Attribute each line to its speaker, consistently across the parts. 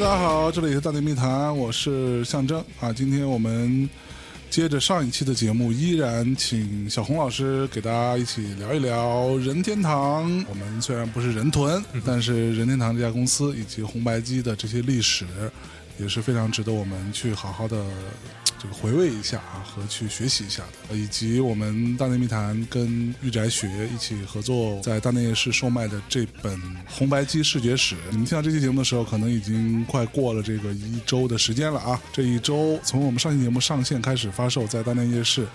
Speaker 1: 好，这里是大内密谈，我是象征啊。今天我们接着上一期的节目，依然请小红老师给大家一起聊一聊任天堂。我们虽然不是人豚，但是任天堂这家公司以及红白机的这些历史，也是非常值得我们去好好的这个回味一下啊，和去学习一下的。呃以及我们大内密谈跟御宅学一起合作，在大内夜市售卖的这本《红白机视觉史》，你们听到这期节目的时候，可能已经快过了这个一周的时间了啊。这一周从我们上期节目上线开始发售，在大内夜市。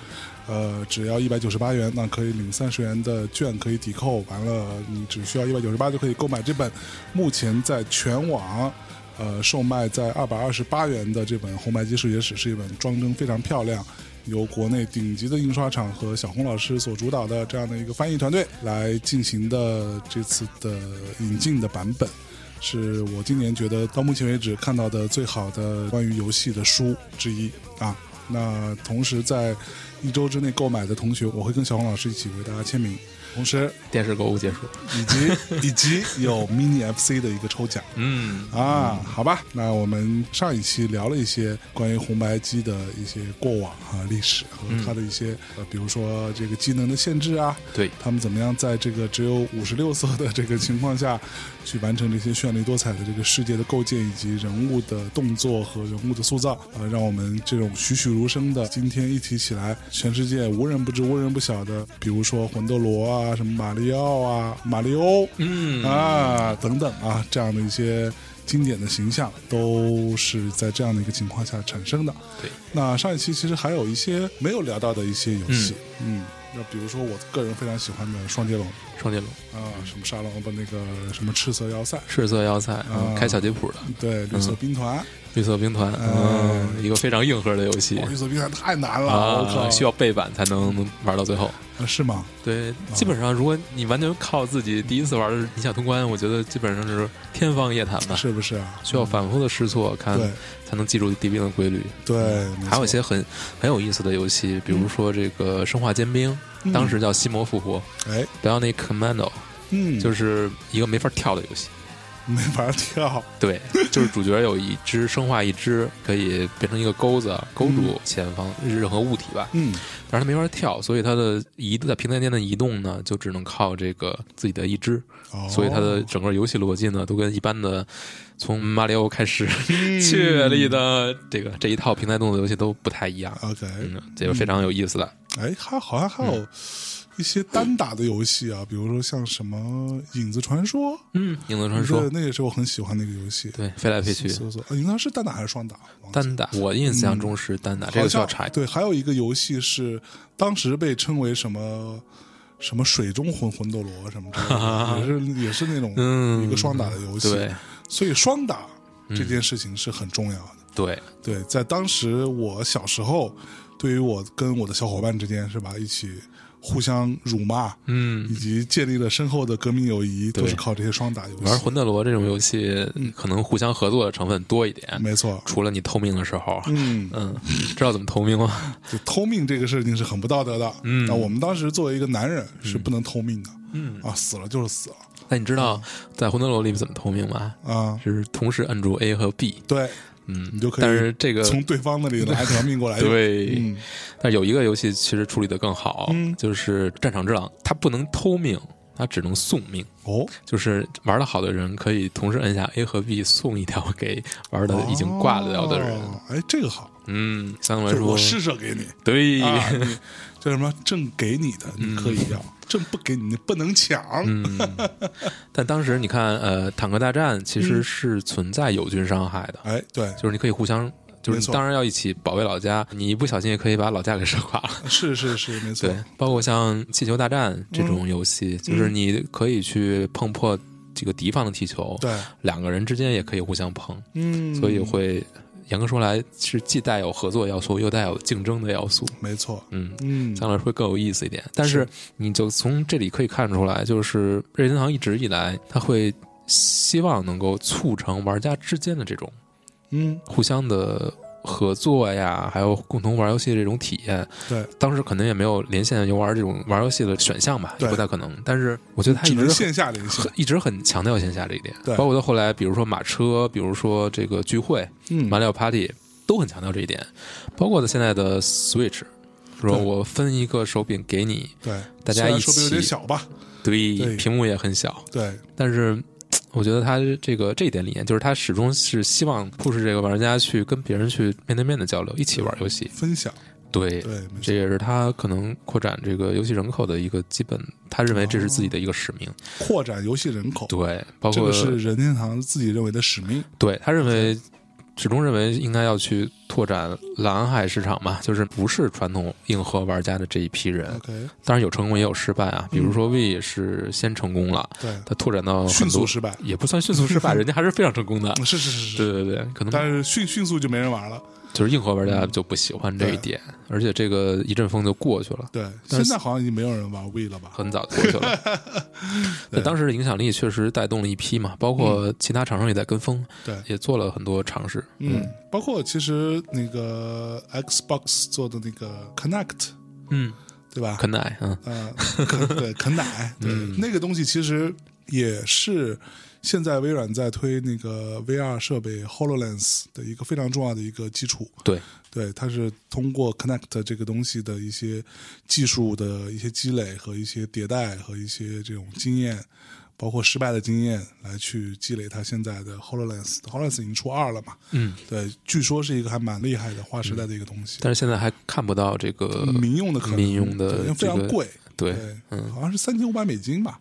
Speaker 1: 呃，只要一百九十八元，那可以领三十元的券，可以抵扣。完了，你只需要一百九十八就可以购买这本，目前在全网。呃，售卖在二百二十八元的这本《红白机视觉史》是一本装帧非常漂亮，由国内顶级的印刷厂和小红老师所主导的这样的一个翻译团队来进行的这次的引进的版本。是我今年觉得到目前为止看到的最好的关于游戏的书之一啊。那同时在一周之内购买的同学，我会跟小红老师一起为大家签名，同时
Speaker 2: 电视购物结束。
Speaker 1: 以及以及有 mini FC 的一个抽奖
Speaker 2: 嗯，
Speaker 1: 啊。好吧，那我们上一期聊了一些关于红白机的一些过往啊历史和它的一些、呃，比如说这个机能的限制啊，
Speaker 2: 对，
Speaker 1: 他们怎么样在这个只有五十六色的这个情况下，去完成这些绚丽多彩的这个世界的构建，以及人物的动作和人物的塑造，呃，让我们这种栩栩如生的，今天一提起来，全世界无人不知、无人不晓的，比如说魂斗罗啊、什么马里奥啊、马里欧，
Speaker 2: 嗯
Speaker 1: 啊等等啊，这样的一些。经典的形象都是在这样的一个情况下产生的。
Speaker 2: 对，
Speaker 1: 那上一期其实还有一些没有聊到的一些游戏，嗯，那比如说我个人非常喜欢的双截龙
Speaker 2: 双截龙、
Speaker 1: 啊，
Speaker 2: 嗯
Speaker 1: 什么沙龙不那个什么赤色要塞，
Speaker 2: 赤色要塞、嗯
Speaker 1: 啊
Speaker 2: 开小吉普的
Speaker 1: 对，绿色兵团，
Speaker 2: 绿色兵团，
Speaker 1: 嗯
Speaker 2: 嗯，一个非常硬核的游戏
Speaker 1: 哇，绿色兵团太难了，我
Speaker 2: 嗯啊，
Speaker 1: 靠，
Speaker 2: 需要背板才能玩到最后。
Speaker 1: 啊是吗？
Speaker 2: 对，基本上如果你完全靠自己第一次玩的你想通关，我觉得基本上是天方夜谭吧。
Speaker 1: 是不是啊？
Speaker 2: 需要反复的试错，看
Speaker 1: 对
Speaker 2: 才能记住敌兵的规律。
Speaker 1: 对，没错
Speaker 2: 嗯还有一些很很有意思的游戏，比如说这个《生化尖兵》，
Speaker 1: 嗯
Speaker 2: 当时叫《西魔复活
Speaker 1: 哎，》
Speaker 2: （Bionic Commando），
Speaker 1: 嗯，
Speaker 2: 就是一个没法跳的游戏。
Speaker 1: 没法跳，
Speaker 2: 对，就是主角有一只生化一只，可以变成一个钩子勾住前方任何物体吧，
Speaker 1: 嗯，
Speaker 2: 但是它没法跳，所以它的移在平台间的移动呢，就只能靠这个自己的一只，
Speaker 1: 哦
Speaker 2: 所以它的整个游戏逻辑呢，都跟一般的从马里奥开始
Speaker 1: 嗯
Speaker 2: 确立的这个这一套平台动作游戏都不太一样，
Speaker 1: OK，
Speaker 2: 嗯，这个非常有意思的，
Speaker 1: 哎，还好像还
Speaker 2: 嗯
Speaker 1: 有一些单打的游戏啊，比如说像什么《影子传说》，
Speaker 2: 嗯，英子传说
Speaker 1: 对，，那也是我很喜欢的一个游戏。
Speaker 2: 对，飞来飞去。
Speaker 1: 搜索，呃影子传说是单打还是双打？忘记了
Speaker 2: 单打，我印象中是单打，这个需要
Speaker 1: 好像
Speaker 2: 查一下。
Speaker 1: 对，还有一个游戏是当时被称为什么什么水中魂魂斗罗什么之类 的，也是也是那种
Speaker 2: 嗯
Speaker 1: 一个双打的游戏。
Speaker 2: 对
Speaker 1: 所以双打这件事情是很重要的。
Speaker 2: 对，
Speaker 1: 对，在当时我小时候，对于我跟我的小伙伴之间是吧，一起互相辱骂，
Speaker 2: 嗯
Speaker 1: 以，及建立了深厚的革命友谊，
Speaker 2: 对
Speaker 1: 都是靠这些双打游戏。
Speaker 2: 玩魂斗罗这
Speaker 1: 嗯
Speaker 2: 种游戏，可能互相合作的成分多一点。
Speaker 1: 没错，
Speaker 2: 除了你偷命的时候，
Speaker 1: 嗯，
Speaker 2: 嗯，知道怎么偷命吗？
Speaker 1: 就偷命这个事情是很不道德的。
Speaker 2: 嗯
Speaker 1: 那我们当时作为一个男人是不能偷命的。
Speaker 2: 嗯，
Speaker 1: 啊，死了就是死了
Speaker 2: 那你知道
Speaker 1: 嗯
Speaker 2: 在魂斗罗里怎么偷命吗？
Speaker 1: 啊！
Speaker 2: 就是同时摁住 A 和 B，
Speaker 1: 对，
Speaker 2: 嗯
Speaker 1: 你，就可以
Speaker 2: 但是这个
Speaker 1: 从对方那里拿一条 命过来。，
Speaker 2: 对，
Speaker 1: 嗯，
Speaker 2: 但有一个游戏其实处理的更好，
Speaker 1: 嗯
Speaker 2: 就是《战场之狼》，它不能偷命，它只能送命。
Speaker 1: 哦，
Speaker 2: 就是玩的好的人可以同时摁下 A 和 B 送一条给玩的已经挂了掉的人。
Speaker 1: 哦，哎，这个好，
Speaker 2: 嗯，相对来
Speaker 1: 就是
Speaker 2: 说
Speaker 1: 我，施舍给你
Speaker 2: 对，
Speaker 1: 啊，你叫什么朕给你的，你可以要；朕不给你，你不能抢。
Speaker 2: 嗯，但当时你看，呃，坦克大战其
Speaker 1: 嗯
Speaker 2: 实是存在友军伤害的，
Speaker 1: 哎，对，
Speaker 2: 就是你可以互相，就是
Speaker 1: 没
Speaker 2: 你
Speaker 1: 错
Speaker 2: 当然要一起保卫老家，你一不小心也可以把老家给射垮 了。
Speaker 1: 是是是，没错
Speaker 2: 对。，包括像气球大战这种游
Speaker 1: 嗯
Speaker 2: 戏，就是你可以去碰破这个敌方的气球，
Speaker 1: 对，
Speaker 2: 两个人之间也可以互相碰，
Speaker 1: 嗯，
Speaker 2: 所以会严格说来是既带有合作要素，又带有竞争的要素。
Speaker 1: 没错，
Speaker 2: 嗯，
Speaker 1: 嗯，
Speaker 2: 相对来说会更有意思一点。但是你就从这里可以看出来，就是任天堂一直以来，他会希望能够促成玩家之间的这种
Speaker 1: 嗯
Speaker 2: 互相的合作呀，还有共同玩游戏这种体验。
Speaker 1: 对，
Speaker 2: 当时可能也没有连线游玩这种玩游戏的选项吧，也
Speaker 1: 对
Speaker 2: 不太可能。但是我觉得他
Speaker 1: 只
Speaker 2: 一
Speaker 1: 能
Speaker 2: 直很
Speaker 1: 线下联系
Speaker 2: 很。一直很强调线下这一点，
Speaker 1: 对
Speaker 2: 包括到后来，比如说马车，比如说这个聚会，
Speaker 1: 嗯
Speaker 2: 马里奥 Party 都很强调这一点，包括现在的 Switch，说
Speaker 1: 对
Speaker 2: 我分一个手柄给你，
Speaker 1: 对，
Speaker 2: 大家
Speaker 1: 虽然
Speaker 2: 一
Speaker 1: 说的
Speaker 2: 起
Speaker 1: 有点小吧？
Speaker 2: 对，
Speaker 1: 对
Speaker 2: 屏幕也很小，
Speaker 1: 对，
Speaker 2: 但是我觉得他这个这一点理念，就是他始终是希望 push 这个玩家去跟别人去面对面的交流，一起玩游戏。
Speaker 1: 分享，
Speaker 2: 对，
Speaker 1: 对，没错
Speaker 2: 这也是他可能扩展这个游戏人口的一个基本，他认为这是自己的一个使命。
Speaker 1: 扩展游戏人口，
Speaker 2: 对，包
Speaker 1: 哦这
Speaker 2: 括
Speaker 1: 个是任天堂自己认为的使命。
Speaker 2: 对他认为。始终认为应该要去拓展蓝海市场嘛，就是不是传统硬核玩家的这一批人，
Speaker 1: OK，
Speaker 2: 当然有成功也有失败啊。比如说 V 是先成功了，
Speaker 1: 对，
Speaker 2: 他拓展到很
Speaker 1: 嗯迅速
Speaker 2: 多，
Speaker 1: 失败，嗯
Speaker 2: 也不算迅速失败， 人家还是非常成功的。
Speaker 1: 是是是是，
Speaker 2: 对对对，可能
Speaker 1: 但是嗯迅迅速就没人玩了。
Speaker 2: 就是硬核玩家就不喜欢这一点，而且这个一阵风就过去了，
Speaker 1: 对，
Speaker 2: 但
Speaker 1: 现
Speaker 2: 是
Speaker 1: 在好像已经没有人玩 We 了吧？
Speaker 2: 很早就过去 了。那当时的影响力确实带动了一批嘛，包括其他厂商也在跟风，
Speaker 1: 嗯对
Speaker 2: 也做了很多尝试。
Speaker 1: 嗯，包括其实那个 Xbox 做的那个 Connect，
Speaker 2: 嗯，
Speaker 1: 对吧？
Speaker 2: 肯奶，嗯，
Speaker 1: 呃，啃 对啃奶，对、那个东西其实也是现在微软在推那个 VR 设备 Hololens 的一个非常重要的一个基础。
Speaker 2: 对，
Speaker 1: 对，它是通过 Connect 这个东西的一些技术的一些积累和一些迭代和一些这种经验，包括失败的经验来去积累它现在的 Hololens。Hololens 已经出二了嘛？
Speaker 2: 嗯，
Speaker 1: 对，据说是一个还蛮厉害的划时代的一个东西。
Speaker 2: 但是现在还看不到这个
Speaker 1: 民用的可能，
Speaker 2: 嗯民用
Speaker 1: 对因
Speaker 2: 的
Speaker 1: 为非
Speaker 2: 这
Speaker 1: 常
Speaker 2: 个，
Speaker 1: 贵，
Speaker 2: 对，
Speaker 1: 嗯对，
Speaker 2: 嗯
Speaker 1: 好像是三千五百美金吧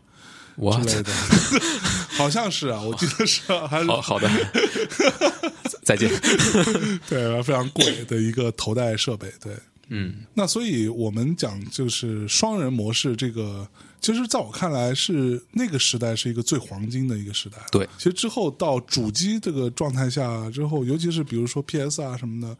Speaker 2: 哇，
Speaker 1: 之类的， 好像是啊，我记得是啊、还是
Speaker 2: 好 好的，再见，
Speaker 1: 对非常贵的一个头戴设备，对。
Speaker 2: 嗯
Speaker 1: 那所以我们讲就是双人模式这个，其实在我看来是那个时代是一个最黄金的一个时代。
Speaker 2: 对
Speaker 1: 其实之后到主机这个状态下之后，尤其是比如说 PS 啊什么的，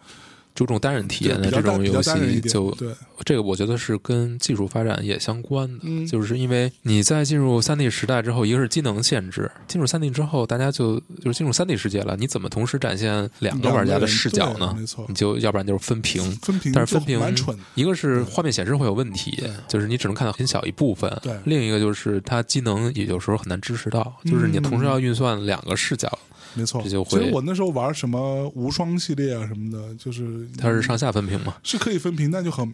Speaker 2: 注重单人体
Speaker 1: 对
Speaker 2: 验的
Speaker 1: 比较
Speaker 2: 这
Speaker 1: 单
Speaker 2: 种
Speaker 1: 比
Speaker 2: 游
Speaker 1: 较单人一
Speaker 2: 戏
Speaker 1: 点，
Speaker 2: 就
Speaker 1: 对
Speaker 2: 这个我觉得是跟技术发展也相关的，
Speaker 1: 嗯
Speaker 2: 就是因为你在进入三 D 时代之后，一个是机能限制，进入三 D 之后，大家就就是进入三 D 世界了，你怎么同时展现两个玩家的视角
Speaker 1: 两个人
Speaker 2: 呢
Speaker 1: 对？没错
Speaker 2: 你，就要不然就是分屏，
Speaker 1: 分屏
Speaker 2: 但是
Speaker 1: 就
Speaker 2: 分屏
Speaker 1: 蛮蠢的，
Speaker 2: 一个是画面显示会有问题，就是你只能看到很小一部分
Speaker 1: 对；嗯
Speaker 2: 另一个就是它机能也有时候很难支持到，就是你同时要运算两个视角，
Speaker 1: 没错，
Speaker 2: 这就
Speaker 1: 其
Speaker 2: 会
Speaker 1: 实我那时候玩什么无双系列啊什么的，就是
Speaker 2: 它是上下分屏嘛，
Speaker 1: 是可以分屏，但就很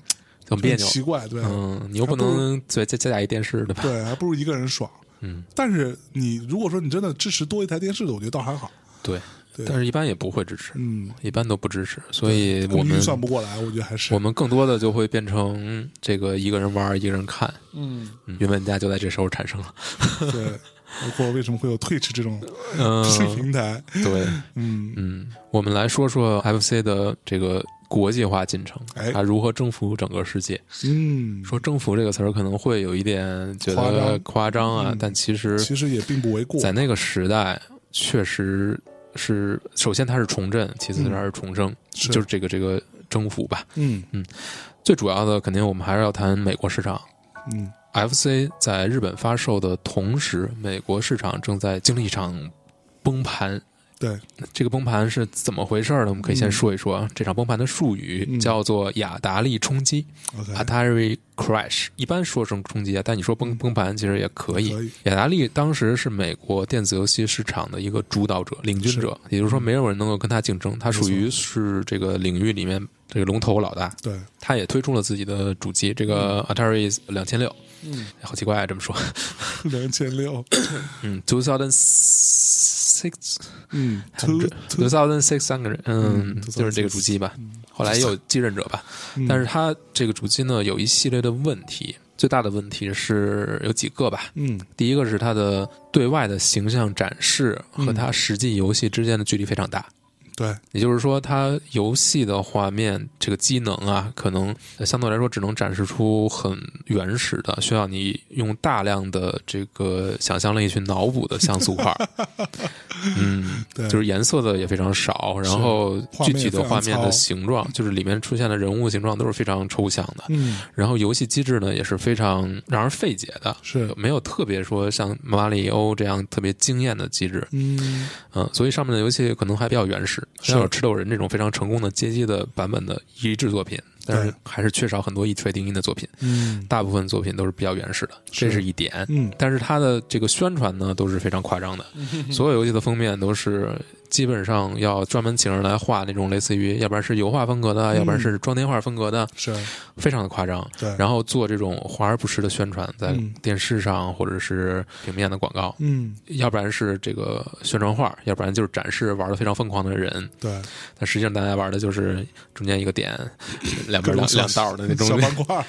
Speaker 2: 很别
Speaker 1: 很
Speaker 2: 扭。
Speaker 1: 奇怪，对、
Speaker 2: 嗯，你又不
Speaker 1: 还不如
Speaker 2: 能再再加一电视，对吧？
Speaker 1: 对，还不如一个人爽。
Speaker 2: 嗯，
Speaker 1: 但是你如果说你真的支持多一台电视的，我觉得倒还好。
Speaker 2: 对，
Speaker 1: 对
Speaker 2: 但是一般也不会支持。
Speaker 1: 嗯，
Speaker 2: 一般都不支持，所以我们
Speaker 1: 预算不过来，我觉得还是
Speaker 2: 我们更多的就会变成这个一个人玩儿一个人看，
Speaker 1: 嗯，
Speaker 2: 嗯云玩家就在这时候产生了。
Speaker 1: 对，包括为什么会有 Twitch 这种
Speaker 2: 嗯、
Speaker 1: 这 种平台，
Speaker 2: 对，
Speaker 1: 嗯，
Speaker 2: 嗯，我们来说说 FC 的这个国际化进程，
Speaker 1: 哎
Speaker 2: 它如何征服整个世界？
Speaker 1: 嗯，
Speaker 2: 说征服这个词儿可能会有一点觉
Speaker 1: 夸
Speaker 2: 得
Speaker 1: 张
Speaker 2: 夸张啊，
Speaker 1: 嗯
Speaker 2: 但其实
Speaker 1: 其实也并不为过。
Speaker 2: 在那个时代确实是，首先它是重振，其次
Speaker 1: 嗯
Speaker 2: 它是重生，
Speaker 1: 是
Speaker 2: 就是这个这个征服吧。
Speaker 1: 嗯
Speaker 2: 最主要的肯定我们还是要谈美国市场。
Speaker 1: 嗯，
Speaker 2: FC 在日本发售的同时，美国市场正在经历一场崩盘。
Speaker 1: 对，
Speaker 2: 这个崩盘是怎么回事儿呢？我们可以先
Speaker 1: 嗯
Speaker 2: 说一说啊。这场崩盘的术语
Speaker 1: 嗯
Speaker 2: 叫做雅达利冲击
Speaker 1: OK，
Speaker 2: （Atari Crash）。一般说成冲击啊，但你说崩
Speaker 1: 嗯
Speaker 2: 崩盘其实也可以。
Speaker 1: 可以，
Speaker 2: 雅达利当时是美国电子游戏市场的一个主导者、领军者，也
Speaker 1: 嗯
Speaker 2: 就是说，没有人能够跟他竞争，他属于是这个领域里面这个龙头老大。
Speaker 1: 对，
Speaker 2: 他也推出了自己的主机，这个 Atari 两千六，
Speaker 1: 嗯，
Speaker 2: 好奇怪啊，这么说。
Speaker 1: 两千六，
Speaker 2: 嗯，two thousand six
Speaker 1: 嗯
Speaker 2: two
Speaker 1: ，two，two，
Speaker 2: thousand six hundred，嗯，
Speaker 1: 嗯
Speaker 2: 就是这个主机吧。后来也有继任者吧，
Speaker 1: 嗯
Speaker 2: 但是它这个主机呢有一系列的问题，最大的问题是有几个吧。
Speaker 1: 嗯，
Speaker 2: 第一个是它的对外的形象展示
Speaker 1: 嗯
Speaker 2: 和它实际游戏之间的距离非常大。
Speaker 1: 对，
Speaker 2: 也就是说，它游戏的画面这个机能啊，可能呃相对来说只能展示出很原始的，需要你用大量的这个想象力去脑补的像素 块儿。嗯，
Speaker 1: 对
Speaker 2: 就是颜色的也非常少，然后
Speaker 1: 画
Speaker 2: 具
Speaker 1: 面
Speaker 2: 体的
Speaker 1: 也非常
Speaker 2: 画面的
Speaker 1: 糙
Speaker 2: 形状，就是里面出现的人物形状都是非常抽象的。
Speaker 1: 嗯，
Speaker 2: 然后游戏机制呢，也是非常让人费解的，
Speaker 1: 是，
Speaker 2: 没有特别说像马里欧这样特别惊艳的机制。
Speaker 1: 嗯，
Speaker 2: 啊嗯，所以上面的游戏可能还比较原始。像有吃豆人这种非常成功的街机的版本的 E 制作品，但是
Speaker 1: 对
Speaker 2: 还是缺少很多 E 锤定音的作品。
Speaker 1: 嗯
Speaker 2: 大部分作品都是比较原始的，
Speaker 1: 是
Speaker 2: 这是一点。
Speaker 1: 嗯
Speaker 2: 但是它的这个宣传呢，都是非常夸张 的，所有游戏的封面都是基本上要专门请人来画那种类似于，要不然是油画风格的，
Speaker 1: 嗯
Speaker 2: 要不然是装填画风格的，
Speaker 1: 是
Speaker 2: 非常的夸张。
Speaker 1: 对，
Speaker 2: 然后做这种华而不实的宣传，在
Speaker 1: 嗯
Speaker 2: 电视上或者是平面的广告，
Speaker 1: 嗯
Speaker 2: 要不然是这个宣传画，要不然就是展示玩的非常疯狂的人，
Speaker 1: 对，
Speaker 2: 但实际上大家玩的就是中间一个点，两
Speaker 1: 各
Speaker 2: 边
Speaker 1: 种
Speaker 2: 两
Speaker 1: 小
Speaker 2: 两道的那种
Speaker 1: 小。方块儿，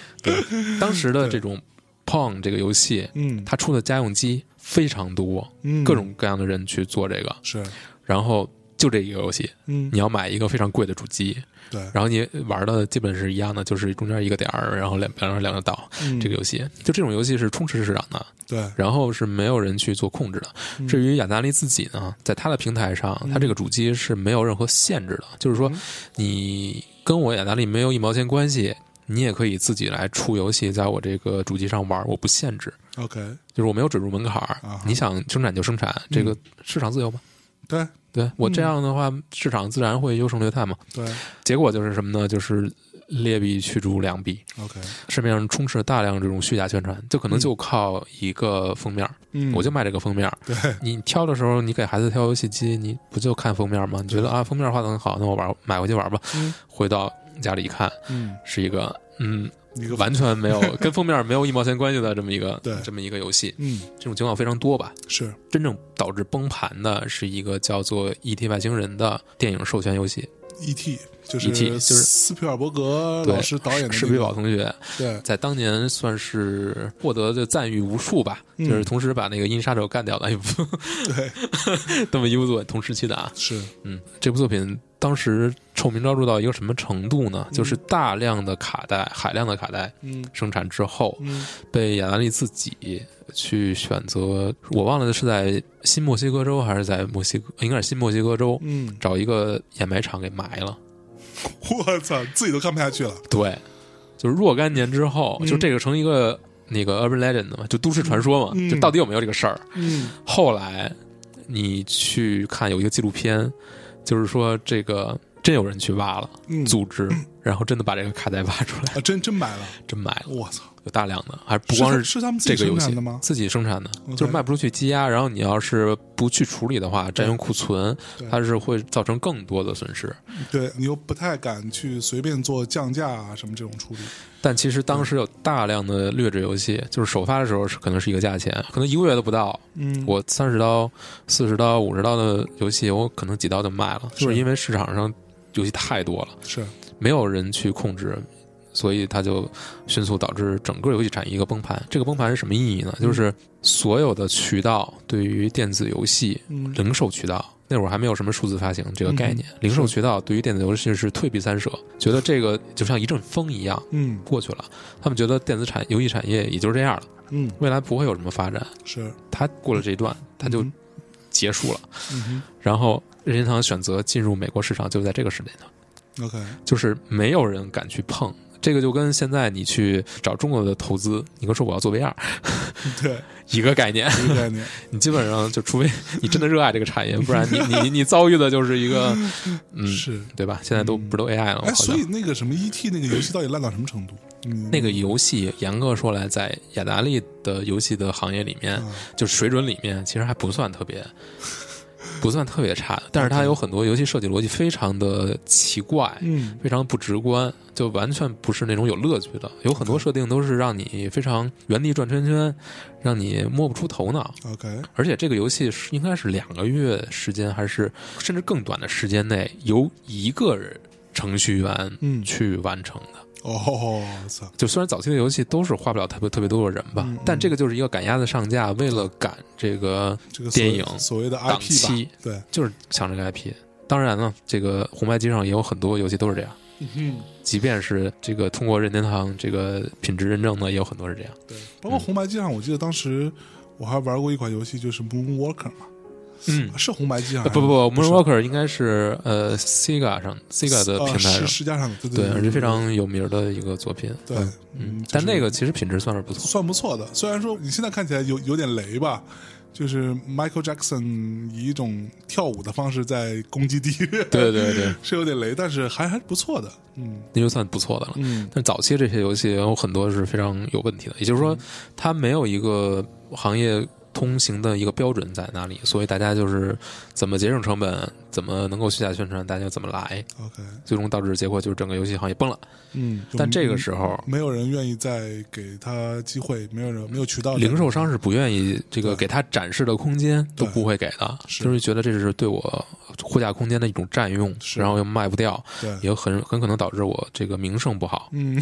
Speaker 2: 当时的这种 Pong 这个游戏，
Speaker 1: 嗯，
Speaker 2: 它出的家用机非常多，
Speaker 1: 嗯
Speaker 2: 各种各样的人去做这个，
Speaker 1: 是
Speaker 2: 然后就这一个游戏，
Speaker 1: 嗯
Speaker 2: 你要买一个非常贵的主机，
Speaker 1: 对，
Speaker 2: 然后你玩的基本是一样的，就是中间一个点儿，然后两边两个道，
Speaker 1: 嗯
Speaker 2: 这个游戏就这种游戏是充斥市场的，
Speaker 1: 对
Speaker 2: 然后是没有人去做控制的。
Speaker 1: 嗯
Speaker 2: 至于雅达利自己呢，在他的平台上，
Speaker 1: 嗯
Speaker 2: 他这个主机是没有任何限制的，就是说
Speaker 1: 嗯
Speaker 2: 你跟我雅达利没有一毛钱关系，你也可以自己来出游戏，在我这个主机上玩，我不限制。
Speaker 1: OK
Speaker 2: 就是我没有准入门槛儿
Speaker 1: 啊哈，嗯
Speaker 2: 你想生产就生产，这个市场自由嘛。
Speaker 1: 对
Speaker 2: 对我这样的话，市场自然会优胜劣汰嘛。
Speaker 1: 对
Speaker 2: 结果就是什么呢？就是劣币驱逐良币，
Speaker 1: OK，
Speaker 2: 市面上充斥了大量这种虚假宣传，就可能就靠一个封面儿，
Speaker 1: 嗯
Speaker 2: 我就卖这个封面儿。
Speaker 1: 对
Speaker 2: 你挑的时候，你给孩子挑游戏机，你不就看封面吗？你觉得啊，封面画的很好，那我玩买回去玩吧。
Speaker 1: 嗯
Speaker 2: 回到家里一看，
Speaker 1: 嗯
Speaker 2: 是一个嗯，
Speaker 1: 一个
Speaker 2: 完全没有跟封面没有一毛钱关系的这么一个
Speaker 1: 对
Speaker 2: 这么一个游戏，
Speaker 1: 嗯
Speaker 2: 这种情况非常多吧？
Speaker 1: 是
Speaker 2: 真正导致崩盘的是一个叫做《E.T. 外星人》的电影授权游戏，
Speaker 1: E.T. ，E 就是
Speaker 2: E.T. 就是
Speaker 1: 斯皮尔伯格
Speaker 2: 对
Speaker 1: 老师导演的
Speaker 2: 史
Speaker 1: 那
Speaker 2: 匹
Speaker 1: 个
Speaker 2: 堡同学
Speaker 1: 对
Speaker 2: 在当年算是获得的赞誉无数吧，
Speaker 1: 嗯
Speaker 2: 就是同时把那个《阴杀手》干掉 的一部，
Speaker 1: 对
Speaker 2: 这么一部作品，同时期的啊，
Speaker 1: 是
Speaker 2: 嗯，这部作品当时臭名昭著到一个什么程度呢？就是大量的卡带、海量的卡带
Speaker 1: 嗯
Speaker 2: 生产之后，
Speaker 1: 嗯
Speaker 2: 被雅达利自己去选择，我忘了是在新墨西哥州还是在墨西哥，应该是新墨西哥州。
Speaker 1: 嗯，
Speaker 2: 找一个掩埋场给埋了。
Speaker 1: 我操，自己都看不下去了，
Speaker 2: 对，就是若干年之后，
Speaker 1: 嗯
Speaker 2: 就这个成一个那个 urban legend 嘛，就都市传说嘛，
Speaker 1: 嗯
Speaker 2: 就到底有没有这个事儿？
Speaker 1: 嗯
Speaker 2: 后来你去看有一个纪录片，就是说这个真有人去挖了，
Speaker 1: 嗯，
Speaker 2: 组织，然后真的把这个卡带挖出来，
Speaker 1: 啊真真埋了，
Speaker 2: 真埋了，
Speaker 1: 我操，
Speaker 2: 有大量的，还不光
Speaker 1: 是他
Speaker 2: 是。
Speaker 1: 是他们自
Speaker 2: 这
Speaker 1: 己
Speaker 2: 个游
Speaker 1: 生
Speaker 2: 戏
Speaker 1: 产的吗？
Speaker 2: 自己生产的
Speaker 1: OK
Speaker 2: 就是卖不出去积压，然后你要是不去处理的话，占用库存
Speaker 1: 对，
Speaker 2: 它是会造成更多的损失。
Speaker 1: 对你又不太敢去随便做降价啊什么这种处理，
Speaker 2: 但其实当时有大量的劣质游戏，就是首发的时候是可能是一个价钱，可能一个月都不到，
Speaker 1: 嗯
Speaker 2: 我三十刀、四十刀、五十刀的游戏，我可能几刀就卖了，
Speaker 1: 是
Speaker 2: 就是因为市场上游戏太多了，
Speaker 1: 是
Speaker 2: 没有人去控制，所以它就迅速导致整个游戏产业一个崩盘。这个崩盘是什么意义呢？就是所有的渠道对于电子游戏
Speaker 1: 嗯
Speaker 2: 零售渠道。那会儿还没有什么数字发行这个概念，零售渠道对于电子游戏是退避三舍，觉得这个就像一阵风一样，
Speaker 1: 嗯
Speaker 2: 过去了，他们觉得电子产游戏产业也就是这样了，
Speaker 1: 嗯
Speaker 2: 未来不会有什么发展。
Speaker 1: 是，
Speaker 2: 它过了这一段，它就
Speaker 1: 嗯
Speaker 2: 结束了。
Speaker 1: 嗯
Speaker 2: 然后任天堂选择进入美国市场，就在这个时间段，
Speaker 1: 哼 OK
Speaker 2: 就是没有人敢去碰。这个就跟现在你去找中国的投资，你跟说我要做 VR
Speaker 1: 对
Speaker 2: 一个概念，
Speaker 1: 这个概念，
Speaker 2: 你基本上就除非你真的热爱这个产业，不然 你你你遭遇的就是一个，嗯，
Speaker 1: 是
Speaker 2: 对吧？现在都不都 AI 了，
Speaker 1: 哎，
Speaker 2: 好像
Speaker 1: 所以那个什么 E.T. 那个游戏到底烂到什么程度？嗯，
Speaker 2: 那个游戏严格说来，在雅达利的游戏的行业里面，
Speaker 1: 啊
Speaker 2: 就水准里面，其实还不算特 别，不算特别差的。但是它有很多游戏设计逻辑非常的奇怪，
Speaker 1: 嗯
Speaker 2: 非常不直观，就完全不是那种有乐趣的。有很多
Speaker 1: OK
Speaker 2: 设定都是让你非常原地转圈圈，让你摸不出头脑。
Speaker 1: OK
Speaker 2: 而且这个游戏是应该是两个月时间，还是甚至更短的时间内，由一个人程序员
Speaker 1: 嗯
Speaker 2: 去完成的。
Speaker 1: 哦，我操，
Speaker 2: 就虽然早期的游戏都是花不了特别特别多的人吧，
Speaker 1: 嗯嗯
Speaker 2: 但这个就是一个赶鸭子上架，为了赶这个
Speaker 1: 这个所
Speaker 2: 电
Speaker 1: 谓
Speaker 2: 影
Speaker 1: 所谓的
Speaker 2: 档
Speaker 1: IP 吧，
Speaker 2: 期，
Speaker 1: 对，
Speaker 2: 就是抢这个 IP。当然了，这个红白机上也有很多游戏都是这样，
Speaker 1: 嗯，
Speaker 2: 即便是这个通过任天堂这个品质认证的，也有很多是这样。
Speaker 1: 对，
Speaker 2: 嗯
Speaker 1: 包括红白机上，我记得当时我还玩过一款游戏，就是 Moonwalker 嘛，
Speaker 2: 嗯，
Speaker 1: 是红白机上
Speaker 2: 不不不
Speaker 1: 啊是啊
Speaker 2: ，Moonwalker 应该是呃 Sega 上 Sega 的平台
Speaker 1: 是
Speaker 2: 上，
Speaker 1: 世家上的，对
Speaker 2: 对，
Speaker 1: 对，
Speaker 2: 而且非常有名的一个作品。
Speaker 1: 对，
Speaker 2: 嗯
Speaker 1: 就，
Speaker 2: 但
Speaker 1: 是
Speaker 2: 那个其实品质算是不错。
Speaker 1: 算不错的，虽然说你现在看起来有有点雷吧，就是 Michael Jackson 以一种跳舞的方式在攻击敌人，
Speaker 2: 对对对，
Speaker 1: 是有点雷，但是还还不错的，嗯
Speaker 2: 那就算不错的了。
Speaker 1: 嗯
Speaker 2: 但早期这些游戏有很多是非常有问题的，也就是
Speaker 1: 嗯
Speaker 2: 说，它没有一个行业通行的一个标准在那里，所以大家就是怎么节省成本，怎么能够虚假宣传，大家就怎么来，
Speaker 1: ，OK，
Speaker 2: 最终导致的结果就是整个游戏行业崩了。
Speaker 1: 嗯，就
Speaker 2: 但这个时候，
Speaker 1: 没有人愿意再给他机会，没有人没有渠道
Speaker 2: 零售商是不愿意这个
Speaker 1: 对
Speaker 2: 给他展示的空间都不会给的，
Speaker 1: 是
Speaker 2: 就是觉得这是对我货架空间的一种占用，
Speaker 1: 是
Speaker 2: 然后又卖不掉，
Speaker 1: 对，
Speaker 2: 也很很可能导致我这个名声不好。
Speaker 1: 嗯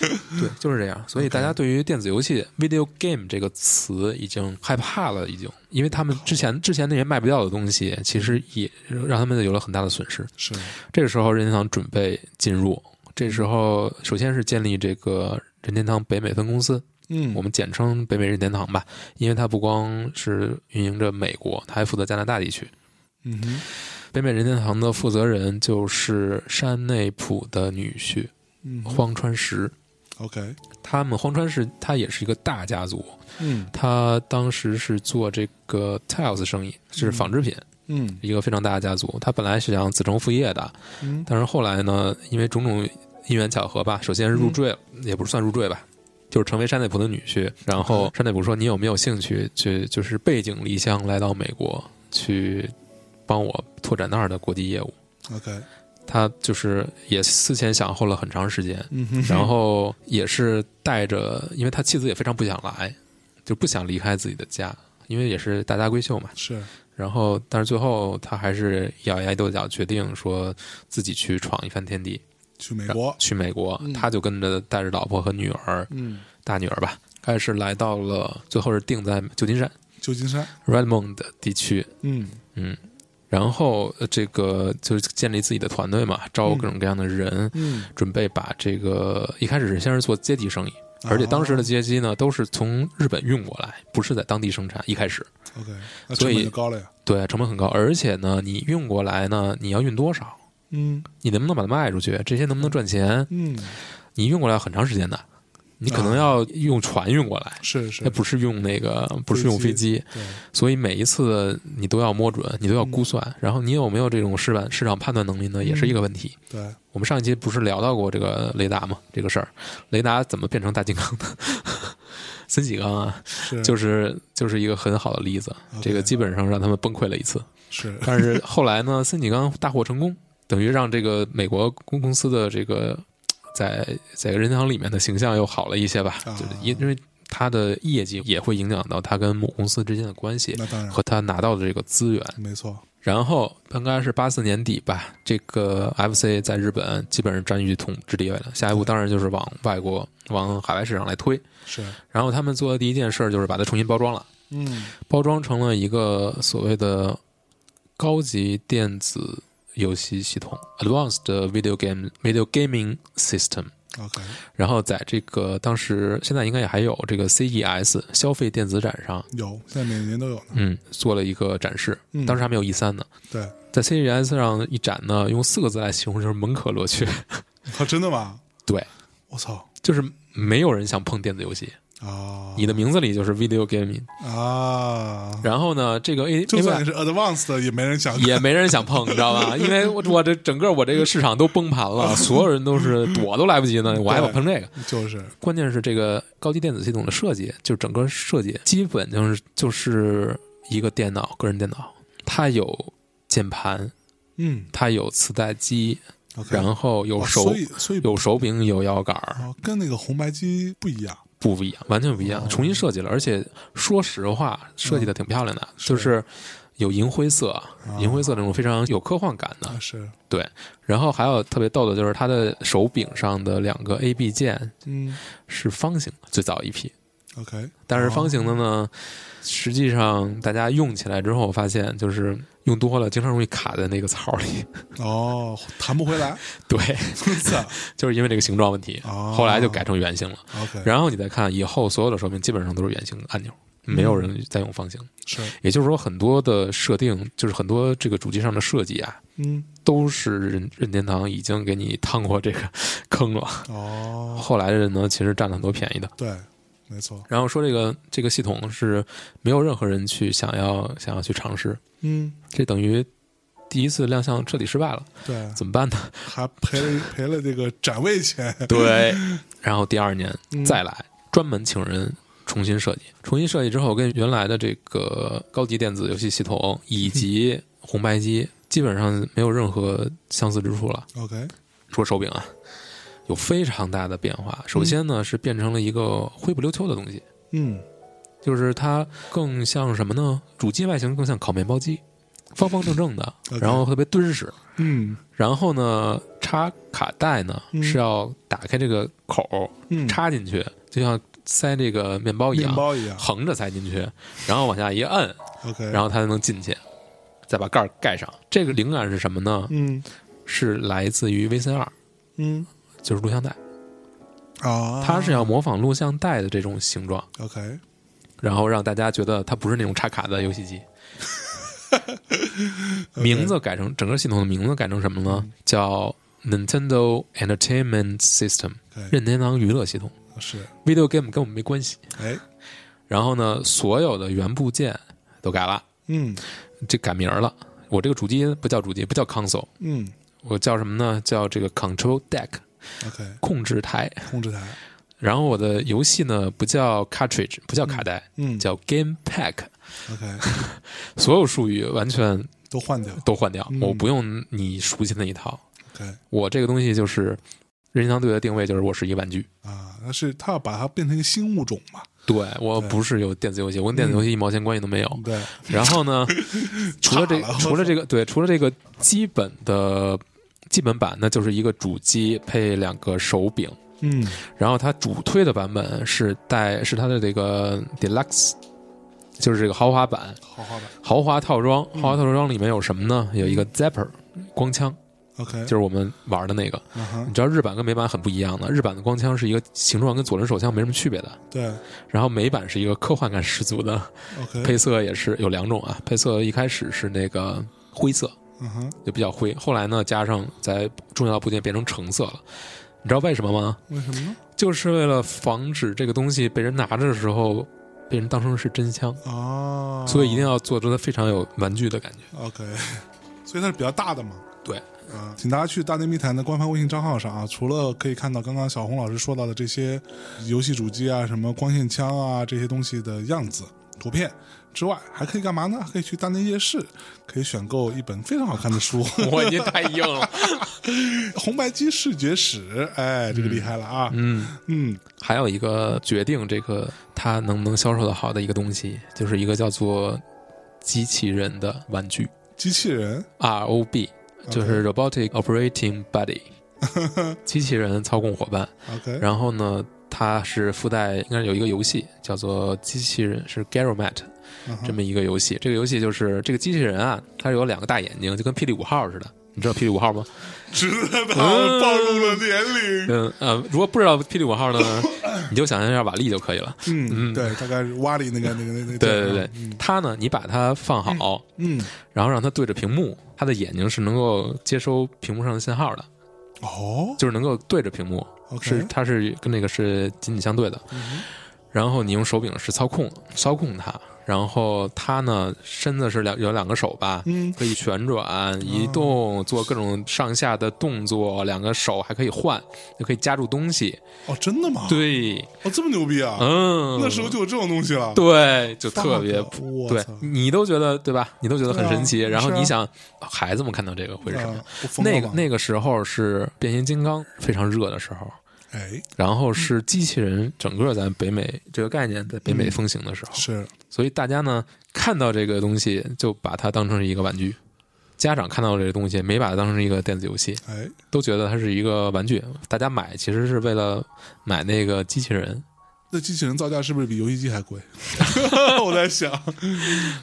Speaker 2: 对，就是这样。所以大家对于电子游戏 （video game） 这个词已经害怕了，已经，因为他们之前嗯之前那些卖不掉的东西，其实也让他们有了很大的损失。
Speaker 1: 是
Speaker 2: 这个时候，任天堂准备进入。这时候，首先是建立这个任天堂北美分公司，
Speaker 1: 嗯
Speaker 2: 我们简称北美任天堂吧，因为它不光是运营着美国，它还负责加拿大地区。
Speaker 1: 嗯哼
Speaker 2: 北美任天堂的负责人就是山内普的女婿
Speaker 1: 嗯哼
Speaker 2: 荒川石。
Speaker 1: ，OK，
Speaker 2: 他们荒川石他也是一个大家族，
Speaker 1: 嗯
Speaker 2: 他当时是做这个 tiles 生意，是纺织品，
Speaker 1: 嗯
Speaker 2: 一个非常大的家族。他本来是想子承父业的，
Speaker 1: 嗯
Speaker 2: 但是后来呢，因为种种因缘巧合吧，首先是入赘了，也不是算入赘吧，就是成为山内溥的女婿。然后山内溥说：“你有没有兴趣去，就是背井离乡来到美国，去帮我拓展那儿的国际业务
Speaker 1: ，OK，？”
Speaker 2: 他就是也思前想后了很长时间，
Speaker 1: 嗯哼，
Speaker 2: 然后也是带着，因为他妻子也非常不想来，就不想离开自己的家，因为也是大家闺秀嘛。
Speaker 1: 是
Speaker 2: 然后，但是最后他还是咬牙跺脚，决定说自己去闯一番天地，
Speaker 1: 去美国，
Speaker 2: 去美国
Speaker 1: 嗯。
Speaker 2: 他就跟着带着老婆和女儿，
Speaker 1: 嗯，
Speaker 2: 大女儿吧，开始来到了，最后是定在旧金山
Speaker 1: 旧金山，
Speaker 2: Redmond 地区。
Speaker 1: 嗯
Speaker 2: 嗯，然后呃这个就是建立自己的团队嘛，招各种各样的人，
Speaker 1: 嗯，
Speaker 2: 准备把这个一开始是先是做阶梯生意。
Speaker 1: 哦
Speaker 2: 而且当时的街机呢，都是从日本运过来，不是在当地生产。一开始，
Speaker 1: 啊 OK，那
Speaker 2: 所
Speaker 1: 成
Speaker 2: 以
Speaker 1: 本就高了呀，
Speaker 2: 对成本很高，而且呢，你运过来呢，你要运多少？
Speaker 1: 嗯
Speaker 2: 你能不能把它卖出去？这些能不能赚钱？
Speaker 1: 嗯，
Speaker 2: 你运过来很长时间的，你可能
Speaker 1: 哦
Speaker 2: 要用船运过来，
Speaker 1: 是是
Speaker 2: 那，不是用那个，不是用飞机，
Speaker 1: 对，
Speaker 2: 所以每一次你都要摸准，你都要估算。然后你有没有这种市场市场判断能力呢，也是一个问题。
Speaker 1: 对，
Speaker 2: 我们上一期不是聊到过这个雷达吗？这个事儿，雷达怎么变成大金刚的？ 森喜刚啊，
Speaker 1: 是
Speaker 2: 就是就是一个很好的例子。
Speaker 1: OK
Speaker 2: 这个基本上让他们崩溃了一次，
Speaker 1: 是
Speaker 2: 但是后来呢，森井刚大获成功， 等于让这个美国公公司的这个在在任天堂里面的形象又好了一些吧，
Speaker 1: 啊
Speaker 2: 就是因因为他的业绩也会影响到他跟母公司之间的关系
Speaker 1: 那当然
Speaker 2: 和他拿到的这个资源。
Speaker 1: 没错，
Speaker 2: 然后应该是八四年底吧，这个 FC 在日本基本上占据统治地位了。下一步当然就是往外国、往海外市场来推。
Speaker 1: 是
Speaker 2: 然后他们做的第一件事儿就是把它重新包装了。
Speaker 1: 嗯
Speaker 2: 包装成了一个所谓的高级电子游戏系统 （Advanced Video Game Video Gaming System）。
Speaker 1: ，OK，
Speaker 2: 然后在这个当时，现在应该也还有这个 CES 消费电子展上，
Speaker 1: 有，现在每年都有呢，
Speaker 2: 嗯，做了一个展示。
Speaker 1: 嗯
Speaker 2: 当时还没有 E 三呢，
Speaker 1: 对，
Speaker 2: 在 CES 上一展呢，用四个字来形容就是门可罗雀，
Speaker 1: 啊，真的吗？
Speaker 2: 对，
Speaker 1: 我操
Speaker 2: 就是没有人想碰电子游戏。
Speaker 1: 啊！
Speaker 2: 你的名字里就是 Video Gaming。
Speaker 1: 啊，
Speaker 2: 然后呢，这个 A
Speaker 1: 就
Speaker 2: A
Speaker 1: 算你是 advanced 的，也没人 想
Speaker 2: 也没人想碰，你知道吧？因为我我这整个我这个市场都崩盘 了，所有人都是躲都来不及呢，我还想碰这个。
Speaker 1: 就是
Speaker 2: 关键是这个高级电子系统的设计，就整个设计基本就是就是一个电脑，个人电脑，它有键盘，
Speaker 1: 嗯
Speaker 2: 它有磁带机，
Speaker 1: ，OK，
Speaker 2: 然后有
Speaker 1: 哦
Speaker 2: 手
Speaker 1: 所以所以
Speaker 2: 有手柄，有摇杆儿，
Speaker 1: 哦跟那个红白机不一样，
Speaker 2: 不一样，完全不一样
Speaker 1: 哦，
Speaker 2: 重新设计了。而且说实话，设计的挺漂亮的，
Speaker 1: 嗯是哦
Speaker 2: 就是有银灰色，银灰色那种非常有科幻感的。
Speaker 1: 啊是，
Speaker 2: 然后还有特别逗的就是它的手柄上的两个 A B 键
Speaker 1: 嗯
Speaker 2: 是方形的，最早一批。
Speaker 1: ，OK，
Speaker 2: 但是方形的呢，实际上大家用起来之后发现，就是用多了经常容易卡在那个槽里。
Speaker 1: 哦，弹不回来，
Speaker 2: 对，
Speaker 1: 操
Speaker 2: 就是因为这个形状问题，
Speaker 1: 哦
Speaker 2: 后来就改成圆形了。
Speaker 1: ，OK，
Speaker 2: 然后你再看以后所有的手柄基本上都是圆形
Speaker 1: 嗯
Speaker 2: 按钮，没有人再用方形。
Speaker 1: 是，
Speaker 2: 也就是说，很多的设定，就是很多这个主机上的设计啊，
Speaker 1: 嗯，
Speaker 2: 都是任任天堂已经给你趟过这个坑了。
Speaker 1: 哦，
Speaker 2: 后来的人呢，其实占了很多便宜的。
Speaker 1: 对，没错，
Speaker 2: 然后说这个这个系统是没有任何人去想要想要去尝试，
Speaker 1: 嗯，
Speaker 2: 这等于第一次亮相彻底失败了，
Speaker 1: 对，
Speaker 2: 怎么办呢？
Speaker 1: 还赔了赔了这个展位钱，
Speaker 2: 对， 然后第二年
Speaker 1: 嗯
Speaker 2: 再来，专门请人重新设计，重新设计之后，跟原来的这个高级电子游戏系统以及红白机基本上没有任何相似之处了。
Speaker 1: OK，
Speaker 2: 说手柄啊，有非常大的变化。首先呢，是变成了一个灰不溜秋的东西，
Speaker 1: 嗯，
Speaker 2: 就是它更像什么呢？主机外形更像烤面包机，方方正正的，
Speaker 1: OK
Speaker 2: 然后特别敦实。
Speaker 1: 嗯
Speaker 2: 然后呢，插卡带呢、
Speaker 1: 嗯
Speaker 2: 是要打开这个口
Speaker 1: 嗯，
Speaker 2: 插进去，就像塞这个面包一
Speaker 1: 面
Speaker 2: 样，
Speaker 1: 包一样
Speaker 2: 横着塞进去，然后往下一 摁，
Speaker 1: ，OK，
Speaker 2: 然后它才能进去，再把盖儿盖上。这个灵感是什么呢？
Speaker 1: 嗯
Speaker 2: 是来自于 VCR，
Speaker 1: 嗯
Speaker 2: 就是录像带。
Speaker 1: 啊，
Speaker 2: 它是要模仿录像带的这种形状，
Speaker 1: OK，
Speaker 2: 然后让大家觉得它不是那种插卡的游戏机。名字改成整个系统的名字改成什么呢？叫 Nintendo Entertainment System，
Speaker 1: OK，
Speaker 2: 任天堂娱乐系统。
Speaker 1: 是，
Speaker 2: Video game 跟我们没关系。
Speaker 1: 哎，
Speaker 2: 然后呢，所有的原部件都改了，
Speaker 1: 嗯
Speaker 2: 这改名儿了。我这个主机不叫主机，不叫 console，
Speaker 1: 嗯
Speaker 2: 我叫什么呢？叫这个 Control Deck
Speaker 1: ，OK，
Speaker 2: 控制台。
Speaker 1: 控制台，
Speaker 2: 然后我的游戏呢，不叫 cartridge，不叫卡带，
Speaker 1: 嗯
Speaker 2: 叫 Game Pack。
Speaker 1: ，OK，
Speaker 2: 所有术语完全
Speaker 1: 都换掉
Speaker 2: 都换掉，
Speaker 1: 嗯
Speaker 2: 我不用你熟悉的那一套。
Speaker 1: ，OK
Speaker 2: 我这个东西就是任天堂对我的定位，就是我是一玩具。
Speaker 1: 啊，那是他要把它变成一个新物种嘛，
Speaker 2: 对我
Speaker 1: 对
Speaker 2: 不是有电子游戏，我跟电子游戏一毛钱关系都没有。
Speaker 1: 对，
Speaker 2: 然后 呢，哦 除了这
Speaker 1: 差了
Speaker 2: 除了这个对，除了这个基本的基本版，那就是一个主机配两个手柄。
Speaker 1: 嗯
Speaker 2: 然后它主推的版本是带是它的这个 deluxe，就是这个豪华版
Speaker 1: 豪华版
Speaker 2: 豪华套装。
Speaker 1: 嗯
Speaker 2: 豪华套装里面有什么呢？有一个 zapper 光枪。
Speaker 1: ，OK，
Speaker 2: 就是我们玩的那个。
Speaker 1: 嗯
Speaker 2: 你
Speaker 1: 哼，
Speaker 2: 知道日版跟美版很不一样的，日版的光枪是一个形状跟左轮手枪没什么区别的，
Speaker 1: 对
Speaker 2: 然后美版是一个科幻感十足的，
Speaker 1: ，OK，
Speaker 2: 配色也是有两种啊，配色一开始是那个灰色，
Speaker 1: 嗯哼，
Speaker 2: 就比较灰，后来呢加上在重要部件变成橙色了，你知道为什么吗？
Speaker 1: 为什么呢？
Speaker 2: 就是为了防止这个东西被人拿着的时候被人当成是真枪，
Speaker 1: 哦，
Speaker 2: 所以一定要做出它非常有玩具的感觉。
Speaker 1: OK，所以它是比较大的嘛。
Speaker 2: 对，
Speaker 1: 啊，请大家去大内密谈的官方微信账号上啊，除了可以看到刚刚小红老师说到的这些游戏主机啊、什么光线枪啊这些东西的样子图片之外，还可以干嘛呢？还可以去大内夜市，可以选购一本非常好看的书 《
Speaker 2: 我已经太硬了，
Speaker 1: 红白机视觉史》。哎，这个厉害了啊！
Speaker 2: 嗯。
Speaker 1: 嗯
Speaker 2: 还有一个决定这个它能不能销售的好的一个东西，就是一个叫做机器人的玩具
Speaker 1: 机器人
Speaker 2: ROB，就是 Robotic Operating Buddy，机器人操控伙伴。
Speaker 1: OK，
Speaker 2: 然后呢，它是附带应该有一个游戏叫做机器人是 Garomat
Speaker 1: 嗯哼
Speaker 2: 这么一个游戏。这个游戏就是这个机器人啊，它是有两个大眼睛，就跟霹雳五号似的。你知道霹雳五 号吗？
Speaker 1: 知道
Speaker 2: 嗯
Speaker 1: 暴露了年龄。
Speaker 2: 嗯呃，如果不知道霹雳五号呢，你就想象一下瓦力就可以了。
Speaker 1: 嗯，对，大概是瓦里那个那个那个那个。
Speaker 2: 对对对
Speaker 1: 嗯，
Speaker 2: 它呢，你把它放好，
Speaker 1: 嗯，
Speaker 2: 然后让它对着屏幕，它的眼睛是能够接收屏幕上的信号的，
Speaker 1: 哦
Speaker 2: 就是能够对着屏幕，
Speaker 1: ，OK，
Speaker 2: 是它是跟那个是紧紧相对的。
Speaker 1: 嗯
Speaker 2: 然后你用手柄是操控操控它，然后它呢身子是两有两个手吧。
Speaker 1: 嗯哦
Speaker 2: 可以旋转、移动，做各种上下的动作，两个手还可以换，就可以夹住东西。
Speaker 1: 哦，真的吗？，
Speaker 2: 对，
Speaker 1: 哦，这么牛逼啊！
Speaker 2: 嗯，
Speaker 1: 那时候就有这种东西了，
Speaker 2: 对，就特别
Speaker 1: Fuck，我
Speaker 2: 对
Speaker 1: 操，
Speaker 2: 你都觉得对吧？你都觉得很神奇，
Speaker 1: 对啊
Speaker 2: 然后
Speaker 1: 是啊
Speaker 2: 你想，孩子们看到这个会是什么？
Speaker 1: 啊不疯了
Speaker 2: 那
Speaker 1: 吗
Speaker 2: 个那个时候是变形金刚非常热的时候，
Speaker 1: 哎
Speaker 2: 然后是机器人整个在北美这个概念在北
Speaker 1: 嗯
Speaker 2: 美风行的时候，
Speaker 1: 是
Speaker 2: 所以大家呢看到这个东西就把它当成是一个玩具。家长看到这个东西，没把它当成一个电子游戏，
Speaker 1: 哎
Speaker 2: 都觉得它是一个玩具。大家买其实是为了买那个机器人，
Speaker 1: 那机器人造价是不是比游戏机还贵？ 我 在想，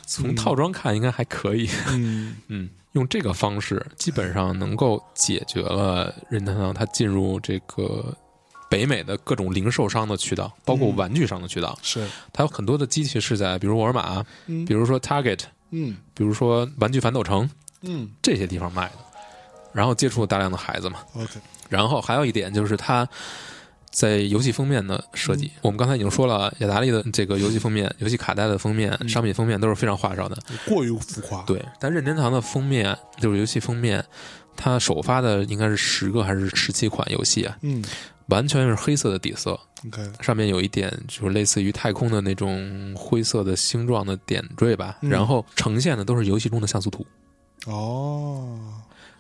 Speaker 2: 从套装看应该还可以。
Speaker 1: 嗯
Speaker 2: 嗯，用这个方式基本上能够解决了任天堂它进入这个北美的各种零售商的渠道，包括玩具商的渠道。
Speaker 1: 是
Speaker 2: 它有很多的机器是在，比如沃尔玛，
Speaker 1: 嗯
Speaker 2: 啊比如说 Target，
Speaker 1: 嗯
Speaker 2: 比如说玩具反斗城
Speaker 1: 嗯
Speaker 2: 这些地方卖的，然后接触大量的孩子嘛。
Speaker 1: ，OK，
Speaker 2: 然后还有一点就是它在游戏封面的设计，我们刚才已经说了，雅达利的这个游戏封面、游戏卡带的封面、商品封面都是非常花哨的。
Speaker 1: 过于浮夸。
Speaker 2: 对，但任天堂的封面就是游戏封面，它首发的应该是十个还是十七款游戏啊，
Speaker 1: 嗯
Speaker 2: 完全是黑色的底色，
Speaker 1: ，OK，
Speaker 2: 上面有一点就是类似于太空的那种灰色的星状的点缀吧，
Speaker 1: 嗯
Speaker 2: 然后呈现的都是游戏中的像素图。
Speaker 1: 哦，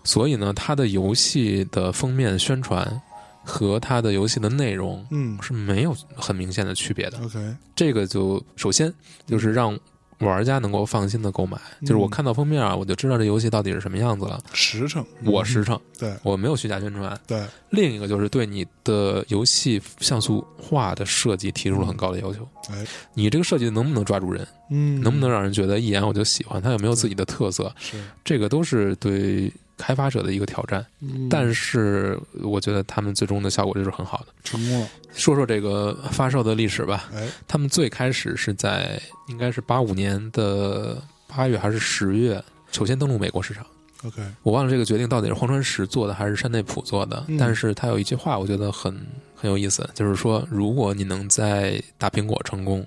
Speaker 2: 所以呢，它的游戏的封面宣传和它的游戏的内容
Speaker 1: 嗯
Speaker 2: 是没有很明显的区别的。
Speaker 1: ，OK，嗯
Speaker 2: 这个就首先就是让玩家能够放心的购买，就是
Speaker 1: 嗯
Speaker 2: 我看到封面啊，我就知道这游戏到底是什么样子了。
Speaker 1: 实诚，
Speaker 2: 我实诚，
Speaker 1: 嗯对
Speaker 2: 我没有虚假宣传。
Speaker 1: 嗯对，
Speaker 2: 另一个就是对你的游戏像素化的设计提出了很高的要求。
Speaker 1: 哎，
Speaker 2: 你这个设计能不能抓住人？
Speaker 1: 嗯，
Speaker 2: 能不能让人觉得一眼我就喜欢？它有没有自己的特色？
Speaker 1: 是？
Speaker 2: 这个都是对开发者的一个挑战。
Speaker 1: 嗯
Speaker 2: 但是我觉得他们最终的效果就是很好的。
Speaker 1: 成功了，
Speaker 2: 说说这个发售的历史吧，
Speaker 1: 哎，
Speaker 2: 他们最开始是在应该是八五年的八月还是十月，首先登陆美国市场。
Speaker 1: OK，
Speaker 2: 我忘了这个决定到底是荒川石做的还是山内普做的，
Speaker 1: 嗯
Speaker 2: 但是他有一句话我觉得很很有意思，就是说，如果你能在大苹果成功，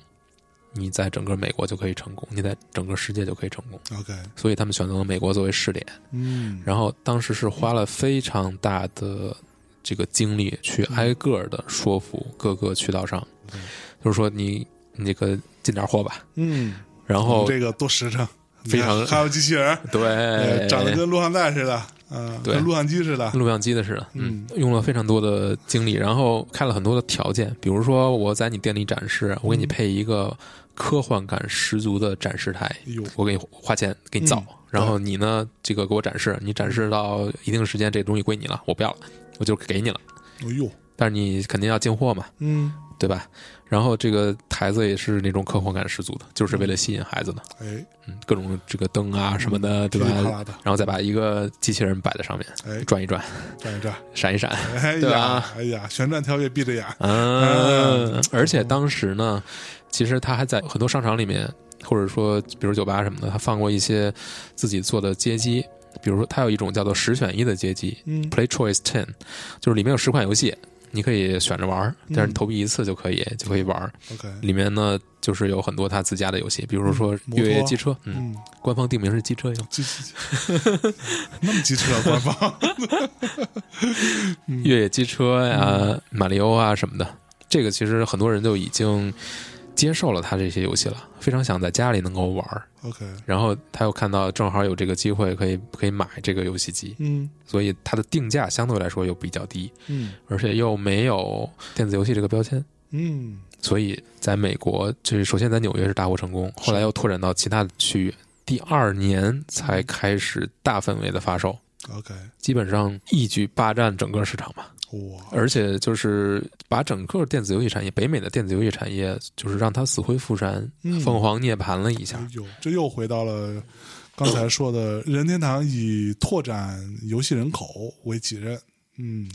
Speaker 2: 你在整个美国就可以成功，你在整个世界就可以成功。
Speaker 1: OK，
Speaker 2: 所以他们选择了美国作为试点，
Speaker 1: 嗯，
Speaker 2: 然后当时是花了非常大的这个精力去挨个的说服各个渠道商，
Speaker 1: 对
Speaker 2: 就是说你你这个进点货吧，
Speaker 1: 嗯，
Speaker 2: 然后
Speaker 1: 这个多实诚，你
Speaker 2: 非
Speaker 1: 看
Speaker 2: 常
Speaker 1: 还有机器人儿，
Speaker 2: 对
Speaker 1: 呃长得跟录像带似的，嗯，
Speaker 2: 对
Speaker 1: 跟录像机似的，
Speaker 2: 录像机的似的，嗯，用了非常多的精力，然后开了很多的条件，比如说我在你店里展示，我给你配一个科幻感十足的展示台，
Speaker 1: 哎呦，
Speaker 2: 我给你花钱给你造，
Speaker 1: 嗯
Speaker 2: 然后你呢，这个给我展示，你展示到一定时间，这东西归你了，我不要了，我就给你了，
Speaker 1: 哎呦，
Speaker 2: 但是你肯定要进货嘛，
Speaker 1: 嗯，
Speaker 2: 对吧？然后这个台子也是那种科幻感十足的，就是为了吸引孩子的，
Speaker 1: 哎，
Speaker 2: 嗯，各种这个灯啊什么的，
Speaker 1: 噼
Speaker 2: 对
Speaker 1: 里啪
Speaker 2: 吧？
Speaker 1: 啦的，
Speaker 2: 然后再把一个机器人摆在上面，
Speaker 1: 嗯哎，
Speaker 2: 转一转，
Speaker 1: 转一转，
Speaker 2: 闪一闪，
Speaker 1: 哎
Speaker 2: 对啊
Speaker 1: 呀
Speaker 2: 吧，
Speaker 1: 哎呀，旋转跳跃，闭着眼，啊
Speaker 2: 嗯，而且当时呢，其实他还在很多商场里面，或者说比如酒吧什么的，他放过一些自己做的街机，比如说他有一种叫做十选一的街机
Speaker 1: 嗯，
Speaker 2: （Play Choice Ten），就是里面有十款游戏，你可以选着玩儿，
Speaker 1: 嗯
Speaker 2: 但是你投币一次就可以、就可以玩儿。
Speaker 1: OK，
Speaker 2: 里面呢，就是有很多他自家的游戏，比如说
Speaker 1: 摩托
Speaker 2: 越野机车，嗯，
Speaker 1: 嗯，
Speaker 2: 官方定名是机车游，
Speaker 1: 机机，那么机车啊官方，
Speaker 2: 越野机车呀、马里奥啊什么的，这个其实很多人就已经接受了他这些游戏了，非常想在家里能够玩儿。
Speaker 1: OK，
Speaker 2: 然后他又看到正好有这个机会可以可以买这个游戏机，
Speaker 1: 嗯
Speaker 2: 所以它的定价相对来说又比较低，
Speaker 1: 嗯
Speaker 2: 而且又没有电子游戏这个标签，
Speaker 1: 嗯
Speaker 2: 所以在美国，这首先在纽约是大获成功，后来又拓展到其他的区域，第二年才开始大范围的发售，
Speaker 1: ，OK，
Speaker 2: 基本上一举霸占整个市场吧。
Speaker 1: 哇，
Speaker 2: 而且就是把整个电子游戏产业，北美的电子游戏产业，就是让它死灰复燃、
Speaker 1: 嗯
Speaker 2: 凤凰涅槃了一下
Speaker 1: 哎。呦，这又回到了刚才说的，任天堂以拓展游戏人口为己任。嗯，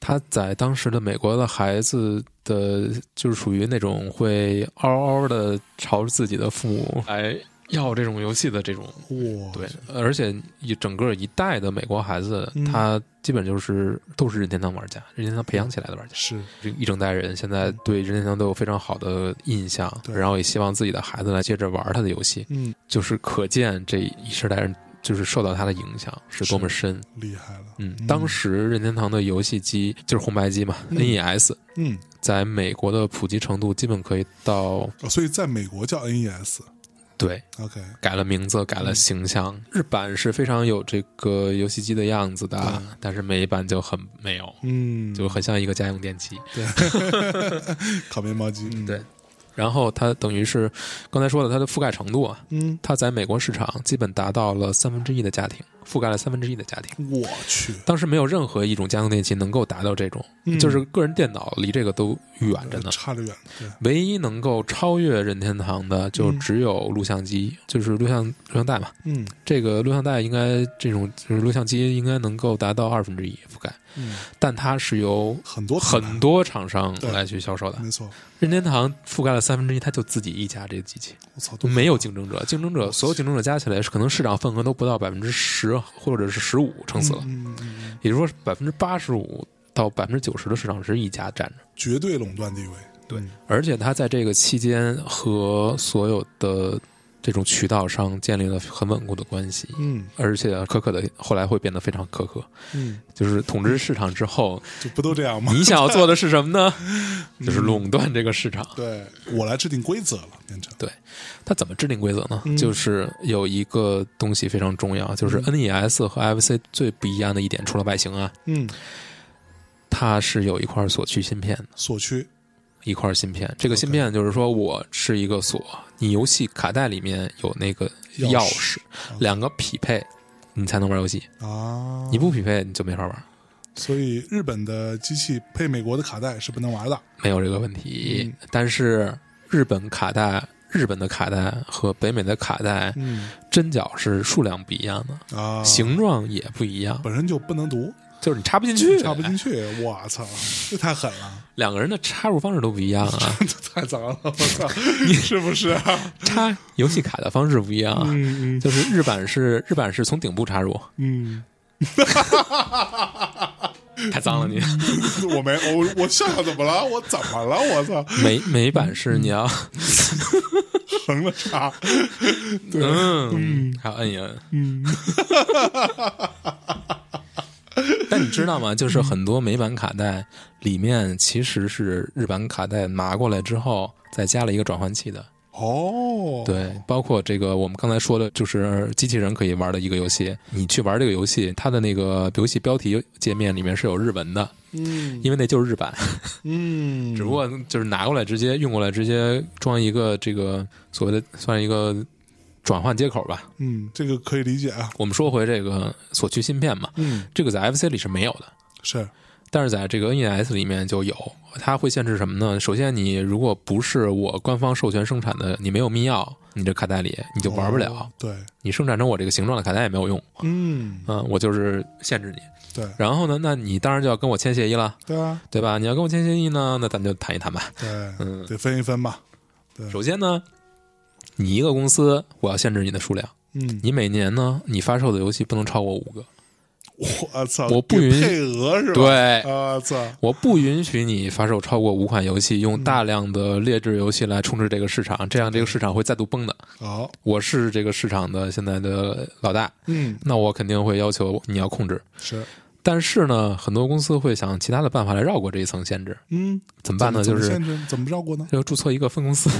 Speaker 2: 他在当时的美国的孩子的，就是属于那种会嗷嗷的朝着自己的父母来要这种游戏的这种。
Speaker 1: 哇，
Speaker 2: 对，而且一整个一代的美国孩子，
Speaker 1: 嗯
Speaker 2: 他基本就是都是任天堂玩家，任天堂培养起来的玩家。
Speaker 1: 是，
Speaker 2: 这一整代人现在对任天堂都有非常好的印象，
Speaker 1: 对
Speaker 2: 然后也希望自己的孩子来接着玩他的游戏，
Speaker 1: 嗯，
Speaker 2: 就是可见这一世代人就是受到他的影响是多么深。
Speaker 1: 厉害了。
Speaker 2: 嗯，当时任天堂的游戏机就是红白机嘛、
Speaker 1: 嗯
Speaker 2: n e s
Speaker 1: 嗯，
Speaker 2: 在美国的普及程度基本可以到
Speaker 1: 哦所以在美国叫 E NES。
Speaker 2: 对
Speaker 1: OK，
Speaker 2: 改了名字，改了形象。日版是非常有这个游戏机的样子的，啊但是美版就很没有，
Speaker 1: 嗯，
Speaker 2: 就很像一个家用电器。
Speaker 1: 烤面包机。嗯，
Speaker 2: 对，然后它等于是刚才说的，它的覆盖程度啊，
Speaker 1: 嗯，
Speaker 2: 它在美国市场基本达到了三分之一的家庭，覆盖了三分之一的家庭。
Speaker 1: 我去，
Speaker 2: 当时没有任何一种家用电器能够达到这种，
Speaker 1: 嗯
Speaker 2: 就是个人电脑离这个都远着呢。
Speaker 1: 差得远。对，
Speaker 2: 唯一能够超越任天堂的，就
Speaker 1: 嗯
Speaker 2: 只有录像机，就是录像录像带嘛。
Speaker 1: 嗯
Speaker 2: 这个录像带应该这种就是录像机应该能够达到二分之一覆盖，
Speaker 1: 嗯，
Speaker 2: 但它是由
Speaker 1: 很多
Speaker 2: 很多厂商
Speaker 1: 对
Speaker 2: 来去销售的
Speaker 1: 品牌，。没错。
Speaker 2: 任天堂覆盖了三分之一，它就自己一家这个机器。
Speaker 1: 我操，
Speaker 2: 没有竞争者，竞争者所有竞争者加起来，可能市场份额都不到百分之十或者是十五，撑死了。
Speaker 1: 嗯嗯嗯
Speaker 2: 也就是说，百分之八十五到百分之九十的市场是一家占着，
Speaker 1: 绝对垄断地位。
Speaker 3: 对，
Speaker 2: 而且它在这个期间和所有的这种渠道商建立了很稳固的关系，
Speaker 1: 嗯
Speaker 2: 而且可可的后来会变得非常可可，
Speaker 1: 嗯，
Speaker 2: 就是统治市场之后，
Speaker 1: 就不都这样吗？
Speaker 2: 你想要做的是什么呢？就是垄断这个市场。
Speaker 1: 对我来制定规则了，变成
Speaker 2: 它怎么制定规则呢？就是有一个东西非常重要，就是 NES 和 FC 最不一样的一点，除了外形啊，
Speaker 1: 嗯
Speaker 2: 它是有一块锁区芯片的，
Speaker 1: 锁区，
Speaker 2: 一块芯片。这个
Speaker 1: OK
Speaker 2: 芯片就是说我是一个锁，你游戏卡带里面有那个
Speaker 1: 钥匙
Speaker 2: 钥匙，两个匹配，你才能玩游戏。
Speaker 1: 啊，
Speaker 2: 你不匹配你就没法玩，
Speaker 1: 所以日本的机器配美国的卡带是不能玩的。
Speaker 2: 没有这个问题。但是日本卡带。日本的卡带和北美的卡带
Speaker 1: 嗯
Speaker 2: 针脚是数量不一样的，
Speaker 1: 啊，
Speaker 2: 形状也哦不一样，
Speaker 1: 本身就不能读，
Speaker 2: 就是你插不进去，哎
Speaker 1: 插 不进去。我操，这太狠了，
Speaker 2: 两个人的插入方式都不一样啊，
Speaker 1: 这 太脏了！我操， 你是不是啊？
Speaker 2: 插游戏卡的方式不一样啊。
Speaker 1: 嗯
Speaker 2: 就是日版是日版是从顶部插入，
Speaker 1: 嗯，
Speaker 2: 太脏了你。
Speaker 1: 我没我我笑笑怎么了？我怎么了？我操，
Speaker 2: 美美版是你要
Speaker 1: 横了插，
Speaker 2: 嗯，还要摁一摁。
Speaker 1: 嗯
Speaker 2: 但你知道吗？就是很多美版卡带里面其实是日版卡带拿过来之后再加了一个转换器的。
Speaker 1: 哦，，
Speaker 2: 对，包括这个我们刚才说的，就是机器人可以玩的一个游戏。你去玩这个游戏，它的那个游戏标题界面里面是有日文的，
Speaker 1: 嗯
Speaker 2: 因为那就是日版。
Speaker 1: 嗯，
Speaker 2: 只不过就是拿过来直接用过来，直接装一个这个所谓的算是一个转换接口吧。
Speaker 1: 嗯，这个可以理解啊，
Speaker 2: 我们说回这个锁区芯片嘛，
Speaker 1: 嗯，
Speaker 2: 这个在 FC 里是没有的，
Speaker 1: 是，
Speaker 2: 但是在这个 NES 里面就有。它会限制什么呢？首先，你如果不是我官方授权生产的，你没有密钥，你这卡带里你就玩不了。
Speaker 1: 哦对，
Speaker 2: 你生产成我这个形状的卡带也没有用，
Speaker 1: 嗯，
Speaker 2: 嗯，我就是限制你。
Speaker 1: 对，
Speaker 2: 然后呢，那你当然就要跟我签协议了，
Speaker 1: 对啊，
Speaker 2: 对吧？你要跟我签协议呢，那咱们就谈一谈吧。
Speaker 1: 对，
Speaker 2: 嗯
Speaker 1: 得分一分吧，嗯
Speaker 2: 首先呢，你一个公司，我要限制你的数量，
Speaker 1: 嗯，
Speaker 2: 你每年呢，你发售的游戏不能超过五个，
Speaker 1: 我操，
Speaker 2: 我不
Speaker 1: 给
Speaker 2: 允许
Speaker 1: 配额是吧？
Speaker 2: 对
Speaker 1: 啊，操，
Speaker 2: 我不允许你发售超过五款游戏，用大量的劣质游戏来充斥这个市场，这样这个市场会再度崩的。
Speaker 1: 好，
Speaker 2: 我是这个市场的现在的老大，
Speaker 1: 嗯，
Speaker 2: 那我肯定会要求你要控制。
Speaker 1: 是，
Speaker 2: 但是呢，很多公司会想其他的办法来绕过这一层限制，
Speaker 1: 嗯，
Speaker 2: 怎么
Speaker 1: 怎
Speaker 2: 办
Speaker 1: 么
Speaker 2: 呢？就
Speaker 1: 怎么
Speaker 2: 是
Speaker 1: 限制怎么绕过呢？
Speaker 2: 要注册一个分公司。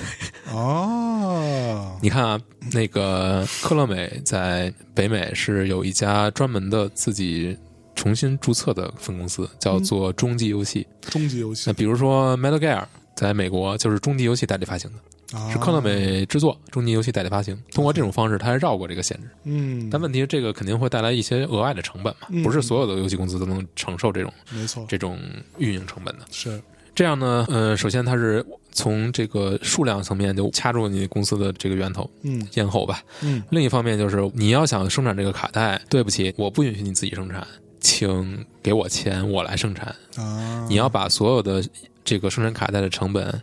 Speaker 1: 啊，
Speaker 2: 你看啊，那个科乐美在北美是有一家专门的自己重新注册的分公司，叫做终极游戏。
Speaker 1: 终极游戏
Speaker 2: 那比如说 Metal Gear 在美国就是终极游戏代理发行的，
Speaker 1: 啊
Speaker 2: 是科乐，美制作，终极游戏代理发行。通过这种方式，它还绕过这个限制。
Speaker 1: 嗯，
Speaker 2: 但问题是，这个肯定会带来一些额外的成本嘛
Speaker 1: 嗯，
Speaker 2: 不是所有的游戏公司都能承受这种
Speaker 1: 没错，
Speaker 2: 这种运营成本的。
Speaker 1: 是，
Speaker 2: 这样呢，呃，首先它是从这个数量层面就掐住你公司的这个源头
Speaker 1: 嗯
Speaker 2: 咽喉吧。
Speaker 1: 嗯，
Speaker 2: 另一方面就是，你要想生产这个卡带，对不起，我不允许你自己生产，请给我钱，我来生产。
Speaker 1: 啊，
Speaker 2: 你要把所有的这个生产卡带的成本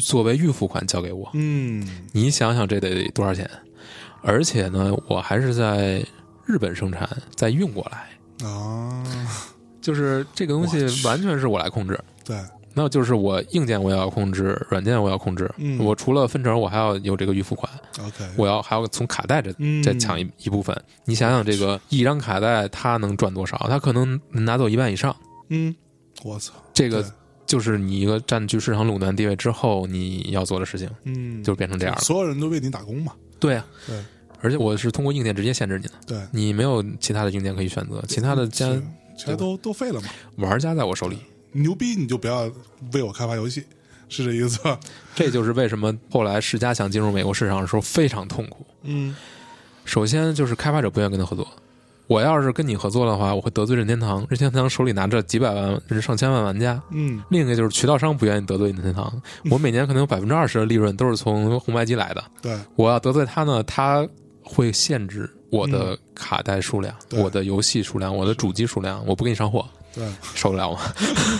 Speaker 2: 作为预付款交给我。
Speaker 1: 嗯，
Speaker 2: 你想想，这得多少钱？而且呢，我还是在日本生产，再运过来，
Speaker 1: 啊，
Speaker 2: 就是这个东西
Speaker 1: 我去
Speaker 2: 完全是我来控制。
Speaker 1: 对，
Speaker 2: 那就是我硬件我也要控制，软件我要控制。
Speaker 1: 嗯
Speaker 2: 我除了分成，我还要有这个预付款，
Speaker 1: ，OK，
Speaker 2: 我要还要从卡带这
Speaker 1: 嗯
Speaker 2: 再抢一一部分。你想想，这个一张卡带它能赚多少？它可能拿走一半以上。
Speaker 1: 嗯，我操，
Speaker 2: 这
Speaker 1: 这
Speaker 2: 个就是你一个占据市场垄断地位之后你要做的事情，
Speaker 1: 嗯，
Speaker 2: 就变成这样了。
Speaker 1: 所有人都为你打工嘛，
Speaker 2: 对啊，
Speaker 1: 对
Speaker 2: 而且我是通过硬件直接限制你的，
Speaker 1: 对，
Speaker 2: 你没有其他的硬件可以选择，其他的家
Speaker 1: 是其他都都废了嘛，
Speaker 2: 玩家在我手里。
Speaker 1: 牛逼你就不要为我开发游戏，是 这意思吧？
Speaker 2: 这就是为什么后来世嘉想进入美国市场的时候非常痛苦。
Speaker 1: 嗯，
Speaker 2: 首先就是开发者不愿意跟他合作。我要是跟你合作的话，我会得罪任天堂。任天堂手里拿着几百万甚至上千万玩家。
Speaker 1: 嗯，
Speaker 2: 另一个就是渠道商不愿意得罪任天堂。我每年可能有百分之二十的利润都是从红白机来的。
Speaker 1: 对，
Speaker 2: 我要得罪他呢，他会限制我的卡带数量、
Speaker 1: 对
Speaker 2: 我的游戏数量、我的主机数量，我不给你上货，
Speaker 1: 对，
Speaker 2: 受得了吗？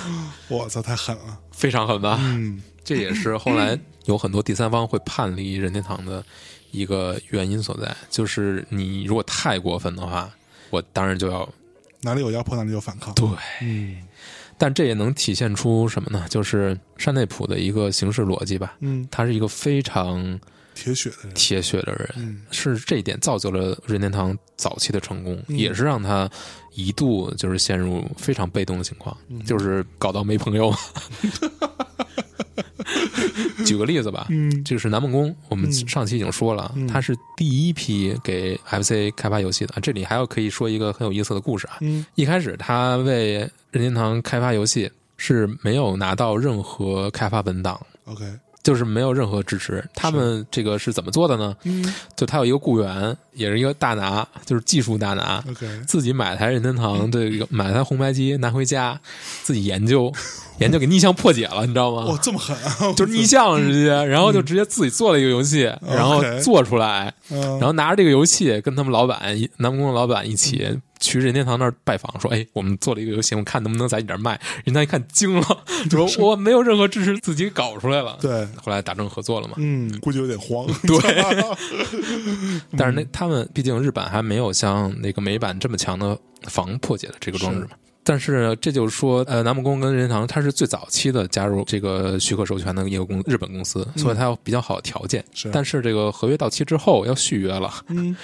Speaker 1: 我操，太狠了，
Speaker 2: 非常狠吧？
Speaker 1: 嗯，
Speaker 2: 这也是后来有很多第三方会判离任天堂的一个原因所在，就是你如果太过分的话，我当然就要
Speaker 1: 哪里有压迫哪里有反抗，
Speaker 2: 对。
Speaker 1: 嗯，
Speaker 2: 但这也能体现出什么呢？就是山内普的一个行事逻辑吧。
Speaker 1: 嗯，
Speaker 2: 他是一个非常
Speaker 1: 铁血的 人，
Speaker 2: 铁血的人，
Speaker 1: 嗯
Speaker 2: 是这一点造就了任天堂早期的成功，
Speaker 1: 嗯
Speaker 2: 也是让他一度就是陷入非常被动的情况，
Speaker 1: 嗯
Speaker 2: 就是搞到没朋友。 举个例子吧，
Speaker 1: 嗯
Speaker 2: 这个是南梦宫，我们
Speaker 1: 嗯
Speaker 2: 上期已经说了，
Speaker 1: 嗯
Speaker 2: 它是第一批给 FC 开发游戏的。这里还要可以说一个很有意思的故事啊。
Speaker 1: 嗯
Speaker 2: 一开始他为任天堂开发游戏是没有拿到任何开发文档，
Speaker 1: ，OK，
Speaker 2: 就是没有任何支持。他们这个是怎么做的呢？
Speaker 1: 嗯
Speaker 2: 就他有一个雇员，也是一个大拿，就是技术大拿，
Speaker 1: ，OK，
Speaker 2: 自己买台任天
Speaker 1: 嗯
Speaker 2: 堂这个买台红白机拿回家，自己研 究，研究给逆向破解了，你知道吗？
Speaker 1: 哇，这么狠 啊！
Speaker 2: 就是逆向直接，然后就直接自己做了一个游戏，然后
Speaker 1: 嗯哦 OK 哦
Speaker 2: 做出来，
Speaker 1: 然
Speaker 2: 然后拿着这个游戏跟他们老板一南梦宫的老板一
Speaker 1: 嗯
Speaker 2: 起去任天堂那儿拜访，说：“哎，我们做了一个游戏，我看能不能在你这儿卖。”人家一看惊了，说：“ 我没有任何支持，自己搞出来了。”，
Speaker 1: 对，
Speaker 2: 后来达成合作了嘛。
Speaker 1: 嗯，估计有点慌，
Speaker 2: 对但是
Speaker 1: 嗯
Speaker 2: 那他们毕竟日版还没有像那个美版这么强的防破解的这个装置嘛。但是这就是说，呃，南梦宫跟任天堂它是最早期的加入这个许可授权的一个公日本公司，所以它有比较好的条件。
Speaker 1: 嗯是
Speaker 2: 但是这个合约到期之后要续约了，
Speaker 1: 嗯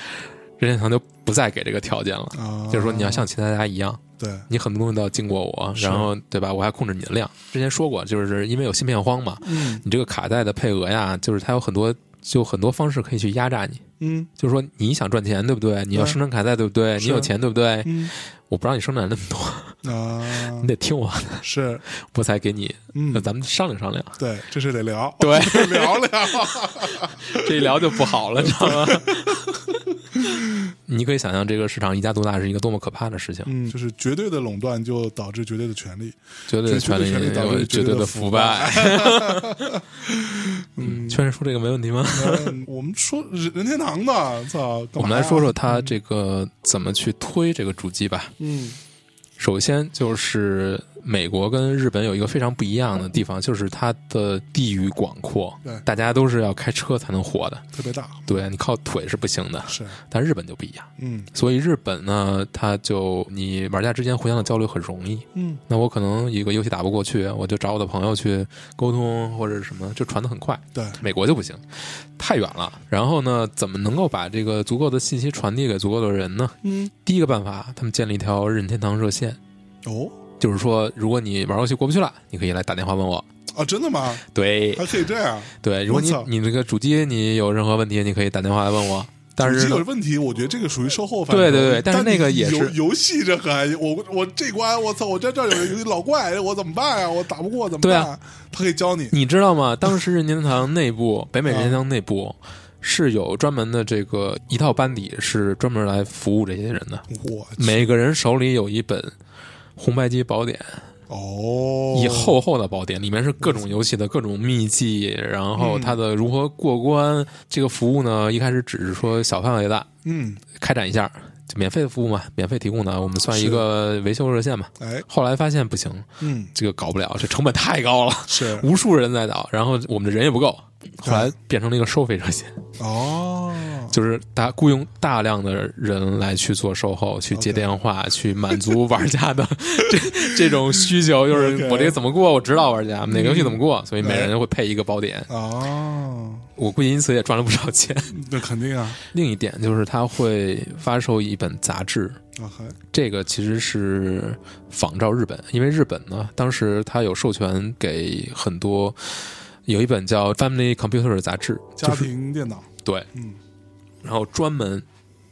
Speaker 2: 任天堂就不再给这个条件了，
Speaker 1: 啊，
Speaker 2: 就是说你要像其他家一样，
Speaker 1: 对，
Speaker 2: 你很多东西都要经过我，
Speaker 1: 是
Speaker 2: 然后对吧？我还控制你的量。之前说过，就是因为有芯片荒嘛，
Speaker 1: 嗯
Speaker 2: 你这个卡带的配额呀，就是它有很多就很多方式可以去压榨你。
Speaker 1: 嗯
Speaker 2: 就是说你想赚钱，对不对？你要生产卡带，对不对？
Speaker 1: 是
Speaker 2: 你有钱，对不对？
Speaker 1: 嗯
Speaker 2: 我不让你生产那么多，
Speaker 1: 啊
Speaker 2: 你，得听我，
Speaker 1: 是，
Speaker 2: 我才给你。
Speaker 1: 嗯
Speaker 2: 那，咱们商量商量，
Speaker 1: 对，这事得聊，
Speaker 2: 对，
Speaker 1: 聊聊，
Speaker 2: 这一聊就不好 了，你知道吗？你可以想象这个市场一家独大是一个多么可怕的事情，
Speaker 1: 嗯，就是绝对的垄断就导致绝对的 权利，
Speaker 2: 绝对的
Speaker 1: 绝
Speaker 2: 权
Speaker 1: 对
Speaker 2: 力
Speaker 1: 权力导致
Speaker 2: 绝
Speaker 1: 对
Speaker 2: 对的
Speaker 1: 腐
Speaker 2: 腐败。
Speaker 1: 嗯，
Speaker 2: 确认说这个没问题吗？
Speaker 1: 嗯我们说任任天堂的，操，
Speaker 2: 我
Speaker 1: 干嘛呀
Speaker 2: 们来说说，它这个怎么去推这个主机吧。
Speaker 1: 嗯
Speaker 2: 首先就是美国跟日本有一个非常不一样的地方，就是它的地域广阔
Speaker 1: 对，
Speaker 2: 大家都是要开车才能活的，
Speaker 1: 特别大，
Speaker 2: 对你靠腿是不行的。
Speaker 1: 是，
Speaker 2: 但日本就不一样，
Speaker 1: 嗯
Speaker 2: 所以日本呢，它就你玩家之间互相的交流很容易。
Speaker 1: 嗯
Speaker 2: 那我可能一个游戏打不过去，我就找我的朋友去沟通或者是什么，就传的很快。
Speaker 1: 对，
Speaker 2: 美国就不行，太远了。然后呢，怎么能够把这个足够的信息传递给足够的人呢？
Speaker 1: 嗯
Speaker 2: 第一个办法，他们建立一条任天堂热线，
Speaker 1: 哦
Speaker 2: 就是说，如果你玩游戏过不去了，你可以来打电话问我。
Speaker 1: 啊，真的吗？
Speaker 2: 对
Speaker 1: 还可以这样？
Speaker 2: 对，如果你
Speaker 1: 我操
Speaker 2: 你这个主机你有任何问题，你可以打电话来问我。但
Speaker 1: 主
Speaker 2: 是
Speaker 1: 机
Speaker 2: 呢
Speaker 1: 有问题，我觉得这个属于售后反
Speaker 2: 对
Speaker 1: 应。
Speaker 2: 对对但
Speaker 1: 但
Speaker 2: 是那个也是
Speaker 1: 游游戏这还我我这关我操，我这这儿有个游戏老怪，我怎么办呀？我打不过怎么
Speaker 2: 对啊
Speaker 1: 办？他可以教你。
Speaker 2: 你知道吗？当时任天堂内部，北美任天堂内部是有专门的这个一套班底，是专门来服务这些人的。
Speaker 1: 我去
Speaker 2: 每个人手里有一本红白机宝典，
Speaker 1: 哦，
Speaker 2: 以厚厚的宝典，里面是各种游戏的各种秘籍，然
Speaker 1: 嗯
Speaker 2: 后它的如何过关这个服务呢，一开始只是说小范围的
Speaker 1: 嗯，
Speaker 2: 开展一下，就免费的服务嘛，免费提供的，我们算一个维修热线嘛。
Speaker 1: 哎，
Speaker 2: 后来发现不行，
Speaker 1: 嗯，
Speaker 2: 这个搞不了，这成本太高了，
Speaker 1: 是
Speaker 2: 无数人在搞，然后我们的人也不够，后来变成了一个收费热线，
Speaker 1: 哦，
Speaker 2: 就是大雇佣大量的人来去做售后，去接
Speaker 1: OK
Speaker 2: 电话，去满足玩家的 这这种需求，就是
Speaker 1: OK
Speaker 2: 我这个怎么过，我指导玩家哪个游戏怎么过，所以每
Speaker 1: 哎
Speaker 2: 人会配一个宝典，
Speaker 1: 哦，
Speaker 2: 我估计因此也赚了不少钱。
Speaker 1: 那肯定啊
Speaker 2: 另一点就是他会发售一本杂志，
Speaker 1: ，OK，
Speaker 2: 这个其实是仿照日本，因为日本呢，当时它有授权给很多，有一本叫《Family Computer》的杂志，
Speaker 1: 家
Speaker 2: 就是
Speaker 1: 庭电脑，
Speaker 2: 对，
Speaker 1: 嗯，
Speaker 2: 然后专门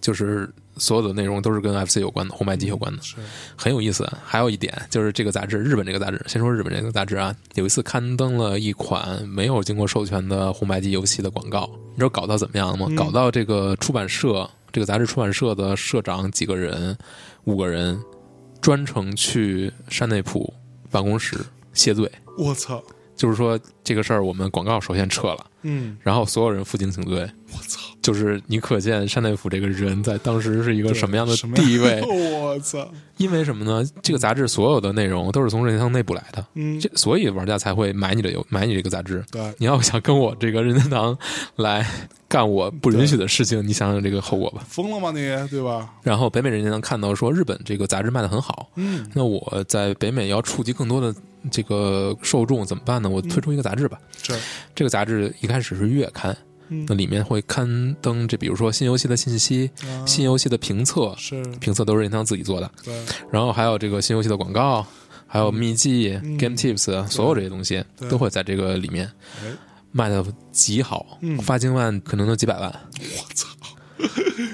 Speaker 2: 就是所有的内容都是跟 FC 有关的，红白机有关的，
Speaker 1: 是，
Speaker 2: 很有意思。还有一点就是这个杂志，日本这个杂志，先说日本这个杂志啊，有一次刊登了一款没有经过授权的红白机游戏的广告，你知道搞到怎么样了吗？
Speaker 1: 嗯
Speaker 2: 搞到这个出版社，这个杂志出版社的社长几个人，五个人，专程去山内普办公室谢罪，
Speaker 1: 我操，
Speaker 2: 就是说这个事儿我们广告首先撤了，
Speaker 1: 嗯，
Speaker 2: 然后所有人负荆请罪。
Speaker 1: 我操，
Speaker 2: 就是你可见山内溥这个人在当时是一个
Speaker 1: 对
Speaker 2: 什么样的
Speaker 1: 什么样
Speaker 2: 地 位？
Speaker 1: 我操，
Speaker 2: 因为什么呢？这个杂志所有的内容都是从任天堂内部来的，
Speaker 1: 嗯
Speaker 2: 这，所以玩家才会买你的游，买你这个杂志。
Speaker 1: 对，
Speaker 2: 你要想跟我这个任天堂来干我不允许的事情，你想想这个后果吧。
Speaker 1: 疯了吗你？对吧？
Speaker 2: 然后北美任天堂看到说日本这个杂志卖的很好，
Speaker 1: 嗯，
Speaker 2: 那我在北美要触及更多的这个受众怎么办呢？我推出一个杂志吧。
Speaker 1: 这，
Speaker 2: 这个杂志一开始是月刊，
Speaker 1: 嗯
Speaker 2: 那，里面会刊登这比如说新游戏的信息、
Speaker 1: 啊
Speaker 2: 新游戏的评测，
Speaker 1: 是，
Speaker 2: 评测都是任天堂自己做的，
Speaker 1: 对
Speaker 2: 然后还有这个新游戏的广告，还有秘籍、
Speaker 1: 嗯
Speaker 2: Game Tips，所有这些东西
Speaker 1: 对
Speaker 2: 都会在这个里面
Speaker 1: 哎
Speaker 2: 卖的极好，
Speaker 1: 嗯
Speaker 2: 发行万可能都几百万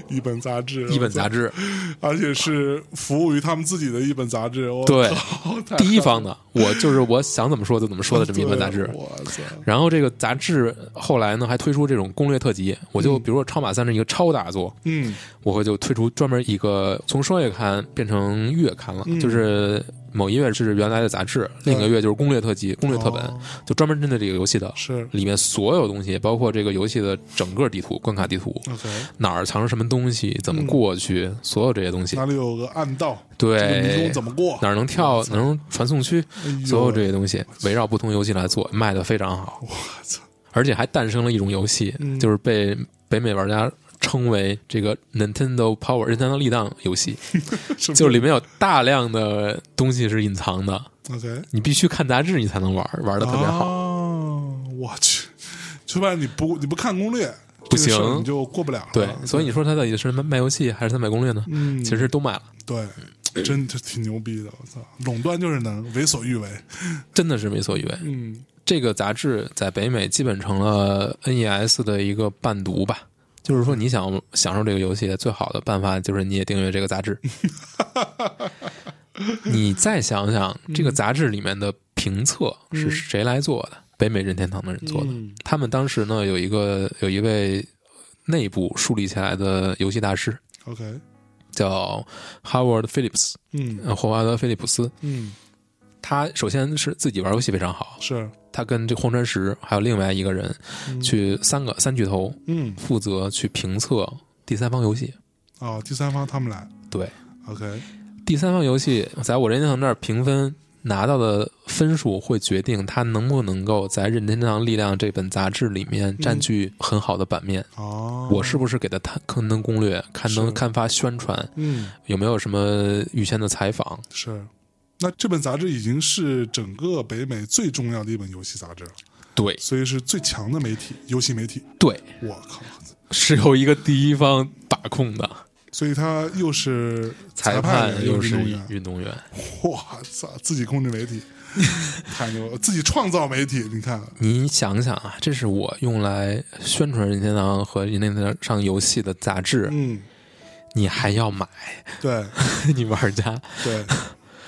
Speaker 1: 一本杂志，
Speaker 2: 一本杂志，
Speaker 1: 而且是服务于他们自己的一本杂志。我
Speaker 2: 对
Speaker 1: 靠，太
Speaker 2: 第一方的，我就是我想怎么说就怎么说的这么一本杂志
Speaker 1: 对。我操，
Speaker 2: 然后这个杂志后来呢还推出这种攻略特辑，我就比如说《超马三》是一个超大作，
Speaker 1: 嗯，
Speaker 2: 我会就推出专门一个从双月刊变成月刊了，
Speaker 1: 嗯
Speaker 2: 就是某一月是原来的杂志，
Speaker 1: 对
Speaker 2: 另一个月就是攻略特辑、攻略特本，
Speaker 1: 哦
Speaker 2: 就专门针对这个游戏的，
Speaker 1: 是
Speaker 2: 里面所有东西，包括这个游戏的整个地图、关卡地图，
Speaker 1: OK，
Speaker 2: 哪儿藏着什么东西，怎么过去，所有这些东西，
Speaker 1: 哪里有个暗道？嗯这个迷
Speaker 2: 对
Speaker 1: 宫，怎么过？
Speaker 2: 哪儿能跳，哪儿能传送区，
Speaker 1: 哎呦
Speaker 2: 所有这些东西围绕不同游戏来做，卖的非常好，
Speaker 1: 我操，
Speaker 2: 而且还诞生了一种游戏，
Speaker 1: 嗯
Speaker 2: 就是被北美玩家。称为这个 Nintendo Power 任天堂力量游 戏，
Speaker 1: 什么
Speaker 2: 就里面有大量的东西是隐藏的，
Speaker 1: OK，
Speaker 2: 你必须看杂志你才能玩，玩的特别好。
Speaker 1: 哦我去，就怕你不你不看攻略，
Speaker 2: 不
Speaker 1: 这个事儿
Speaker 2: 行
Speaker 1: 你就过不了了。
Speaker 2: 对，所以你说他到底是卖卖游戏还是他卖攻略呢？
Speaker 1: 嗯，
Speaker 2: 其实都卖了，
Speaker 1: 对，真的挺牛逼的。我操，垄断就是能为所欲为。
Speaker 2: 真的是为所欲为。
Speaker 1: 嗯，
Speaker 2: 这个杂志在北美基本成了 NES 的一个伴读吧。就是说，你想享受这个游戏，最好的办法就是你也订阅这个杂志。你再想想，这个杂志里面的评测是谁来做的？北美任天堂的人做的。
Speaker 1: 嗯
Speaker 2: 他们当时呢有一个有一位内部树立起来的游戏大师，
Speaker 1: OK，
Speaker 2: 叫 Howard Phillips，
Speaker 1: 嗯
Speaker 2: 呃霍华德·菲利普斯。
Speaker 1: 嗯，
Speaker 2: 他首先是自己玩游戏非常好，
Speaker 1: 是
Speaker 2: 他跟这个荒川石还有另外一个人
Speaker 1: 嗯
Speaker 2: 去三个三巨头
Speaker 1: 嗯
Speaker 2: 负责去评测第三方游戏。
Speaker 1: 哦，第三方他们来
Speaker 2: 对，
Speaker 1: OK，
Speaker 2: 第三方游戏在我任天堂那儿评分拿到的分数会决定它能不能够在《任天堂力量》这本杂志里面占据很好的版面。
Speaker 1: 哦，
Speaker 2: 我是不是给他刊刊登攻略、刊登
Speaker 1: 是
Speaker 2: 刊发宣传，
Speaker 1: 嗯
Speaker 2: 有没有什么预先的采访？
Speaker 1: 是。那这本杂志已经是整个北美最重要的一本游戏杂志了，
Speaker 2: 对
Speaker 1: 所以是最强的媒体，游戏媒体。
Speaker 2: 对，
Speaker 1: 我靠！
Speaker 2: 是由一个第一方把控的
Speaker 1: 所以他又是裁
Speaker 2: 判，
Speaker 1: 员
Speaker 2: 又
Speaker 1: 是
Speaker 2: 是
Speaker 1: 运动员，
Speaker 2: 运动员。
Speaker 1: 哇操！自己控制媒体，太牛了！自己创造媒体，你看，
Speaker 2: 你想想啊，这是我用来宣传任天堂和任天堂上游戏的杂志，
Speaker 1: 嗯，
Speaker 2: 你还要买，
Speaker 1: 对
Speaker 2: 你玩家，
Speaker 1: 对，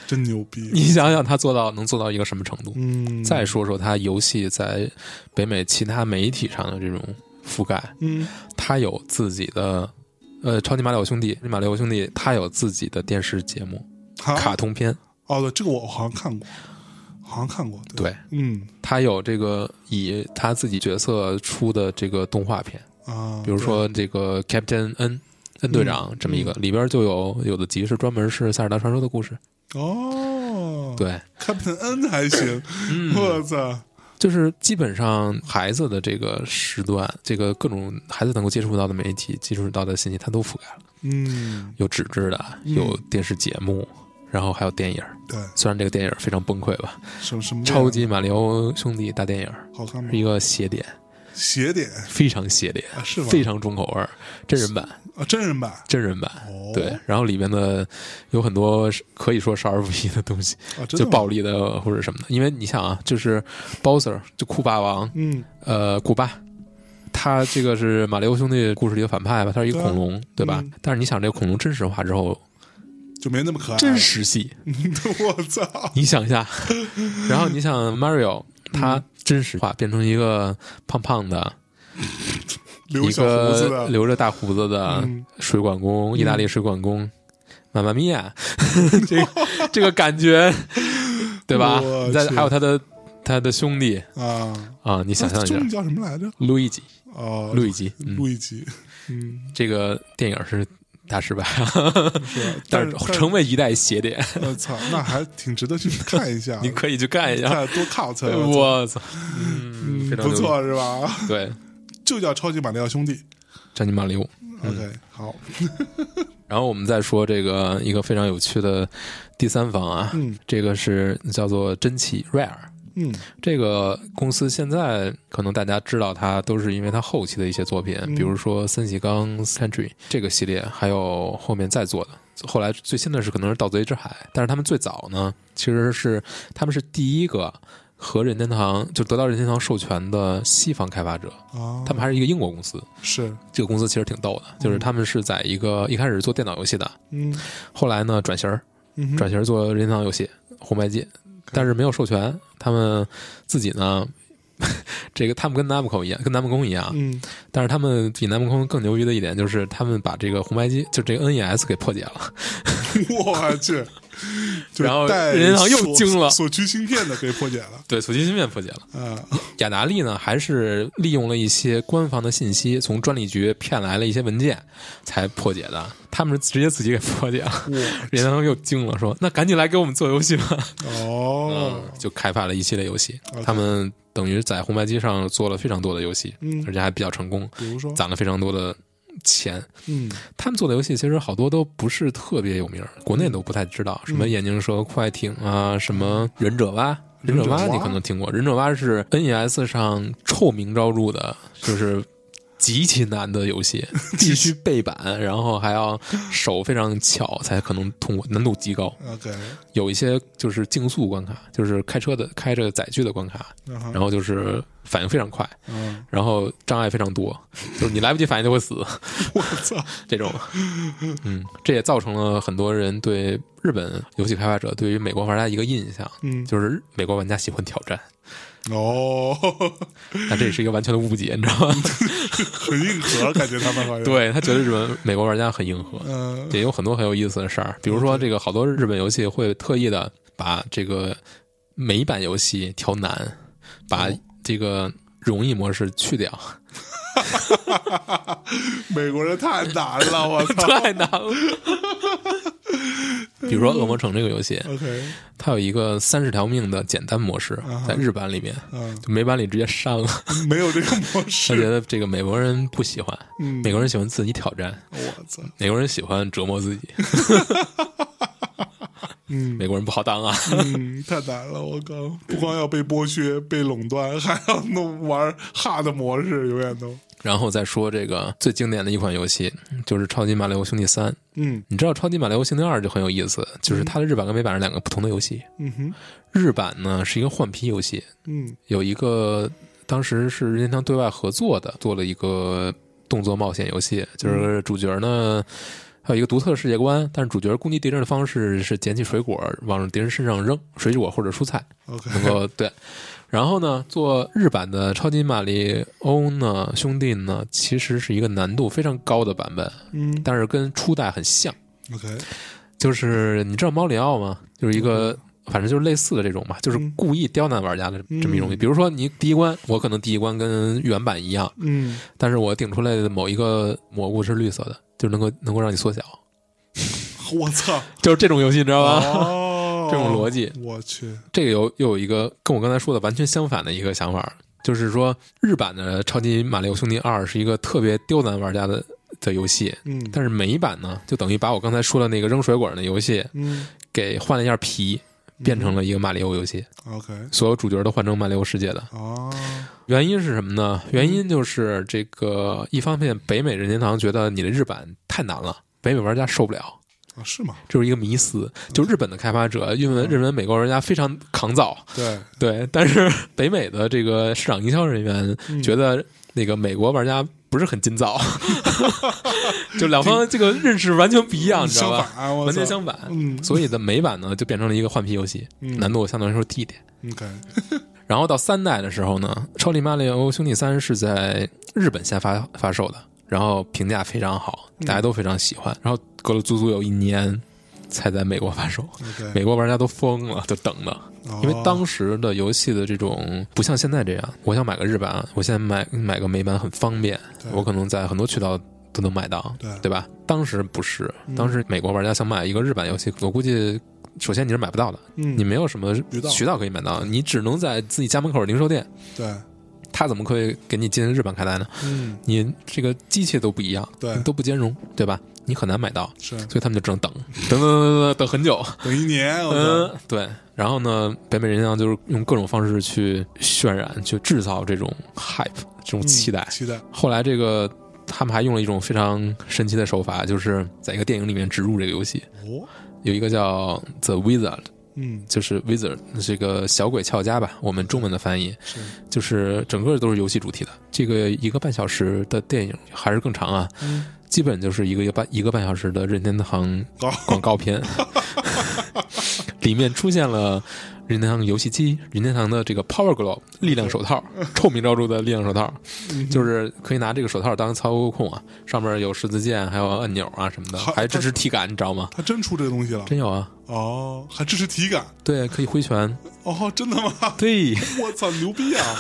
Speaker 1: 真牛逼，
Speaker 2: 你想想他做到能做到一个什么程度？
Speaker 1: 嗯，
Speaker 2: 再说说他游戏在北美其他媒体上的这种覆盖，
Speaker 1: 嗯
Speaker 2: 他有自己的。呃，超级马里奥兄弟、马里奥兄弟，他有自己的电视节目、
Speaker 1: 卡
Speaker 2: 卡通片，
Speaker 1: 哦，对，这个我好像看过，好像看过，对，
Speaker 2: 对
Speaker 1: 嗯
Speaker 2: 他有这个以他自己角色出的这个动画片，
Speaker 1: 啊，
Speaker 2: 比如说这个 Captain N N 队
Speaker 1: 嗯
Speaker 2: 长这么一个，里边就有有的集是专门是塞尔达传说的故事。
Speaker 1: 对哦，嗯
Speaker 2: 对，嗯
Speaker 1: ，Captain N 还行，我操，
Speaker 2: 就是基本上孩子的这个时段，这个各种孩子能够接触到的媒体、接触到的信息，它都覆盖了，
Speaker 1: 嗯，
Speaker 2: 有纸质的，
Speaker 1: 嗯
Speaker 2: 有电视节目。然后还有电影，
Speaker 1: 对，
Speaker 2: 虽然这个电影非常崩溃吧，
Speaker 1: 什么什么
Speaker 2: 《
Speaker 1: 电
Speaker 2: 超
Speaker 1: 影
Speaker 2: 级马里奥兄弟》大电影
Speaker 1: 好看吗
Speaker 2: 是？一个邪典，
Speaker 1: 邪典
Speaker 2: 非常邪典，
Speaker 1: 啊，是吗？
Speaker 2: 非常重口味儿，真人版，
Speaker 1: 啊，真人版
Speaker 2: 真人版，
Speaker 1: 哦，
Speaker 2: 对，然后里面的有很多是可以说少儿不宜的东西，
Speaker 1: 啊，真
Speaker 2: 就
Speaker 1: 的吗
Speaker 2: 暴力的或者什么的。因为你想啊，就是 Bowser 就酷霸王，
Speaker 1: 嗯
Speaker 2: 呃，古巴，他这个是马里奥兄弟故事里的反派吧，他是一个
Speaker 1: 对啊
Speaker 2: 恐龙，对吧？
Speaker 1: 嗯
Speaker 2: 但是你想，这个恐龙真实化之后，
Speaker 1: 就没那么可爱，
Speaker 2: 真实系，
Speaker 1: 我操，
Speaker 2: 你想一 下，然后你想 Mario
Speaker 1: 嗯
Speaker 2: 他真实化变成一个胖胖的。
Speaker 1: 留
Speaker 2: 一
Speaker 1: 小胡子
Speaker 2: 个
Speaker 1: 的，
Speaker 2: 留着大胡子的
Speaker 1: 嗯
Speaker 2: 水管工，意大利水管工，妈妈咪 呀，这个这个感觉，对吧
Speaker 1: 我？去
Speaker 2: 再还有他的他的兄弟
Speaker 1: 啊，
Speaker 2: 啊，你想象一下
Speaker 1: 中，文叫什么来着？
Speaker 2: 路易吉，
Speaker 1: 哦，
Speaker 2: 路易吉，嗯，
Speaker 1: 路易吉，嗯，
Speaker 2: 这个电影是大失败，但
Speaker 1: 是吧，但
Speaker 2: 是啊
Speaker 1: 但
Speaker 2: 成为一代邪典，，
Speaker 1: 我操，那还挺值得去看一下
Speaker 2: 你可以去看一下。
Speaker 1: 再多看才
Speaker 2: 我操，嗯，非常
Speaker 1: 不
Speaker 2: 牛
Speaker 1: 错是吧？
Speaker 2: 逼，对，
Speaker 1: 就叫超级马里奥兄弟。
Speaker 2: 战警马里奥。
Speaker 1: OK，好，
Speaker 2: 然后我们再说这个一个非常有趣的第三方啊，
Speaker 1: 嗯
Speaker 2: 这个是叫做珍奇 Rare。
Speaker 1: 嗯
Speaker 2: 这个公司现在可能大家知道它，都是因为它后期的一些作品，
Speaker 1: 嗯
Speaker 2: 比如说森喜刚 Century 这个系列，还有后面再做的。后来最新的是可能是《盗贼之海》，但是他们最早呢，其实是他们是第一个和任天堂就得到任天堂授权的西方开发者，
Speaker 1: 啊，
Speaker 2: 他们还是一个英国公司。
Speaker 1: 是
Speaker 2: 这个公司其实挺逗的，就是他们是在一个一开始是做电脑游戏的，
Speaker 1: 嗯
Speaker 2: 后来呢转型儿
Speaker 1: 嗯哼
Speaker 2: 转型做任天堂游戏红白机，但是没有授权，他们自己呢， 这个他们跟 Namco 一样，跟南梦宫一样，
Speaker 1: 嗯
Speaker 2: 但是他们比南梦宫更牛逼的一点就是，他们把这个红白机就这个 NES 给破解了，
Speaker 1: 我 去，就
Speaker 2: 然后
Speaker 1: 带
Speaker 2: 任天堂又
Speaker 1: 锁
Speaker 2: 惊了
Speaker 1: 锁区芯片的给破解了
Speaker 2: 对，手机芯片破解了。
Speaker 1: 啊，
Speaker 2: 雅达利呢，还是利用了一些官方的信息，从专利局骗来了一些文件，才破解的。他们是直接自己给破解了，
Speaker 1: 我
Speaker 2: 任天堂又惊了，说：“那赶紧来给我们做游戏吧。”
Speaker 1: 哦，
Speaker 2: 就开发了一系列游戏
Speaker 1: OK。
Speaker 2: 他们等于在红白机上做了非常多的游戏，
Speaker 1: 嗯哦
Speaker 2: 而且还比较成功，
Speaker 1: 比如说，
Speaker 2: 攒了非常多的钱。
Speaker 1: 嗯
Speaker 2: 他们做的游戏其实好多都不是特别有名儿，国
Speaker 1: 嗯
Speaker 2: 内都不太知道，什么眼镜蛇快艇啊，什么忍者蛙。忍
Speaker 1: 忍者
Speaker 2: 者
Speaker 1: 蛙
Speaker 2: 蛙你可能听过，忍者蛙是 NES 上臭名昭著的，就是极其难的游 戏，必须背板，然后还要手非常巧才可能通过，难度极高。
Speaker 1: ，OK，
Speaker 2: 有一些就是竞速关卡，就是开车的开着载具的关卡，
Speaker 1: 然
Speaker 2: 然
Speaker 1: 后
Speaker 2: 后就是反应非常快，
Speaker 1: 嗯，
Speaker 2: 然后障碍非常多，就是你来不及反应就会死
Speaker 1: 我操，
Speaker 2: 这种。嗯，这也造成了很多人对日本游戏开发者对于美国玩家一个印象，
Speaker 1: 嗯，
Speaker 2: 就是美国玩家喜欢挑战，
Speaker 1: 哦，
Speaker 2: 但这也是一个完全的误解，你知道吗？
Speaker 1: 很硬核，感觉他们好 像，
Speaker 2: 对他觉得日本美国玩家很硬核，
Speaker 1: 嗯
Speaker 2: 也有很多很有意思的事儿，比如说这个好多日本游戏会特意的把这个美版游戏调难，把这个容易模式去掉，
Speaker 1: 美国人太难 了，我操
Speaker 2: 太难了。比如说《恶魔城》这个游戏，
Speaker 1: ，OK，
Speaker 2: 它有一个三十条命的简单模式，在日版里面，
Speaker 1: 嗯，
Speaker 2: 就美版里直接删了。
Speaker 1: 没有这个模
Speaker 2: 他觉
Speaker 1: 式，
Speaker 2: 得这个美国人不喜欢，
Speaker 1: 嗯
Speaker 2: 美国人喜欢自己挑战，
Speaker 1: 我操，
Speaker 2: 美国人喜欢折磨自己，
Speaker 1: 嗯。
Speaker 2: 美国人不好当啊。
Speaker 1: 嗯，太难了，我靠！不光要被剥削、被垄断，还要弄玩哈的模式，永远都。
Speaker 2: 然后再说这个最经典的一款游戏，就是《超级马里奥兄弟三》。
Speaker 1: 嗯
Speaker 2: 你知道《超级马里奥兄弟二》就很有意思，就是它的日版跟美版是两个不同的游戏。
Speaker 1: 嗯哼，
Speaker 2: 日版呢是一个换皮游戏，
Speaker 1: 嗯
Speaker 2: 有一个当时是任天堂对外合作的，做了一个动作冒险游戏，就是主角呢。还有一个独特的世界观，但是主角攻击敌人的方式是捡起水果往敌人身上扔，水果或者蔬菜，
Speaker 1: ，OK，
Speaker 2: 能够对。然后呢，做日版的超级马里欧呢兄弟呢，其实是一个难度非常高的版本，
Speaker 1: 嗯
Speaker 2: 但是跟初代很像。
Speaker 1: ，OK，
Speaker 2: 就是你知道猫里奥吗？就是一个。反正就是类似的这种吧，就是
Speaker 1: 嗯
Speaker 2: 故意刁难玩家的这么一种。
Speaker 1: 嗯
Speaker 2: 比如说，你第一关，我可能第一关跟原版一样，
Speaker 1: 嗯，
Speaker 2: 但是我顶出来的某一个蘑菇是绿色的，就是能够能够让你缩小，
Speaker 1: 我 操，
Speaker 2: 就是这种游戏，你知道吗？
Speaker 1: 哦，
Speaker 2: 啊这种逻辑，
Speaker 1: 我去，
Speaker 2: 这个有又有一个跟我刚才说的完全相反的一个想法，就是说日版的《超级马里奥兄弟二》是一个特别刁难玩家的的游戏，
Speaker 1: 嗯，
Speaker 2: 但是美版呢，就等于把我刚才说的那个扔水果的游戏
Speaker 1: 嗯
Speaker 2: 给换了一下皮，变成了一个马里奥游戏。
Speaker 1: ，OK，
Speaker 2: 所有主角都换成马里奥世界的。
Speaker 1: 哦，
Speaker 2: 原因是什么呢？原因就是这个，一方面北美任天堂觉得你的日版太难了，北美玩家受不了。
Speaker 1: 啊，是吗？
Speaker 2: 这是一个迷思，就日本的开发者因为认为美国玩家非常抗造，
Speaker 1: 对，
Speaker 2: 对，但是北美的这个市场营销人员
Speaker 1: 嗯
Speaker 2: 觉得那个美国玩家不是很劲 造，就两方这个认识完全不一样，你知道
Speaker 1: 嗯相
Speaker 2: 吧？
Speaker 1: 反，我操
Speaker 2: 完全相反，
Speaker 1: 嗯
Speaker 2: 所以的美版呢就变成了一个换皮游戏，
Speaker 1: 嗯
Speaker 2: 难度相对来说低一点。
Speaker 1: ，OK，
Speaker 2: 然后到三代的时候呢，《超级马里奥兄弟三》是在日本先发发
Speaker 1: 嗯
Speaker 2: 售的，然后评价非常好，大家都非常喜欢。然后隔了足足有一年，才在美国发售，
Speaker 1: OK，
Speaker 2: 美国玩家都疯了，就等的。
Speaker 1: 哦
Speaker 2: 因为当时的游戏的这种不像现在这样，我想买个日版，我现在买买个美版很方便，
Speaker 1: 对
Speaker 2: 我可能在很多渠道都能买到，
Speaker 1: 对
Speaker 2: 吧？当时不是
Speaker 1: 嗯，
Speaker 2: 当时美国玩家想买一个日版游戏，我估计首先你是买不到的，
Speaker 1: 你
Speaker 2: 你没有什么
Speaker 1: 嗯渠道
Speaker 2: 渠道可以买到，你只能在自己家门口的零售店。
Speaker 1: 对，
Speaker 2: 他怎么可以给你进日版开单呢？
Speaker 1: 嗯，
Speaker 2: 你这个机器都不一样，
Speaker 1: 对
Speaker 2: 你都不兼容，对吧？你很难买到，
Speaker 1: 是
Speaker 2: 所以他们就只能 等，等等等等等很久，
Speaker 1: 等一年，我操，
Speaker 2: 嗯，对。然后呢，北美人像就是用各种方式去渲染、去制造这种 hype、这种期待。
Speaker 1: 嗯期待，
Speaker 2: 后来这个他们还用了一种非常神奇的手法，就是在一个电影里面植入这个游戏。
Speaker 1: 哦，
Speaker 2: 有一个叫 The Wizard，
Speaker 1: 嗯，
Speaker 2: 就是 Wizard 这个小鬼俏家吧，我们中文的翻译
Speaker 1: 是，
Speaker 2: 就是整个都是游戏主题的。这个一个半小时的电影还是更长啊，
Speaker 1: 嗯，
Speaker 2: 基本就是一个一个半一个半小时的任天堂
Speaker 1: 高，
Speaker 2: 广告 片，里面出现了任天堂游戏机、任天堂的这个 Power Glove 力量手 套，臭名昭著的力量手套，
Speaker 1: 嗯
Speaker 2: 就是可以拿这个手套当操控啊，上面有十字键，还有按钮啊什么的，
Speaker 1: 好
Speaker 2: 还支持体感，你知道吗？
Speaker 1: 他真出这个东西了，
Speaker 2: 真有啊，
Speaker 1: 哦，还支持体感，
Speaker 2: 对，可以挥拳，
Speaker 1: 哦，真的吗？
Speaker 2: 对，
Speaker 1: 我操，牛逼啊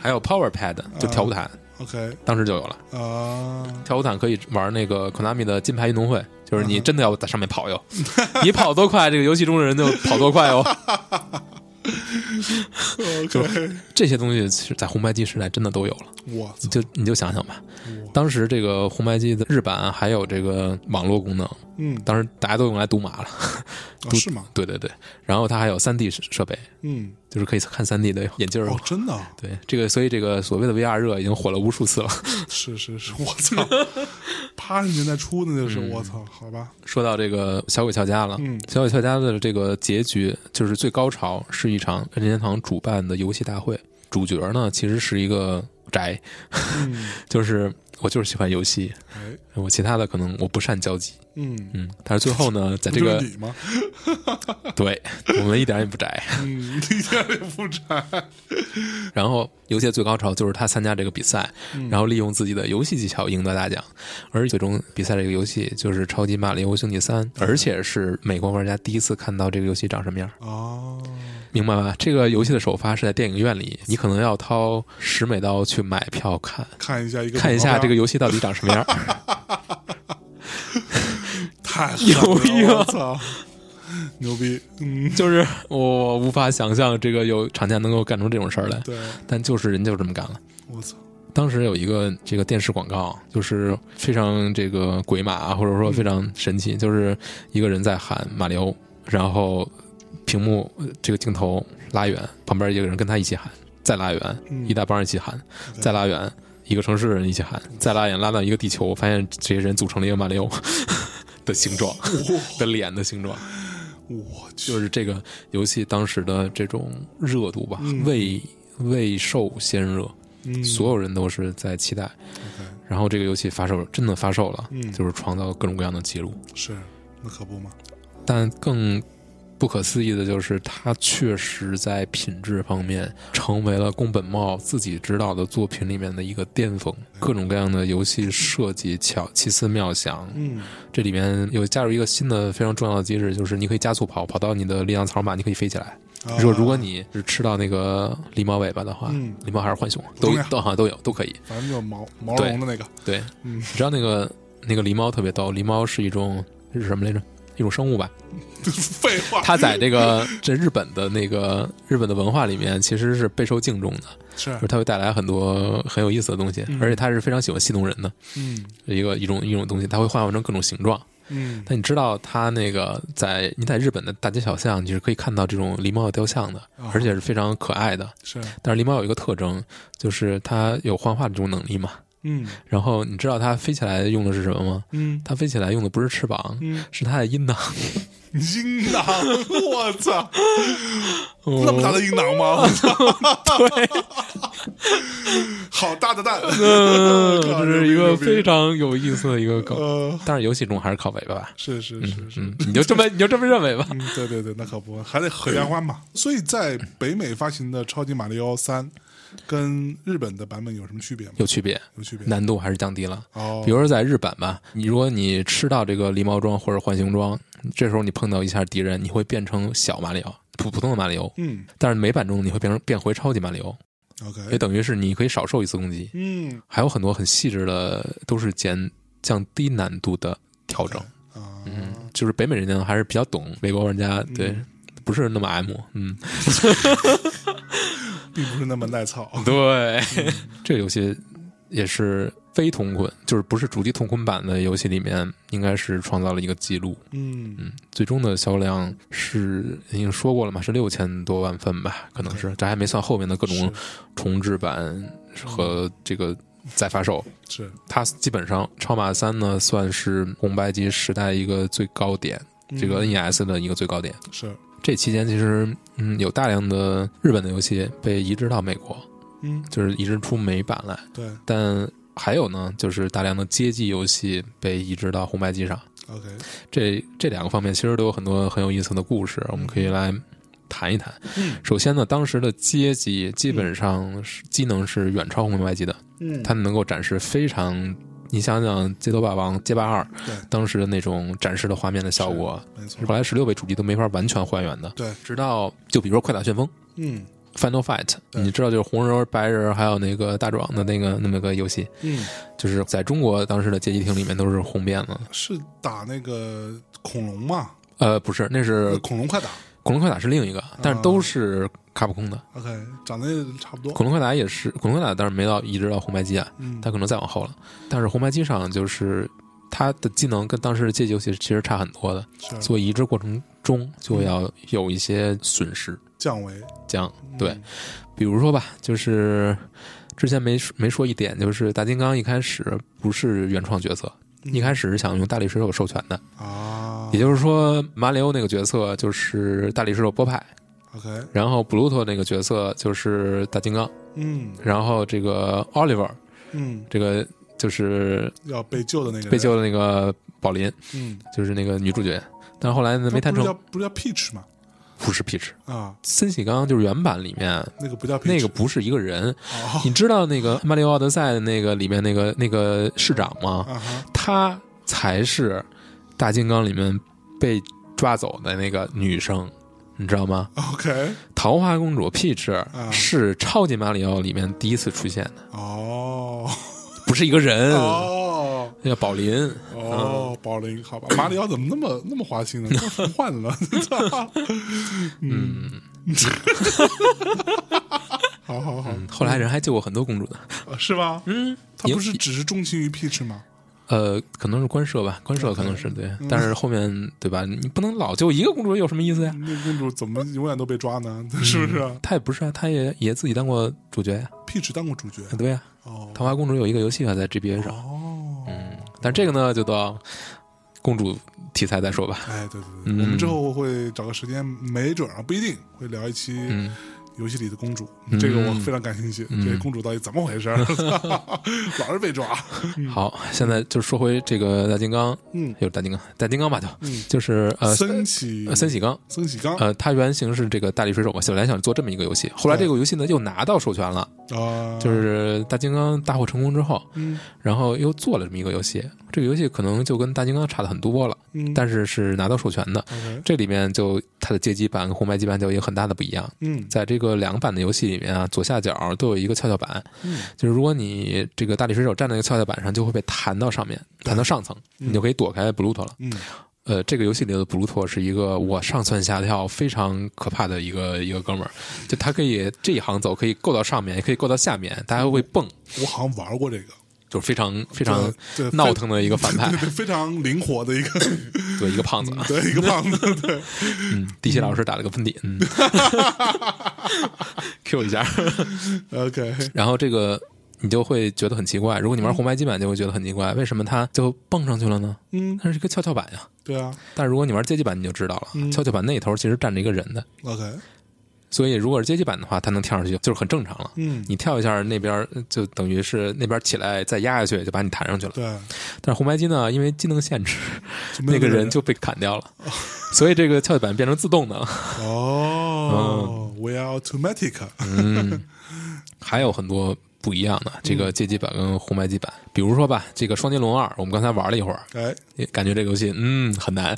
Speaker 2: 还有 Power Pad 就调舞毯，
Speaker 1: ！OK，
Speaker 2: 当时就有了。
Speaker 1: 啊，
Speaker 2: 跳舞毯可以玩那个 Konami 的金牌运动会，就是你真的要在上面跑哟， 你跑多快，这个游戏中的人就跑多快哟。就
Speaker 1: OK，
Speaker 2: 这些东西其实，在红白机时代真的都有了，
Speaker 1: 我操，
Speaker 2: 就你就想想吧，
Speaker 1: 我
Speaker 2: 当时这个红白机的日版啊还有这个网络功能，
Speaker 1: 嗯，
Speaker 2: 当时大家都用来赌马了，
Speaker 1: 啊是吗？
Speaker 2: 对对对，然后它还有3 D 设备，
Speaker 1: 嗯，
Speaker 2: 就是可以看3 D 的眼镜儿嘛
Speaker 1: 哦，真的啊
Speaker 2: 对，这个所以这个所谓的 VR 热已经火了无数次了。
Speaker 1: 是是是， 我操，八十年代初那就是，
Speaker 2: 嗯
Speaker 1: 我操，好吧，
Speaker 2: 说到这个小鬼俏家了，
Speaker 1: 嗯
Speaker 2: 小鬼俏家的这个结局就是最高潮是一场任天堂主办的游戏大会，主角呢其实是一个宅，
Speaker 1: 嗯，
Speaker 2: 就是我就是喜欢游戏，
Speaker 1: 哎，
Speaker 2: 我其他的可能我不善交际，
Speaker 1: 嗯，
Speaker 2: 嗯，但是最后呢，在
Speaker 1: 不
Speaker 2: 这
Speaker 1: 就
Speaker 2: 个
Speaker 1: 是你吗？
Speaker 2: 对我们一点也不宅，
Speaker 1: 嗯， 一点也不宅，
Speaker 2: 然后游戏的最高潮就是他参加这个比赛，
Speaker 1: 嗯
Speaker 2: 然后利用自己的游戏技巧赢得大奖，而最终比赛这个游戏就是《超级马里奥兄弟三》，而且是美国玩家第一次看到这个游戏长什么样，
Speaker 1: 哦，
Speaker 2: 明白吧？这个游戏的首发是在电影院里，你可能要掏十美刀去买票看，
Speaker 1: 看一下一个
Speaker 2: 看一下这个游戏到底长什么样。
Speaker 1: 太狠
Speaker 2: 有病
Speaker 1: 了，我操，牛逼，嗯，
Speaker 2: 就是我无法想象这个有厂家能够干出这种事儿来，
Speaker 1: 对，
Speaker 2: 但就是人就这么干了。
Speaker 1: 我操，
Speaker 2: 当时有一个这个电视广告，就是非常这个鬼马啊，或者说非常神奇，就是一个人在喊马里奥，然后屏幕呃这个镜头拉远，旁边一个人跟他一起喊，再拉远，
Speaker 1: 嗯
Speaker 2: 一大帮人一起喊，
Speaker 1: 对
Speaker 2: 再拉远，一个城市人一起喊，再拉远，拉到一个地球，发现这些人组成了一个马里奥 的形状，
Speaker 1: 哦
Speaker 2: 的脸的形状，
Speaker 1: 我去，
Speaker 2: 就是这个游戏当时的这种热度吧，
Speaker 1: 嗯
Speaker 2: 未未受先热，
Speaker 1: 嗯
Speaker 2: 所有人都是在期待。
Speaker 1: OK，
Speaker 2: 然后这个游戏发售真的发售了，
Speaker 1: 嗯
Speaker 2: 就是创造各种各样的记录。
Speaker 1: 是，那可不嘛，
Speaker 2: 但更不可思议的就是，它确实在品质方面成为了宫本茂自己指导的作品里面的一个巅峰。各种各样的游戏设计巧奇思妙想，
Speaker 1: 嗯，
Speaker 2: 这里面有加入一个新的非常重要的机制，就是你可以加速跑，跑到你的力量槽码，你可以飞起来。
Speaker 1: 啊
Speaker 2: 如果如果你是吃到那个狸猫尾巴的话，
Speaker 1: 嗯
Speaker 2: 狸猫还是浣熊
Speaker 1: 都
Speaker 2: 都
Speaker 1: 一样
Speaker 2: 都好像都有都可以。
Speaker 1: 反正就是毛毛绒的那个，
Speaker 2: 对，
Speaker 1: 嗯
Speaker 2: 你知道那个那个狸猫特别逗，狸猫是一种是什么来着？一种生物吧，
Speaker 1: 废话，
Speaker 2: 它在这个这日本的那个日本的文化里面，其实是备受敬重的，
Speaker 1: 是
Speaker 2: 就是，它会带来很多很有意思的东西，
Speaker 1: 嗯
Speaker 2: 而且它是非常喜欢戏弄人的
Speaker 1: 嗯
Speaker 2: 一个一种一种东西，它会幻化成各种形状。
Speaker 1: 嗯，
Speaker 2: 但你知道，它那个在你在日本的大街小巷，你是可以看到这种狸猫的雕像的
Speaker 1: 哦，
Speaker 2: 而且是非常可爱的。
Speaker 1: 是，
Speaker 2: 但是狸猫有一个特征，就是它有幻化的这种能力嘛。
Speaker 1: 嗯
Speaker 2: 然后你知道它飞起来用的是什么吗？
Speaker 1: 嗯
Speaker 2: 它飞起来用的不是翅膀，
Speaker 1: 嗯，
Speaker 2: 是它的阴囊。
Speaker 1: 阴囊， 我操，那
Speaker 2: 那
Speaker 1: 么大的阴 囊吗？
Speaker 2: 对，
Speaker 1: 好大的蛋，
Speaker 2: 嗯，
Speaker 1: 靠
Speaker 2: 这是一
Speaker 1: 牛
Speaker 2: 个
Speaker 1: 逼
Speaker 2: 非常有意思的一个梗。
Speaker 1: 呃，
Speaker 2: 但是游戏中还是靠尾巴吧？
Speaker 1: 是是是是。
Speaker 2: 嗯，你就这么你就这么认为吧？
Speaker 1: 嗯，对对对，那可不，还得合家欢嘛。所以在北美发行的《超级马里奥三》跟日本的版本有什么区别吗？
Speaker 2: 有区别，
Speaker 1: 有区别。
Speaker 2: 难度还是降低了。
Speaker 1: 哦，
Speaker 2: 比如说在日版吧，你如果你吃到这个狸猫装或者浣熊装，这时候你碰到一下敌人，你会变成小马里奥，普普通的马里奥。
Speaker 1: 嗯
Speaker 2: 但是美版中你会变成变回超级马里奥，也
Speaker 1: ，OK，
Speaker 2: 等于是你可以少受一次攻击。
Speaker 1: 嗯
Speaker 2: 还有很多很细致的，都是减降低难度的调整。
Speaker 1: 啊，
Speaker 2: 嗯，就是北美人呢还是比较懂美国玩家，对，不是那么 M，嗯，
Speaker 1: 并不是那么耐操。
Speaker 2: 对，嗯这个游戏也是非同捆，就是不是主机同捆版的游戏里面，应该是创造了一个记录。
Speaker 1: 嗯，
Speaker 2: 嗯，最终的销量是已经说过了嘛，是六千多万份吧，可能是，这还没算后面的各种重置版和这个再发售。
Speaker 1: 是是
Speaker 2: 它基本上《超马三》呢，算是红白机时代一个最高点，
Speaker 1: 嗯
Speaker 2: 这个 NES 的一个最高点。
Speaker 1: 是，
Speaker 2: 这期间其实，嗯，有大量的日本的游戏被移植到美国，
Speaker 1: 嗯，
Speaker 2: 就是移植出美版来。
Speaker 1: 对
Speaker 2: 但还有呢，就是大量的街机游戏被移植到红白机上。
Speaker 1: ，OK，
Speaker 2: 这这两个方面其实都有很多很有意思的故事，我们可以来谈一谈。
Speaker 1: 嗯
Speaker 2: 首先呢，当时的街机基本上是机能是远超红白机的，
Speaker 1: 嗯，
Speaker 2: 它能够展示非常。你想想《街头霸王》《街霸二》
Speaker 1: 对
Speaker 2: 当时的那种展示的画面的效果，
Speaker 1: 没
Speaker 2: 是
Speaker 1: 错，
Speaker 2: 后来十六位主机都没法完全还原的。
Speaker 1: 对，
Speaker 2: 直到就比如说《快打旋风》
Speaker 1: 嗯
Speaker 2: Final Fight，
Speaker 1: 对
Speaker 2: 你知道就是红人、白人还有那个大壮的那个那么个游戏，
Speaker 1: 嗯，
Speaker 2: 就是在中国当时的街机厅里面都是红遍了。
Speaker 1: 是打那个恐龙嘛？
Speaker 2: 呃，不是，那是
Speaker 1: 恐龙快打
Speaker 2: 恐龙快打是另一个，但是都是卡普空的。
Speaker 1: ，OK，长得也差不多。
Speaker 2: 恐龙快打也是，恐龙快打当然没到移植到红白机啊，
Speaker 1: 嗯，
Speaker 2: 它可能再往后了。但是红白机上就是它的技能跟当时的街机游戏其实差很多的，
Speaker 1: 是
Speaker 2: 所以移植过程中就要有一些损失。
Speaker 1: 降维，
Speaker 2: 这样，
Speaker 1: 嗯
Speaker 2: 对，比如说吧，就是之前没说没说一点，就是大金刚一开始不是原创角色，
Speaker 1: 嗯
Speaker 2: 一开始是想用大力水手授权的，
Speaker 1: 啊
Speaker 2: 也就是说马里奥那个角色就是大力水手波派。
Speaker 1: ，OK，
Speaker 2: 然后布鲁托那个角色就是大金刚，
Speaker 1: 嗯
Speaker 2: 然后这个 Oliver
Speaker 1: 嗯，
Speaker 2: 这个就是
Speaker 1: 要被救的那个人
Speaker 2: 被，救的那个宝林，
Speaker 1: 嗯，
Speaker 2: 就是那个女主角。但是后来呢，
Speaker 1: 那
Speaker 2: 没谈
Speaker 1: 不是
Speaker 2: 成，
Speaker 1: 叫不是叫 Peach 嘛？
Speaker 2: 不是 Peach，
Speaker 1: 啊，
Speaker 2: 森喜刚就是原版里面
Speaker 1: 那个不叫 Peach，
Speaker 2: 那个不是一个人。
Speaker 1: 哦
Speaker 2: 你知道那个《马里奥奥德赛》的那个里面那个那个市长吗？
Speaker 1: 啊哈，
Speaker 2: 她才是大金刚里面被抓走的那个女生，你知道吗？
Speaker 1: OK，
Speaker 2: 桃花公主 Peach
Speaker 1: 啊
Speaker 2: 是超级马里奥里面第一次出现的。
Speaker 1: 哦，
Speaker 2: 不是一个人，
Speaker 1: 哦，
Speaker 2: 那个宝林。
Speaker 1: 哦，宝林，好吧，马里奥怎么那么那么花心呢？都是换了，嗯，好好好，
Speaker 2: 嗯，后来人还救过很多公主呢。
Speaker 1: 呃是吗？
Speaker 2: 嗯，
Speaker 1: 他不是只是钟情于 Peach 吗？
Speaker 2: 呃，可能是官设吧，官设可能是对，
Speaker 1: 嗯
Speaker 2: 但是后面对吧？你不能老救一个公主，有什么意思呀？
Speaker 1: 那公主怎么永远都被抓呢？ 是不是
Speaker 2: 她也不是啊，她也也自己当过主角呀、
Speaker 1: ？Peach 当过主角
Speaker 2: 对呀、
Speaker 1: 哦
Speaker 2: 桃花公主有一个游戏啊，在 GBA 上。
Speaker 1: 哦，
Speaker 2: 嗯但这个呢，就到公主题材再说吧。
Speaker 1: 哎，对对对，
Speaker 2: 嗯
Speaker 1: 我们之后会找个时间，没准啊，不一定会聊一期
Speaker 2: 嗯，
Speaker 1: 游戏里的公主，
Speaker 2: 嗯
Speaker 1: 这个我非常感兴趣。
Speaker 2: 嗯
Speaker 1: 这公主到底怎么回事？ 老是被抓。
Speaker 2: 好，现在就说回这个大金刚，
Speaker 1: 嗯
Speaker 2: 就是大金刚，大金刚吧，就
Speaker 1: 嗯，
Speaker 2: 就是呃，
Speaker 1: 森崎
Speaker 2: 呃森喜刚，
Speaker 1: 森喜刚啊
Speaker 2: 呃，它原型是这个大力水手嘛，本来想做这么一个游戏，后来这个游戏呢又拿到授权了，，呃就是大金刚大获成功之后，
Speaker 1: 啊嗯
Speaker 2: 然后又做了这么一个游戏，这个游戏可能就跟大金刚差的很多了，
Speaker 1: 嗯，
Speaker 2: 但是是拿到授权的。
Speaker 1: OK，
Speaker 2: 这里面就它的街机版跟红白机版就有一个很大的不一样，
Speaker 1: 嗯
Speaker 2: 在这个两版的游戏里面啊，左下角都有一个跷跷板，
Speaker 1: 嗯
Speaker 2: 就是如果你这个大力水手站在那个跷跷板上，就会被弹到上面，弹到上层，你就可以躲开布鲁托了。
Speaker 1: 嗯
Speaker 2: 呃，这个游戏里的布鲁托是一个我上蹿下跳非常可怕的一个一个哥们儿，就他可以这一行走，可以够到上面，也可以够到下面，他还会蹦，
Speaker 1: 我好像玩过这个，
Speaker 2: 就是非常非常
Speaker 1: 对对
Speaker 2: 闹腾哎的一个反派
Speaker 1: 对，对，非常灵活的一个，
Speaker 2: 对一个胖子，啊
Speaker 1: 对一个胖子，对，
Speaker 2: 嗯，地心老师打了个喷嚏，嗯 ，Q 一下，
Speaker 1: OK，
Speaker 2: 然后这个你就会觉得很奇怪，如果你玩红白机版就会觉得很奇怪，为什么他就蹦上去了呢？
Speaker 1: 嗯，
Speaker 2: 它是一个跷跷板呀，
Speaker 1: 对啊
Speaker 2: 但是如果你玩街机版你就知道
Speaker 1: 嗯
Speaker 2: 了，跷跷板那头其实站着一个人的，
Speaker 1: ，OK，
Speaker 2: 所以如果是街机版的话，它能跳上去就是很正常了。
Speaker 1: 嗯，
Speaker 2: 你跳一下那边儿，就等于是那边起来再压下去，就把你弹上去了。
Speaker 1: 对，
Speaker 2: 但是红白机呢，因为技能限制，
Speaker 1: 就没有
Speaker 2: 那个人就被砍掉 了，所以这个跷跷板变成自动的了。嗯
Speaker 1: 哦，We are automatic，
Speaker 2: 嗯，还有很多不一样的，这个街机版跟红白机版。比如说吧，这个双截龙二，我们刚才玩了一会儿，
Speaker 1: 哎，
Speaker 2: 也感觉这个游戏嗯很难，！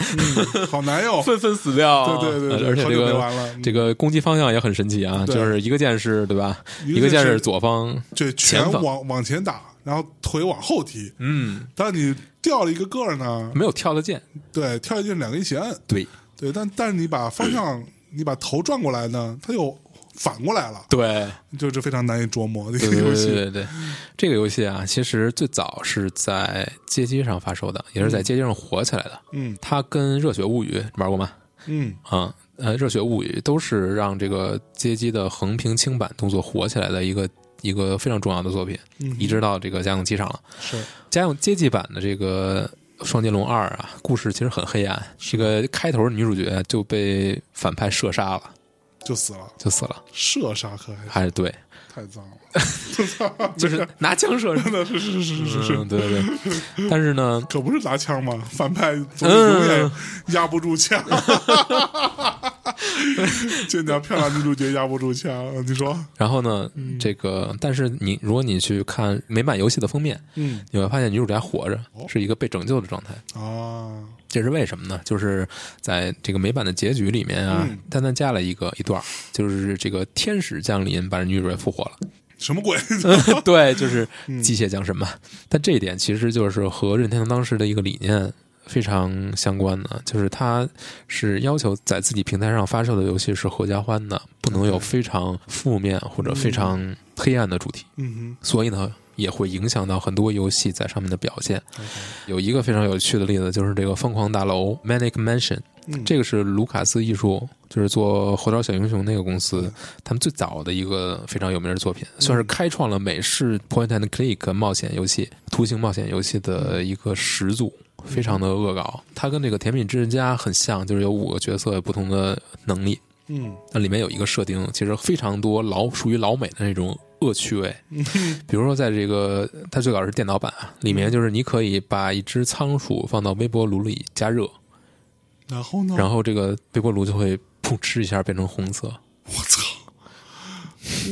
Speaker 1: 好难哟
Speaker 2: 纷纷死掉啊。
Speaker 1: 对对对对
Speaker 2: 而且
Speaker 1: 好
Speaker 2: 这
Speaker 1: 久没
Speaker 2: 个
Speaker 1: 玩了嗯
Speaker 2: 这个攻击方向也很神奇啊，
Speaker 1: 对
Speaker 2: 就是一个键是对吧？
Speaker 1: 一个
Speaker 2: 一个键
Speaker 1: 键是
Speaker 2: 是左方，
Speaker 1: 对，
Speaker 2: 前
Speaker 1: 拳
Speaker 2: 方
Speaker 1: 往往前打，然后腿往后踢。
Speaker 2: 嗯，
Speaker 1: 但你掉了一个个儿呢，
Speaker 2: 没有跳的键。
Speaker 1: 对，跳一就是两个一起摁，
Speaker 2: 对
Speaker 1: 对，但但是你把 方向，你把头转过来呢，它又反过来了，
Speaker 2: 对，
Speaker 1: 就是非常难以琢磨的一
Speaker 2: 对
Speaker 1: 个
Speaker 2: 对
Speaker 1: 游
Speaker 2: 对
Speaker 1: 戏。
Speaker 2: 对对，这个游戏啊，其实最早是在街机上发售的，也是在街机上火起来的。
Speaker 1: 嗯
Speaker 2: 它跟《热血物语》玩过吗？
Speaker 1: 嗯，
Speaker 2: 啊、呃，《热血物语》都是让这个街机的横屏轻板动作火起来的一个一个非常重要的作品，
Speaker 1: 嗯
Speaker 2: 移植到这个家用机上了。
Speaker 1: 是
Speaker 2: 家用街机版的这个《双截龙二》啊，故事其实很黑暗。这个开头女主角就被反派射杀了，
Speaker 1: 就死了，
Speaker 2: 就死了。
Speaker 1: 射杀可还
Speaker 2: 还是对，
Speaker 1: 太脏了。
Speaker 2: 就是拿枪射 杀。
Speaker 1: 是是是是是，
Speaker 2: 嗯，对对 对。但是呢，
Speaker 1: 可不是拿枪吗？反派总是
Speaker 2: 嗯
Speaker 1: 永远压不 住枪。这条漂亮女主角压不住枪，你说？
Speaker 2: 然后呢，
Speaker 1: 嗯
Speaker 2: 这个但是你如果你去看美版游戏的封面，
Speaker 1: 嗯
Speaker 2: 你会发现女主角还活着
Speaker 1: 哦，
Speaker 2: 是一个被拯救的状态。
Speaker 1: 啊，
Speaker 2: 这是为什么呢？就是在这个美版的结局里面啊
Speaker 1: 嗯，
Speaker 2: 单单加了一个一段儿，就是这个天使降临把女主角复活了。
Speaker 1: 什么鬼？
Speaker 2: 对，就是机械降神嘛。但这一点其实就是和任天堂当时的一个理念非常相关的，就是它是要求在自己平台上发售的游戏是合家欢的，不能有非常负面或者非常黑暗的主题，
Speaker 1: 嗯
Speaker 2: 所以呢。也会影响到很多游戏在上面的表现。
Speaker 1: 哼，OK，
Speaker 2: 有一个非常有趣的例子，就是这个《疯狂大楼》（Manic Mansion），
Speaker 1: 嗯，
Speaker 2: 这个是卢卡斯艺术，就是做《猴岛小英雄》那个公司，他们最早的一个非常有名的作品，算是开创了美式 point and click 冒险游戏、图形冒险游戏的一个始祖。非常的恶搞，它跟这个《甜品之家》很像，就是有五个角色有不同的能力，
Speaker 1: 嗯
Speaker 2: 那里面有一个设定，其实非常多老属于老美的那种恶趣味。比如说，在这个它最早是电脑版啊，里面就是你可以把一只仓鼠放到微波炉里加热，
Speaker 1: 然后呢？
Speaker 2: 然后这个微波炉就会噗嗤一下变成红色，
Speaker 1: 我操！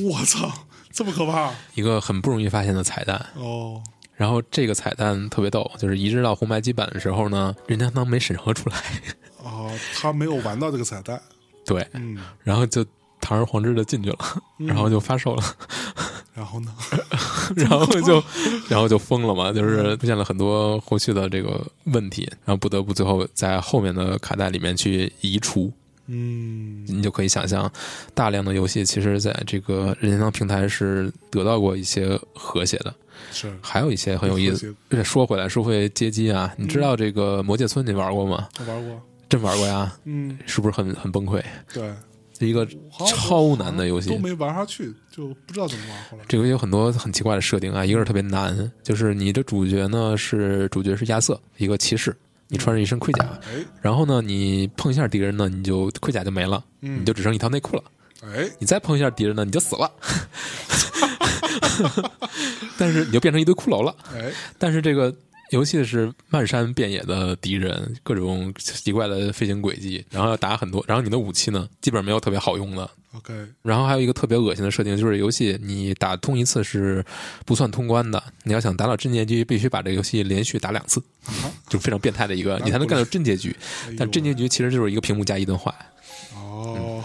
Speaker 1: 我操！这么可怕
Speaker 2: 一个很不容易发现的彩蛋。
Speaker 1: 哦！
Speaker 2: 然后这个彩蛋特别逗，就是移植到红白机版的时候呢，任天堂没审核出来，
Speaker 1: 啊，他没有玩到这个彩蛋，
Speaker 2: 对，
Speaker 1: 嗯，
Speaker 2: 然后就堂而皇之的进去了，哎然后就发售了，
Speaker 1: 然后呢？
Speaker 2: 然后就然后就疯了嘛，就是出现了很多后续的这个问题，然后不得不最后在后面的卡带里面去移除。
Speaker 1: 嗯
Speaker 2: 你就可以想象，大量的游戏其实在这个任天堂平台是得到过一些和谐的。
Speaker 1: 是
Speaker 2: 还有一些很有意思。
Speaker 1: 思，
Speaker 2: 而且说回来，说回街机啊，你知道这个《魔界村》你玩过吗？
Speaker 1: 我玩过，
Speaker 2: 真玩过呀，
Speaker 1: 嗯，
Speaker 2: 是不是很很崩溃？
Speaker 1: 对，
Speaker 2: 是一个
Speaker 1: 好像
Speaker 2: 超难的游戏
Speaker 1: 都。没玩下去，就不知道怎么玩。后来
Speaker 2: 这个游戏有很多很奇怪的设定啊，一个是特别难，就是你的主角呢是主角是亚瑟，一个骑士，你穿着一身盔甲，
Speaker 1: 哎，
Speaker 2: 然后呢你碰一下敌人呢，你就盔甲就没了，
Speaker 1: 嗯
Speaker 2: 你就只剩一条内裤了。
Speaker 1: 哎，
Speaker 2: 你再碰一下敌人呢，你就死了。 但是你就变成一堆骷髅了。
Speaker 1: 哎，
Speaker 2: 但是这个游戏是漫山遍野的敌人，各种奇怪的飞行轨迹，然后要打很多，然后你的武器呢，基本上没有特别好用的。
Speaker 1: OK，
Speaker 2: 然后还有一个特别恶心的设定，就是游戏你打通一次是不算通关的，你要想达到真结局，必须把这个游戏连续打两次，就非常变态的一个，你才能干到真结局。
Speaker 1: 哎呦
Speaker 2: 但真结局其实就是一个屏幕加一顿话，
Speaker 1: 哦，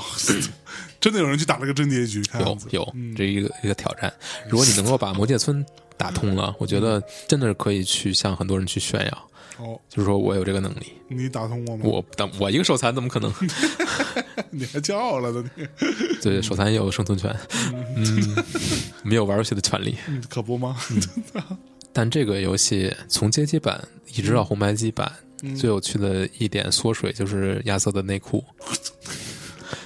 Speaker 1: 真的有人去打了个真结局，看
Speaker 2: 有
Speaker 1: 样子
Speaker 2: 有
Speaker 1: 嗯，
Speaker 2: 这一个一个挑战。如果你能够把魔界村打通了，我觉得真的是可以去向很多人去炫耀，
Speaker 1: 哦，
Speaker 2: 就是说我有这个能力。
Speaker 1: 你打通过吗？
Speaker 2: 我但我一个手残怎么可能？
Speaker 1: 你还骄傲了呢，你
Speaker 2: 对，手残也有生存权，嗯，没有玩游戏的权利。
Speaker 1: 嗯可 不吗？
Speaker 2: 但这个游戏从街机版一直到红白机版，
Speaker 1: 嗯
Speaker 2: 最有趣的一点缩水就是亚瑟的内裤，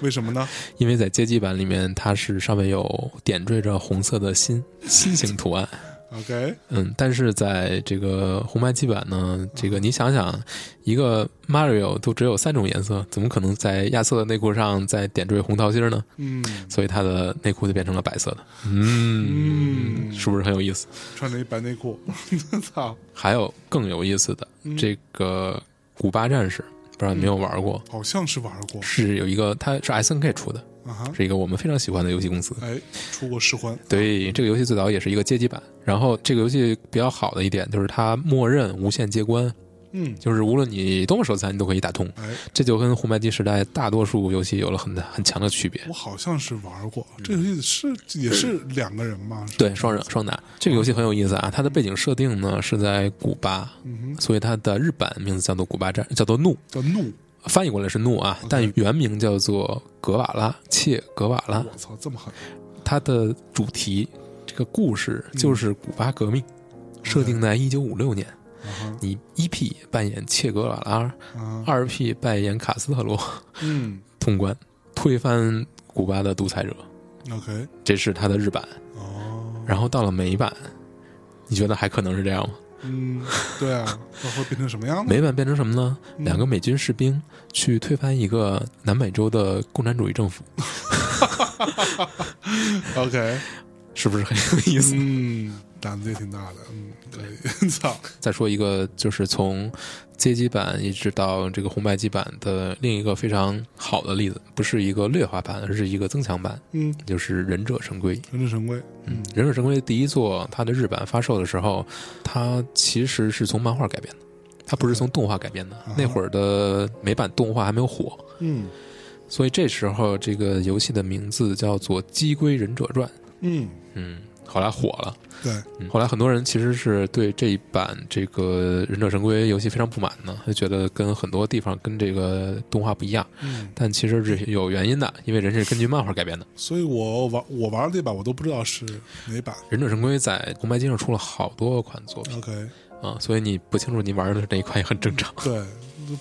Speaker 1: 为什么呢？
Speaker 2: 因为在街机版里面它是上面有点缀着红色的心
Speaker 1: 嗯
Speaker 2: 心形图案，
Speaker 1: OK，
Speaker 2: 嗯，但是在这个红白机版呢，这个你想想，一个 Mario 都只有三种颜色，怎么可能在亚瑟的内裤上再点缀红桃心儿呢？
Speaker 1: 嗯，
Speaker 2: 所以他的内裤就变成了白色的。嗯，
Speaker 1: 嗯
Speaker 2: 是不是很有意思？
Speaker 1: 穿着一白内裤， 操，
Speaker 2: 还有更有意思的，
Speaker 1: 嗯
Speaker 2: 这个
Speaker 1: 嗯
Speaker 2: 古巴战士，不知道你有没有玩过？
Speaker 1: 好像是玩过，
Speaker 2: 是有一个，它是 S N K 出的，
Speaker 1: 啊哈，
Speaker 2: 是一个我们非常喜欢的游戏公司。
Speaker 1: 哎，出过试欢，
Speaker 2: 对，这个游戏最早也是一个街机版。然后这个游戏比较好的一点就是它默认无限接关，
Speaker 1: 嗯，
Speaker 2: 就是无论你多么手残，你都可以打通。
Speaker 1: 哎，
Speaker 2: 这就跟红白机时代大多数游戏有了很大很强的区别。
Speaker 1: 我好像是玩过这游戏是，也是两个人嘛？是吧
Speaker 2: 对，双人双打这个游戏很有意思啊。它的背景设定呢是在古巴，
Speaker 1: 嗯哼，
Speaker 2: 所以它的日版名字叫做古巴站，叫做怒，
Speaker 1: 叫怒，
Speaker 2: 翻译过来是怒啊
Speaker 1: OK，
Speaker 2: 但原名叫做格瓦拉，切格瓦拉。
Speaker 1: 我操，这么狠！
Speaker 2: 它的主题这个故事就是古巴革命，设定在一九五六年。
Speaker 1: 啊哈
Speaker 2: 你一 P 扮演切格瓦拉，
Speaker 1: 啊哈，
Speaker 2: 二 P 扮演卡斯特罗，
Speaker 1: 嗯
Speaker 2: 通关推翻古巴的独裁者，
Speaker 1: ，OK，
Speaker 2: 这是它的日版。
Speaker 1: 哦，
Speaker 2: 然后到了美版，你觉得还可能是这样吗？
Speaker 1: 嗯，对啊，它会变成什么样呢？
Speaker 2: 美版变成什么呢？
Speaker 1: 嗯
Speaker 2: 两个美军士兵去推翻一个南美洲的共产主义政府，
Speaker 1: OK，
Speaker 2: 是不是很有意思？
Speaker 1: 嗯，胆子也挺大的，嗯，可以， 操，
Speaker 2: 再说一个，就是从街机版一直到这个红白机版的另一个非常好的例子，不是一个劣化版，而是一个增强版，
Speaker 1: 嗯，
Speaker 2: 就是《忍者神龟》。
Speaker 1: 人之神龟，
Speaker 2: 嗯，《忍者神龟》第一作，它的日版发售的时候，它其实是从漫画改编的，它不是从动画改编的
Speaker 1: 嗯。
Speaker 2: 那会儿的美版动画还没有火，
Speaker 1: 嗯
Speaker 2: 所以这时候这个游戏的名字叫做《鸡龟忍者传》。
Speaker 1: 嗯，
Speaker 2: 嗯，后来火了。
Speaker 1: 对，
Speaker 2: 嗯后来很多人其实是对这一版这个《忍者神龟》游戏非常不满呢，就觉得跟很多地方跟这个动画不一样。
Speaker 1: 嗯，
Speaker 2: 但其实这是有原因的，因为人是根据漫画改编的。
Speaker 1: 所以我玩我玩的这把我都不知道是哪版
Speaker 2: 《忍者神龟》在红白机上出了好多款作品
Speaker 1: ，OK，
Speaker 2: 啊，所以你不清楚你玩的是哪一款也很正常。
Speaker 1: 对，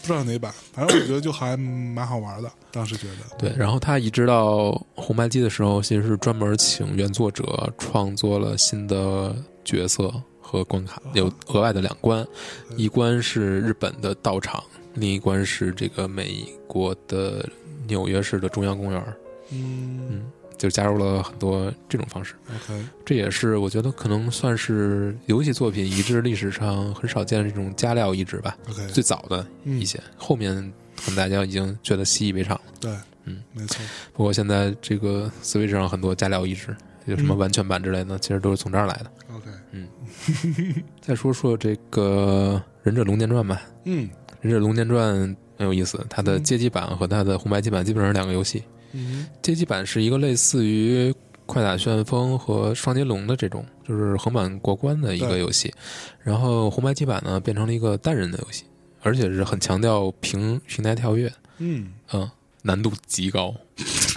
Speaker 1: 不知道哪版，反正我觉得就还蛮好玩的，当时觉得，
Speaker 2: 对，然后他移植到红白机的时候，其实是专门请原作者创作了新的角色和关卡，
Speaker 1: 哦
Speaker 2: 有额外的两关，一关是日本的道场，另一关是这个美国的纽约市的中央公园儿，
Speaker 1: 嗯
Speaker 2: 就加入了很多这种方式。
Speaker 1: ，OK，
Speaker 2: 这也是我觉得可能算是游戏作品移植历史上很少见的这种加料移植吧，
Speaker 1: OK，
Speaker 2: 最早的
Speaker 1: 嗯
Speaker 2: 一些，后面可能大家已经觉得习以为常了。
Speaker 1: 对，
Speaker 2: 嗯，
Speaker 1: 没错，
Speaker 2: 不过现在这个 Switch 上很多加料移植，有什么完全版之类的，其实都是从这儿来的。
Speaker 1: OK，
Speaker 2: 嗯再说说这个《忍者龙剑传》吧，
Speaker 1: 嗯
Speaker 2: 《忍者龙剑传》很有意思，它的
Speaker 1: 嗯
Speaker 2: 街机版和它的红白机版基本上是两个游戏。
Speaker 1: 嗯
Speaker 2: 街机版是一个类似于《快打旋风》和《双截龙》的这种，就是横版过关的一个
Speaker 1: 对
Speaker 2: 游戏。然后红白机版呢，变成了一个单人的游戏，而且是很强调平平台跳跃，
Speaker 1: 嗯
Speaker 2: 嗯，难度极高，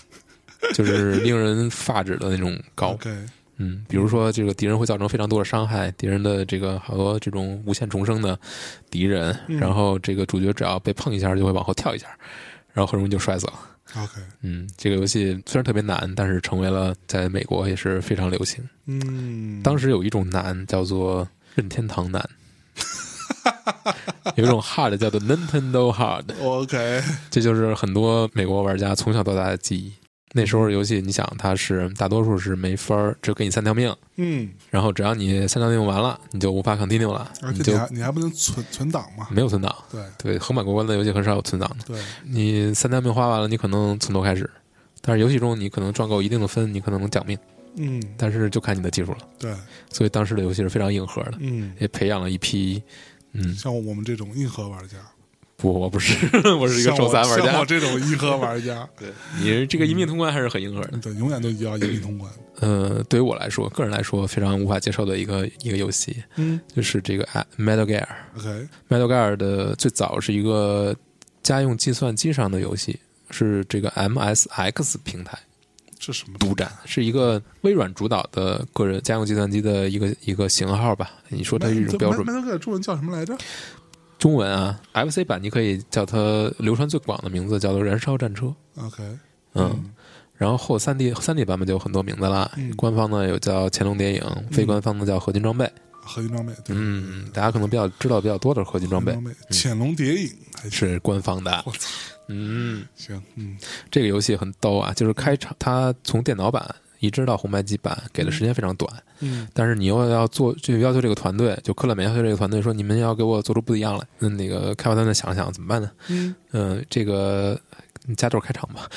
Speaker 2: 就是令人发指的那种高。
Speaker 1: ，OK，
Speaker 2: 嗯，比如说这个敌人会造成非常多的伤害，敌人的这个好多这种无限重生的敌人，
Speaker 1: 嗯
Speaker 2: 然后这个主角只要被碰一下就会往后跳一下，然后很容易就摔死了。
Speaker 1: OK，
Speaker 2: 嗯，这个游戏虽然特别难，但是成为了在美国也是非常流行。
Speaker 1: 嗯，
Speaker 2: 当时有一种难叫做任天堂难， 有一种 hard 叫做 Nintendo hard，
Speaker 1: OK，
Speaker 2: 这就是很多美国玩家从小到大的记忆。那时候游戏，你想它是大多数是没分儿，只给你三条命，
Speaker 1: 嗯，
Speaker 2: 然后只要你三条命完了，你就无法 continue 了，
Speaker 1: 而
Speaker 2: 你
Speaker 1: 且
Speaker 2: 就
Speaker 1: 你还你还不能存存档嘛，
Speaker 2: 没有存档。
Speaker 1: 对
Speaker 2: 对，横版过关的游戏很少有存档的。
Speaker 1: 对，
Speaker 2: 你三条命花完了，你可能从头开始，但是游戏中你可能赚够一定的分，你可能能奖命，
Speaker 1: 嗯，
Speaker 2: 但是就看你的技术了。
Speaker 1: 对，
Speaker 2: 所以当时的游戏是非常硬核的，
Speaker 1: 嗯，
Speaker 2: 也培养了一批。嗯，
Speaker 1: 像我们这种硬核玩家，
Speaker 2: 不，我不是， 我是一个
Speaker 1: 像
Speaker 2: 手
Speaker 1: 我
Speaker 2: 残玩
Speaker 1: 像我
Speaker 2: 家。
Speaker 1: 这种硬核玩家，嗯
Speaker 2: 你这个一命通关还是很硬核的。
Speaker 1: 对，永远都要一命 通关，
Speaker 2: 呃，对于我来说，个人来说非常无法接受的一个一个游戏，
Speaker 1: 嗯
Speaker 2: 就是这个啊 Metal Gear。
Speaker 1: ，OK，
Speaker 2: Metal Gear 的最早是一个家用计算机上的游戏，是这个 MSX 平台
Speaker 1: 这什么
Speaker 2: 独占，是一个微软主导的个人家用计算机的一个一个型号吧。你说它是一种标准
Speaker 1: 麦麦麦克中文叫什么来着？
Speaker 2: 中文啊，FC 版你可以叫它流传最广的名字叫做《燃烧战车》。
Speaker 1: OK，
Speaker 2: 嗯，然后后三 D 三 D 版本就有很多名字啦，
Speaker 1: 嗯
Speaker 2: 官方呢有叫《潜龙谍影》，非官方的叫《合金装备》。
Speaker 1: 合金装备，对，
Speaker 2: 嗯，大家可能比较知道比较多的是合金装备嗯
Speaker 1: 合金备，潜龙谍影，还行
Speaker 2: 是官方的
Speaker 1: 嗯我。操，
Speaker 2: 嗯，
Speaker 1: 行，嗯
Speaker 2: 这个游戏很逗啊，就是开场它从电脑版移植到红白机版，给的时间非常短，
Speaker 1: 嗯
Speaker 2: 但是你又要做就要求这个团队，就科乐美要求这个团队说你们要给我做出不一样来。那那个开发团队想了想怎么办呢？
Speaker 1: 嗯
Speaker 2: 嗯，这个你加豆开场吧，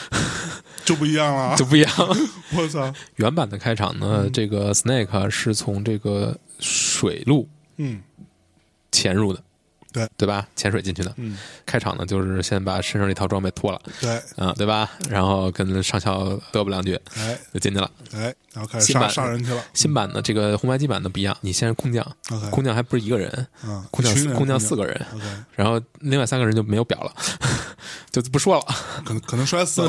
Speaker 1: 就不一样了啊嗯
Speaker 2: 就！不一样了。
Speaker 1: 我操，
Speaker 2: 原版的开场 呢，这个 Snake 啊是从这个水路
Speaker 1: 嗯
Speaker 2: 潜入的，
Speaker 1: 对
Speaker 2: 对吧？潜水进去的。
Speaker 1: 嗯，
Speaker 2: 开场呢，就是先把身上这套装备脱了，
Speaker 1: 对，
Speaker 2: 啊、对吧？然后跟上校嘚啵两句
Speaker 1: 哎
Speaker 2: 就进去了。
Speaker 1: 哎，然后开始
Speaker 2: 新版
Speaker 1: 上
Speaker 2: 的
Speaker 1: 上人去了。
Speaker 2: 新版的这个红白机版的不一样，你先是空降，
Speaker 1: OK，
Speaker 2: 空降还不是一个人，
Speaker 1: 啊，
Speaker 2: 嗯空降
Speaker 1: 一群
Speaker 2: 四
Speaker 1: 人
Speaker 2: 空降四个人，
Speaker 1: ，OK，
Speaker 2: 然后另外三个人就没有表了， 就不说了，
Speaker 1: 可能可能摔死了，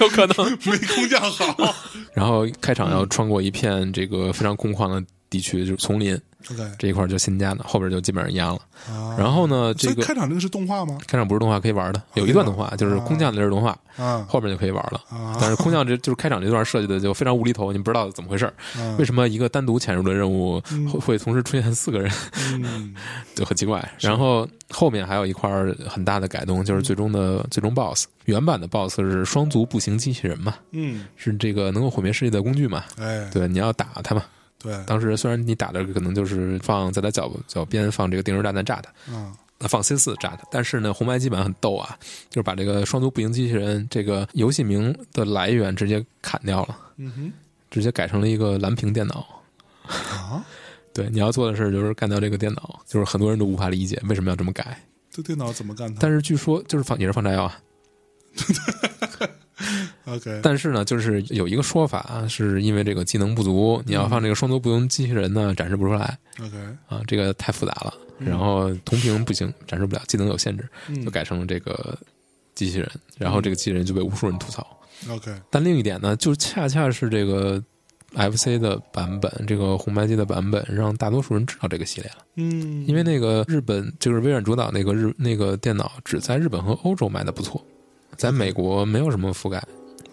Speaker 2: 有可 能。
Speaker 1: 没空降好。
Speaker 2: 然后开场要穿过一片这个非常空旷的地区，就是丛林
Speaker 1: OK，
Speaker 2: 这一块儿就新加的，后边就基本上一样了。
Speaker 1: 啊，
Speaker 2: 然后呢，
Speaker 1: 所
Speaker 2: 这
Speaker 1: 以
Speaker 2: 个
Speaker 1: 开场这个是动画吗？
Speaker 2: 开场不是动画哦可以玩的，有一段动画就是空降的这是动画，
Speaker 1: 啊
Speaker 2: 后边就可以玩了。
Speaker 1: 啊
Speaker 2: 但是空降这就是开场这段设计的就非常无厘头，你不知道怎么回事儿，
Speaker 1: 啊
Speaker 2: 为什么一个单独潜入的任务会会同时出现四个人，
Speaker 1: 嗯
Speaker 2: 就很奇怪。然后后面还有一块儿很大的改动，就是最终的最终 BOSS，原版的 BOSS 是双足步行机器人嘛，
Speaker 1: 嗯，
Speaker 2: 是这个能够毁灭世界的工具嘛，
Speaker 1: 哎，
Speaker 2: 对，你要打它嘛。
Speaker 1: 对，
Speaker 2: 当时虽然你打的可能就是放在他脚脚边放这个定时炸弹炸他，
Speaker 1: 啊
Speaker 2: 呃放 C 四炸他，但是呢，红白机版很逗啊，就是把这个双足步行机器人这个游戏名的来源直接砍掉了，
Speaker 1: 嗯哼
Speaker 2: 直接改成了一个蓝屏电脑。
Speaker 1: 啊，
Speaker 2: 对，你要做的事儿就是干掉这个电脑，就是很多人都无法理解为什么要这么改。
Speaker 1: 这电脑怎么干它
Speaker 2: 但是据说就是放也是放炸药啊，
Speaker 1: ？OK，
Speaker 2: 但是呢，就是有一个说法啊是因为这个技能不足，你要放这个双足步行机器人呢展示不出来
Speaker 1: OK，
Speaker 2: 啊，这个太复杂了。
Speaker 1: 嗯
Speaker 2: 然后同屏不行，展示不了，技能有限制，
Speaker 1: 嗯
Speaker 2: 就改成了这个机器人，然后这个机器人就被无数人吐槽。
Speaker 1: OK，
Speaker 2: 但另一点呢，就恰恰是这个 FC 的版本，这个红白机的版本，让大多数人知道这个系列了。
Speaker 1: 嗯，
Speaker 2: 因为那个日本就是微软主导那个日那个电脑，只在日本和欧洲卖的不错，在美国没有什么覆盖，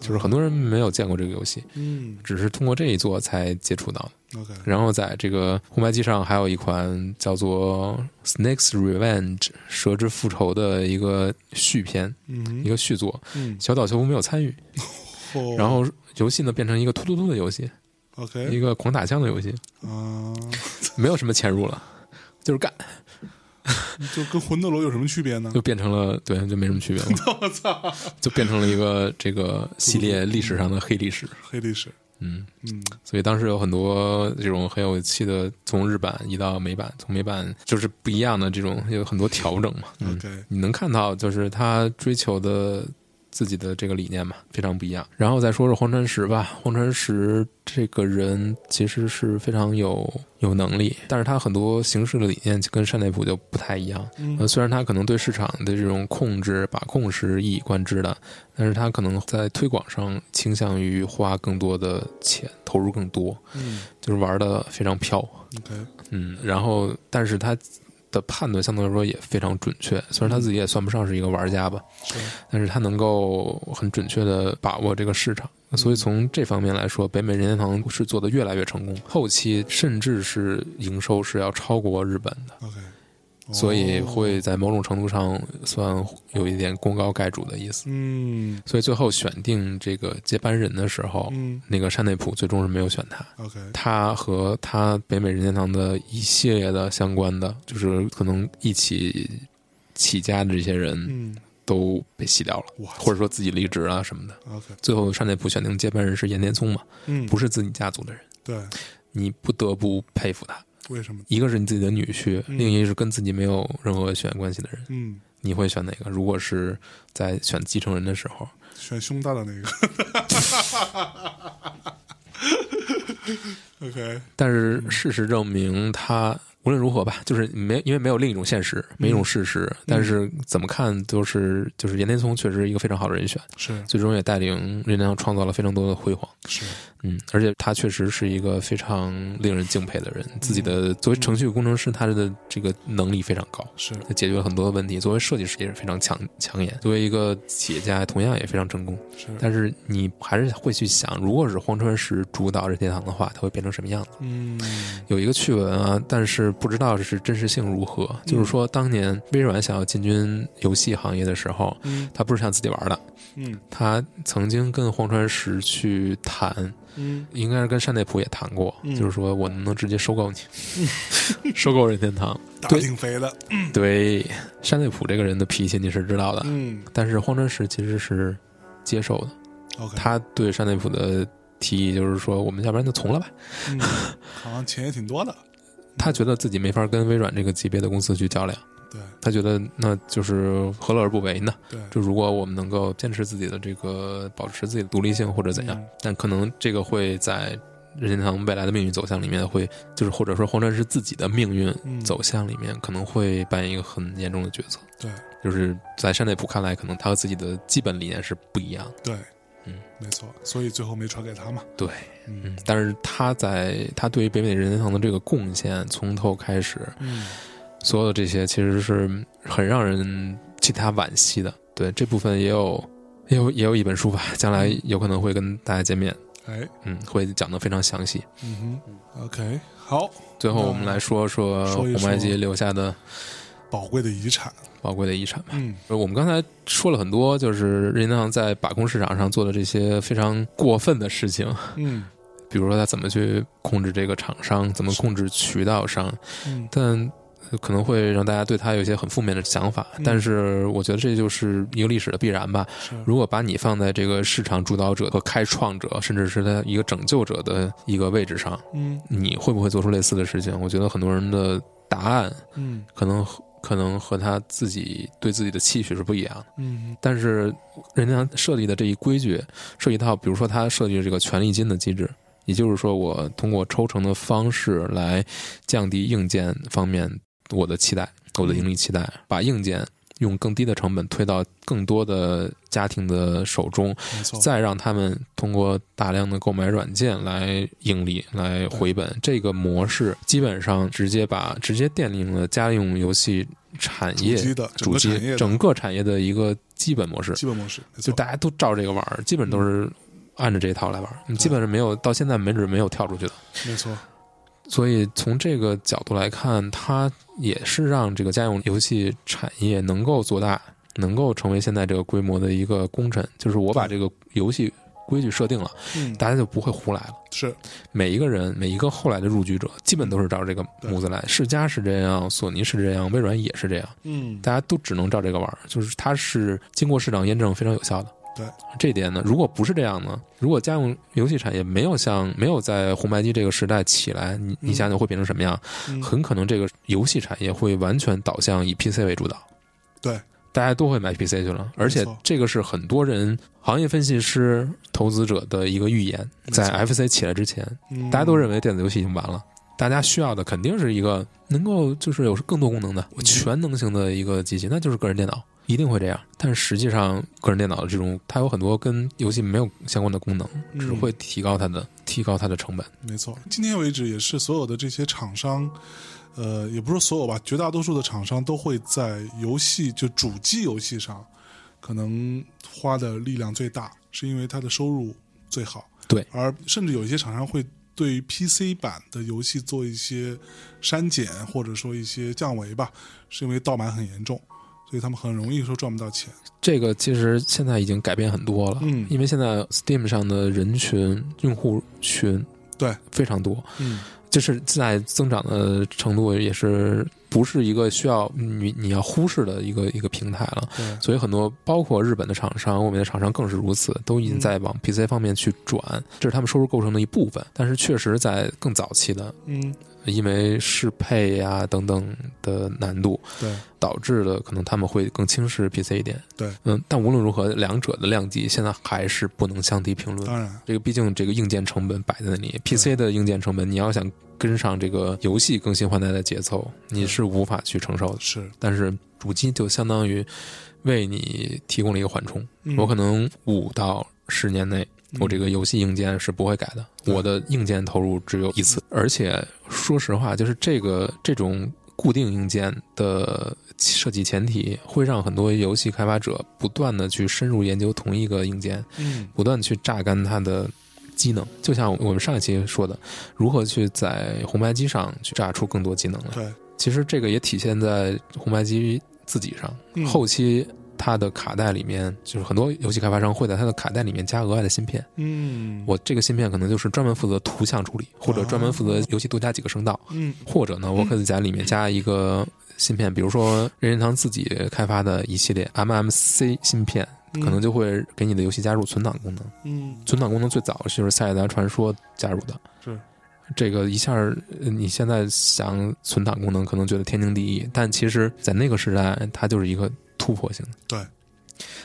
Speaker 2: 就是很多人没有见过这个游戏，
Speaker 1: 嗯
Speaker 2: 只是通过这一座才接触到的。
Speaker 1: OK，
Speaker 2: 然后在这个红白机上还有一款叫做《Snake's Revenge》蛇之复仇的一个续篇，
Speaker 1: 嗯
Speaker 2: 一
Speaker 1: 哼
Speaker 2: 个续作，
Speaker 1: 嗯，
Speaker 2: 小岛秀夫没有参与。
Speaker 1: 哦哎
Speaker 2: 然后游戏呢变成一个突突突的游戏，一
Speaker 1: OK
Speaker 2: 个狂打枪的游戏，
Speaker 1: 啊，
Speaker 2: 没有什么潜入了，就是干，
Speaker 1: 就跟魂斗罗有什么区别呢？
Speaker 2: 就变成了对，就没什么区别了。
Speaker 1: 我操，
Speaker 2: 就变成了一个这个系列历史上的黑历史。
Speaker 1: 黑历史，
Speaker 2: 嗯，
Speaker 1: 嗯
Speaker 2: 所以当时有很多这种很有趣的，从日版移到美版，从美版就是不一样的这种，有很多调整嘛。嗯，
Speaker 1: ，OK，
Speaker 2: 你能看到就是他追求的自己的这个理念嘛，非常不一样。然后再说说荒川石吧，荒川石这个人其实是非常有有能力，但是他很多行事的理念跟山内溥就不太一样。
Speaker 1: 嗯
Speaker 2: 呃，虽然他可能对市场的这种控制把控是一以贯之的，但是他可能在推广上倾向于花更多的钱，投入更多，
Speaker 1: 嗯
Speaker 2: 就是玩的非常飘。
Speaker 1: ，OK，
Speaker 2: 嗯，然后但是他的判断相对来说也非常准确，虽然他自己也算不上是一个玩家吧，
Speaker 1: 是，
Speaker 2: 但是他能够很准确的把握这个市场。所以从这方面来说，北美任天堂是做的越来越成功，后期甚至是营收是要超过日本的，
Speaker 1: OK，哦
Speaker 2: 所以会在某种程度上算有一点功高盖主的意思。
Speaker 1: 嗯
Speaker 2: 所以最后选定这个接班人的时候，
Speaker 1: 嗯
Speaker 2: 那个山内溥最终是没有选他，
Speaker 1: OK，
Speaker 2: 他和他北美任天堂的一系列的相关的，就是可能一起起家的这些人
Speaker 1: 嗯
Speaker 2: 都被洗掉了，
Speaker 1: 哇
Speaker 2: 或者说自己离职啊什么的。
Speaker 1: OK，
Speaker 2: 最后山内溥选定接班人是岩田聪嘛，
Speaker 1: 嗯，
Speaker 2: 不是自己家族的人，
Speaker 1: 对，
Speaker 2: 你不得不佩服他。
Speaker 1: 为什么？
Speaker 2: 一个是你自己的女婿，
Speaker 1: 嗯
Speaker 2: 另一个是跟自己没有任何血缘关系的人，
Speaker 1: 嗯，
Speaker 2: 你会选哪个？如果是在选继承人的时候，
Speaker 1: 选胸大的那个。OK，
Speaker 2: 但是事实证明他。无论如何吧，就是没因为没有另一种现实，没一种事实，但是怎么看都是就是岩田聪确实是一个非常好的人选，
Speaker 1: 是
Speaker 2: 最终也带领任天堂创造了非常多的辉煌。
Speaker 1: 是，
Speaker 2: 嗯，而且他确实是一个非常令人敬佩的人，自己的作为程序工程师，他的这个能力非常高。
Speaker 1: 是
Speaker 2: 解决了很多的问题，作为设计师也是非常抢抢眼，作为一个企业家同样也非常成功。
Speaker 1: 是，
Speaker 2: 但是你还是会去想，如果是荒川石主导任天堂的话，它会变成什么样子？
Speaker 1: 嗯
Speaker 2: 有一个趣闻啊，但是不知道是真实性如何。
Speaker 1: 嗯
Speaker 2: 就是说，当年微软想要进军游戏行业的时候，
Speaker 1: 嗯
Speaker 2: 他不是想自己玩的，
Speaker 1: 嗯
Speaker 2: 他曾经跟荒川石去谈，
Speaker 1: 嗯
Speaker 2: 应该是跟山内溥也谈过，
Speaker 1: 嗯
Speaker 2: 就是说我能不能直接收购你， 收购任天堂？
Speaker 1: 打
Speaker 2: 对
Speaker 1: 挺肥的，
Speaker 2: 对，山内溥这个人的脾气你是知道的，
Speaker 1: 嗯嗯
Speaker 2: 但是荒川石其实是接受的，
Speaker 1: OK，
Speaker 2: 他对山内溥的提议就是说，我们要不然就从了吧。
Speaker 1: 嗯好像钱也挺多的，
Speaker 2: 他觉得自己没法跟微软这个级别的公司去较量，
Speaker 1: 对
Speaker 2: 他觉得那就是何乐而不为呢？
Speaker 1: 对，
Speaker 2: 就如果我们能够坚持自己的这个，保持自己的独立性或者怎样
Speaker 1: 嗯，
Speaker 2: 但可能这个会在任天堂未来的命运走向里面会，就是或者说荒川是自己的命运
Speaker 1: 嗯
Speaker 2: 走向里面，可能会扮演一个很严重的角色。
Speaker 1: 对，
Speaker 2: 就是在山内溥看来，可能他和自己的基本理念是不一样的。
Speaker 1: 对，
Speaker 2: 嗯，
Speaker 1: 没错，所以最后没传给他嘛，
Speaker 2: 对，
Speaker 1: 嗯
Speaker 2: 嗯，但是他在他对于北美任天堂的这个贡献，从头开始，
Speaker 1: 嗯，
Speaker 2: 所有的这些其实是很让人替他惋惜的。对这部分也有也有也有一本书吧，将来
Speaker 1: 嗯
Speaker 2: 有可能会跟大家见面，
Speaker 1: 哎，
Speaker 2: 嗯，会讲得非常详细。
Speaker 1: 嗯哼，OK，好，
Speaker 2: 最后我们来说说
Speaker 1: 说一
Speaker 2: 红
Speaker 1: 说
Speaker 2: 白机留下的
Speaker 1: 宝贵的遗产，
Speaker 2: 宝贵的遗产吧。
Speaker 1: 嗯
Speaker 2: 呃我们刚才说了很多，就是任天堂在把控市场上做的这些非常过分的事情，
Speaker 1: 嗯
Speaker 2: 比如说他怎么去控制这个厂商，怎么控制渠道商，
Speaker 1: 嗯，
Speaker 2: 但呃可能会让大家对他有一些很负面的想法。
Speaker 1: 嗯
Speaker 2: 但是我觉得这就是一个历史的必然吧。
Speaker 1: 是，
Speaker 2: 如果把你放在这个市场主导者和开创者，甚至是他一个拯救者的一个位置上，
Speaker 1: 嗯
Speaker 2: 你会不会做出类似的事情？我觉得很多人的答案
Speaker 1: 嗯
Speaker 2: 可能和可能和他自己对自己的期许是不一样的。
Speaker 1: 嗯
Speaker 2: 但是任天堂设立的这一规矩是一套，比如说他设计这个权利金的机制，也就是说我通过抽成的方式来降低硬件方面我的期待，我的盈利期待，把硬件用更低的成本推到更多的家庭的手中，
Speaker 1: 没错，
Speaker 2: 再让他们通过大量的购买软件来盈利、来回本。这个模式基本上直接把直接奠定了家用游戏产
Speaker 1: 主
Speaker 2: 业
Speaker 1: 机的整
Speaker 2: 主
Speaker 1: 个
Speaker 2: 机
Speaker 1: 产业的
Speaker 2: 整个产业的一个基本模式，
Speaker 1: 基本嗯模式，没
Speaker 2: 就
Speaker 1: 错
Speaker 2: 大家都照这个玩儿，基本都是按照这一套来玩儿，
Speaker 1: 嗯
Speaker 2: 你基本上没有到现在没准没有跳出去的。
Speaker 1: 没错，
Speaker 2: 所以从这个角度来看，它也是让这个家用游戏产业能够做大，能够成为现在这个规模的一个功臣。就是我把这个游戏规矩设定了，
Speaker 1: 嗯，
Speaker 2: 大家就不会胡来了。
Speaker 1: 是，
Speaker 2: 每一个人，每一个后来的入局者，基本都是照这个模子来。世嘉是这样，索尼是这样，微软也是这样。
Speaker 1: 嗯，
Speaker 2: 大家都只能照这个玩儿，就是它是经过市场验证非常有效的。
Speaker 1: 对
Speaker 2: 这一点呢，如果不是这样呢，如果家用游戏产业没有像没有在红白机这个时代起来，你你
Speaker 1: 嗯
Speaker 2: 想想会变成什么样？
Speaker 1: 嗯
Speaker 2: 很可能这个游戏产业会完全导向以 PC 为主导。
Speaker 1: 对，
Speaker 2: 大家都会买 PC 去了，而且这个是很多人行业分析师、投资者的一个预言，
Speaker 1: 没错
Speaker 2: 在 FC 起来之前，
Speaker 1: 嗯
Speaker 2: 大家都认为电子游戏已经完了，大家需要的肯定是一个能够就是有更多功能的、
Speaker 1: 嗯
Speaker 2: 全能型的一个机器，那就是个人电脑，一定会这样。但实际上，个人电脑的这种它有很多跟游戏没有相关的功能，只
Speaker 1: 嗯
Speaker 2: 会提高它的提高它的成本。
Speaker 1: 没错，今天为止也是所有的这些厂商，呃，也不是所有吧，绝大多数的厂商都会在游戏就主机游戏上，可能花的力量最大，是因为它的收入最好。
Speaker 2: 对，
Speaker 1: 而甚至有一些厂商会对于 PC 版的游戏做一些删减或者说一些降维吧，是因为盗版很严重，所以他们很容易说赚不到钱。
Speaker 2: 这个其实现在已经改变很多了，
Speaker 1: 嗯
Speaker 2: 因为现在 Steam 上的人群、用户群
Speaker 1: 对
Speaker 2: 非常多，
Speaker 1: 嗯，
Speaker 2: 就是在增长的程度也是不是一个需要你你要忽视的一个一个平台了。
Speaker 1: 对，
Speaker 2: 所以很多包括日本的厂商，我们的厂商更是如此，都已
Speaker 1: 嗯
Speaker 2: 经在往 PC 方面去转，这是他们收入构成的一部分。但是确实在更早期的，
Speaker 1: 嗯，
Speaker 2: 因为适配呀、等等的难度，
Speaker 1: 对，
Speaker 2: 导致的可能他们会更轻视 PC 一点。
Speaker 1: 对，
Speaker 2: 嗯，但无论如何，两者的量级现在还是不能相提并论。
Speaker 1: 当然，
Speaker 2: 这个毕竟这个硬件成本摆在那里，PC 的硬件成本，你要想跟上这个游戏更新换代的节奏，你
Speaker 1: 对
Speaker 2: 是无法去承受的。
Speaker 1: 是，
Speaker 2: 但是主机就相当于为你提供了一个缓冲。
Speaker 1: 嗯
Speaker 2: 我可能五到十年内，我这
Speaker 1: 嗯
Speaker 2: 个游戏硬件是不会改的，
Speaker 1: 对
Speaker 2: 我的硬件投入只有一次。而且说实话，就是这个这种固定硬件的设计前提，会让很多游戏开发者不断的去深入研究同一个硬件，
Speaker 1: 嗯
Speaker 2: 不断地去榨干它的。机能就像我们上一期说的，如何去在红白机上去榨出更多技能来。
Speaker 1: 对，
Speaker 2: 其实这个也体现在红白机自己上，
Speaker 1: 嗯
Speaker 2: 后期它的卡带里面，就是很多游戏开发商会在它的卡带里面加额外的芯片。
Speaker 1: 嗯，
Speaker 2: 我这个芯片可能就是专门负责图像处理，或者专门负责游戏多加几个声道，
Speaker 1: 啊嗯
Speaker 2: 或者呢，我可以在里面加一个芯片，比如说任天堂自己开发的一系列 MMC 芯片。可能就会给你的游戏加入存档功能。
Speaker 1: 嗯
Speaker 2: 存档功能最早就是《塞尔达传说》加入的，
Speaker 1: 是
Speaker 2: 这个一下儿，呃你现在想存档功能，可能觉得天经地义，但其实，在那个时代，它就是一个突破性的。
Speaker 1: 对，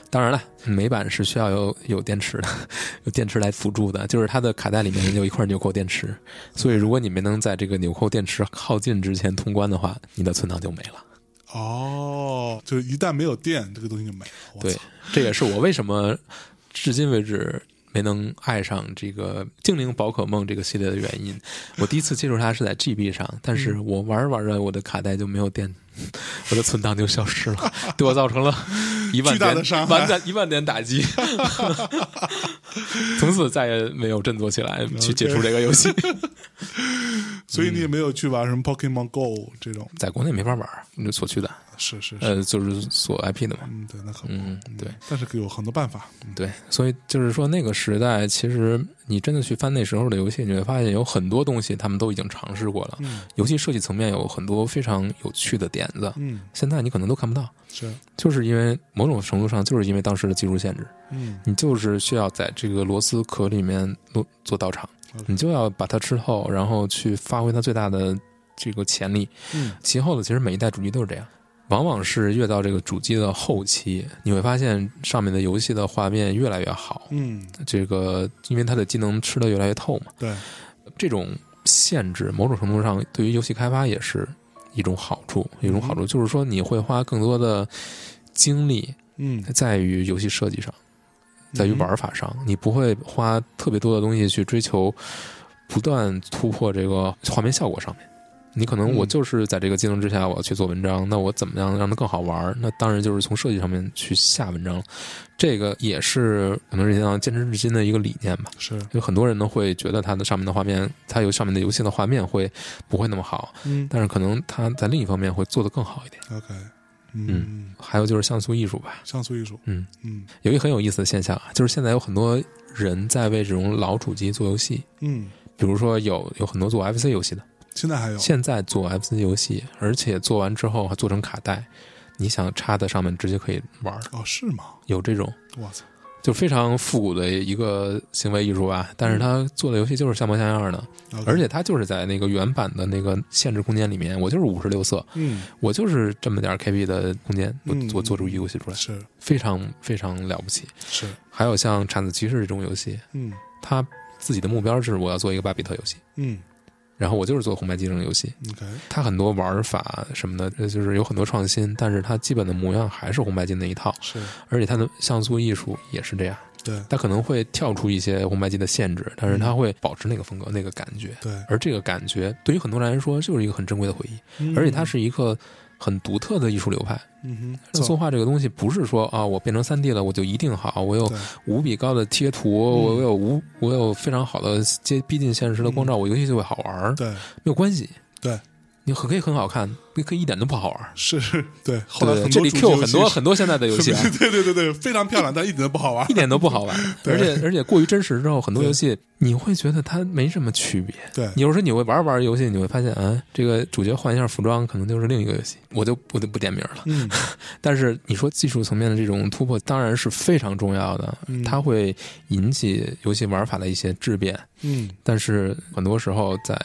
Speaker 2: 当然了，美版是需要有有电池的， 有电池来辅助的，就是它的卡带里面有一块纽扣电池，所以如果你没能在这个纽扣电池耗尽之前通关的话，你的存档就没了。
Speaker 1: 哦，就是一旦没有电，这个东西就没了。我
Speaker 2: 对
Speaker 1: 操，
Speaker 2: 这也是我为什么至今为止没能爱上这个精灵宝可梦这个系列的原因。我第一次接触它是在 GB 上，但
Speaker 1: 嗯
Speaker 2: 是我玩着玩着，我的卡带就没有电，我的存档就消失了， 对我造成了一万
Speaker 1: 巨大
Speaker 2: 点
Speaker 1: 的伤害
Speaker 2: 万点一万点打击， 从此再也没有振作起来去接触这个游戏，
Speaker 1: 所以你
Speaker 2: 嗯
Speaker 1: 也没有去玩什么 Pokemon Go 这种，
Speaker 2: 在国内没法玩，你所去的
Speaker 1: 是是是，
Speaker 2: 呃就是锁 IP 的嘛，
Speaker 1: 嗯，对，那可不，
Speaker 2: 嗯对。
Speaker 1: 但是有很多办法，嗯
Speaker 2: 对，所以就是说，那个时代，其实你真的去翻那时候的游戏，你会发现有很多东西他们都已经尝试过了。
Speaker 1: 嗯
Speaker 2: 游戏设计层面有很多非常有趣的点子，
Speaker 1: 嗯，
Speaker 2: 现在你可能都看不到，
Speaker 1: 是，
Speaker 2: 就是因为某种程度上就是因为当时的技术限制，
Speaker 1: 嗯
Speaker 2: 你就是需要在这个螺丝壳里面做做道场
Speaker 1: OK，
Speaker 2: 你就要把它吃透，然后去发挥它最大的这个潜力。
Speaker 1: 嗯
Speaker 2: 其后的其实每一代主机都是这样，往往是越到这个主机的后期，你会发现上面的游戏的画面越来越好，
Speaker 1: 嗯，
Speaker 2: 这个因为它的技能吃的越来越透嘛，
Speaker 1: 对，
Speaker 2: 这种限制某种程度上对于游戏开发也是一种好处。一种好处就是说，你会花更多的精力
Speaker 1: 嗯，
Speaker 2: 在于游戏设计上，在于玩法上，你不会花特别多的东西去追求不断突破这个画面效果上面。你可能
Speaker 1: 嗯
Speaker 2: 我就是在这个技能之下，我要去做文章，那我怎么样让它更好玩儿？那当然就是从设计上面去下文章，这个也是可能是像坚持至今的一个理念吧。
Speaker 1: 嗯是，
Speaker 2: 有很多人呢会觉得它的上面的画面，它有上面的游戏的画面会不会那么好，
Speaker 1: 嗯
Speaker 2: 但是可能它在另一方面会做得更好一点。
Speaker 1: ，OK，嗯，
Speaker 2: 还有就是像素艺术吧，
Speaker 1: 像素艺术，
Speaker 2: 嗯
Speaker 1: 嗯
Speaker 2: 有一个很有意思的现象啊，就是现在有很多人在为这种老主机做游戏，
Speaker 1: 嗯，
Speaker 2: 比如说有有很多做 FC 游戏的，
Speaker 1: 现在还有，
Speaker 2: 现在做 FC 游戏，而且做完之后还做成卡带，你想插在上面直接可以玩儿，
Speaker 1: 哦，是吗？
Speaker 2: 有这种。
Speaker 1: 我操，
Speaker 2: 就非常复古的一个行为艺术吧，但是他做的游戏就是像模像样的，
Speaker 1: OK
Speaker 2: 而且，它就是在那个原版的那个限制空间里面，我就是五十六色，
Speaker 1: 嗯，
Speaker 2: 我就是这么点儿 KB 的空间，我
Speaker 1: 嗯
Speaker 2: 我做出一个游戏出来，
Speaker 1: 是
Speaker 2: 非常非常了不起。
Speaker 1: 是，
Speaker 2: 还有像《产子骑士》这种游戏，
Speaker 1: 嗯
Speaker 2: 它自己的目标是我要做一个巴比特游戏，
Speaker 1: 嗯
Speaker 2: 然后我就是做红白机这种游戏。
Speaker 1: ，OK，
Speaker 2: 它很多玩法什么的，呃就是有很多创新，但是它基本的模样还是红白机那一套，
Speaker 1: 是
Speaker 2: 而且它的像素艺术也是这样，
Speaker 1: 对
Speaker 2: 它可能会跳出一些红白机的限制，但是它会保持那个风格、那个感觉。
Speaker 1: 对，
Speaker 2: 而这个感觉对于很多人来说就是一个很珍贵的回忆，而且它是一个很独特的艺术流派。
Speaker 1: 嗯，嗯哼，
Speaker 2: 像缩画这个东西，不是说啊，我变成三 D 了我就一定好，我有
Speaker 1: 对嗯
Speaker 2: 无比高的贴图，我有无我有非常好的接逼近现实的光照，我游戏就会好玩儿，
Speaker 1: 对
Speaker 2: 没有关系。
Speaker 1: 对，
Speaker 2: 你很可以很好看，你可以一点都不好玩儿。
Speaker 1: 是，对，后来
Speaker 2: 对，
Speaker 1: 很
Speaker 2: 这
Speaker 1: 多
Speaker 2: 里
Speaker 1: 主机
Speaker 2: Q
Speaker 1: 游
Speaker 2: 很
Speaker 1: 戏
Speaker 2: 多
Speaker 1: 是
Speaker 2: 很多现在的游戏啊，
Speaker 1: 对对对对，非常漂亮，但一点都不好玩
Speaker 2: 一。点都不好玩 儿，
Speaker 1: 对
Speaker 2: 而且而且过于真实之后，很多
Speaker 1: 对
Speaker 2: 游戏你会觉得它没什么区别。
Speaker 1: 对，
Speaker 2: 有时候你会玩着玩着游戏，你会发现，啊，这个主角换一下服装，可能就是另一个游戏。我就我就不点名了。
Speaker 1: 嗯，
Speaker 2: 但是你说技术层面的这种突破，当然是非常重要的，
Speaker 1: 嗯
Speaker 2: 它会引起游戏玩法的一些质变。
Speaker 1: 嗯
Speaker 2: 但是很多时候在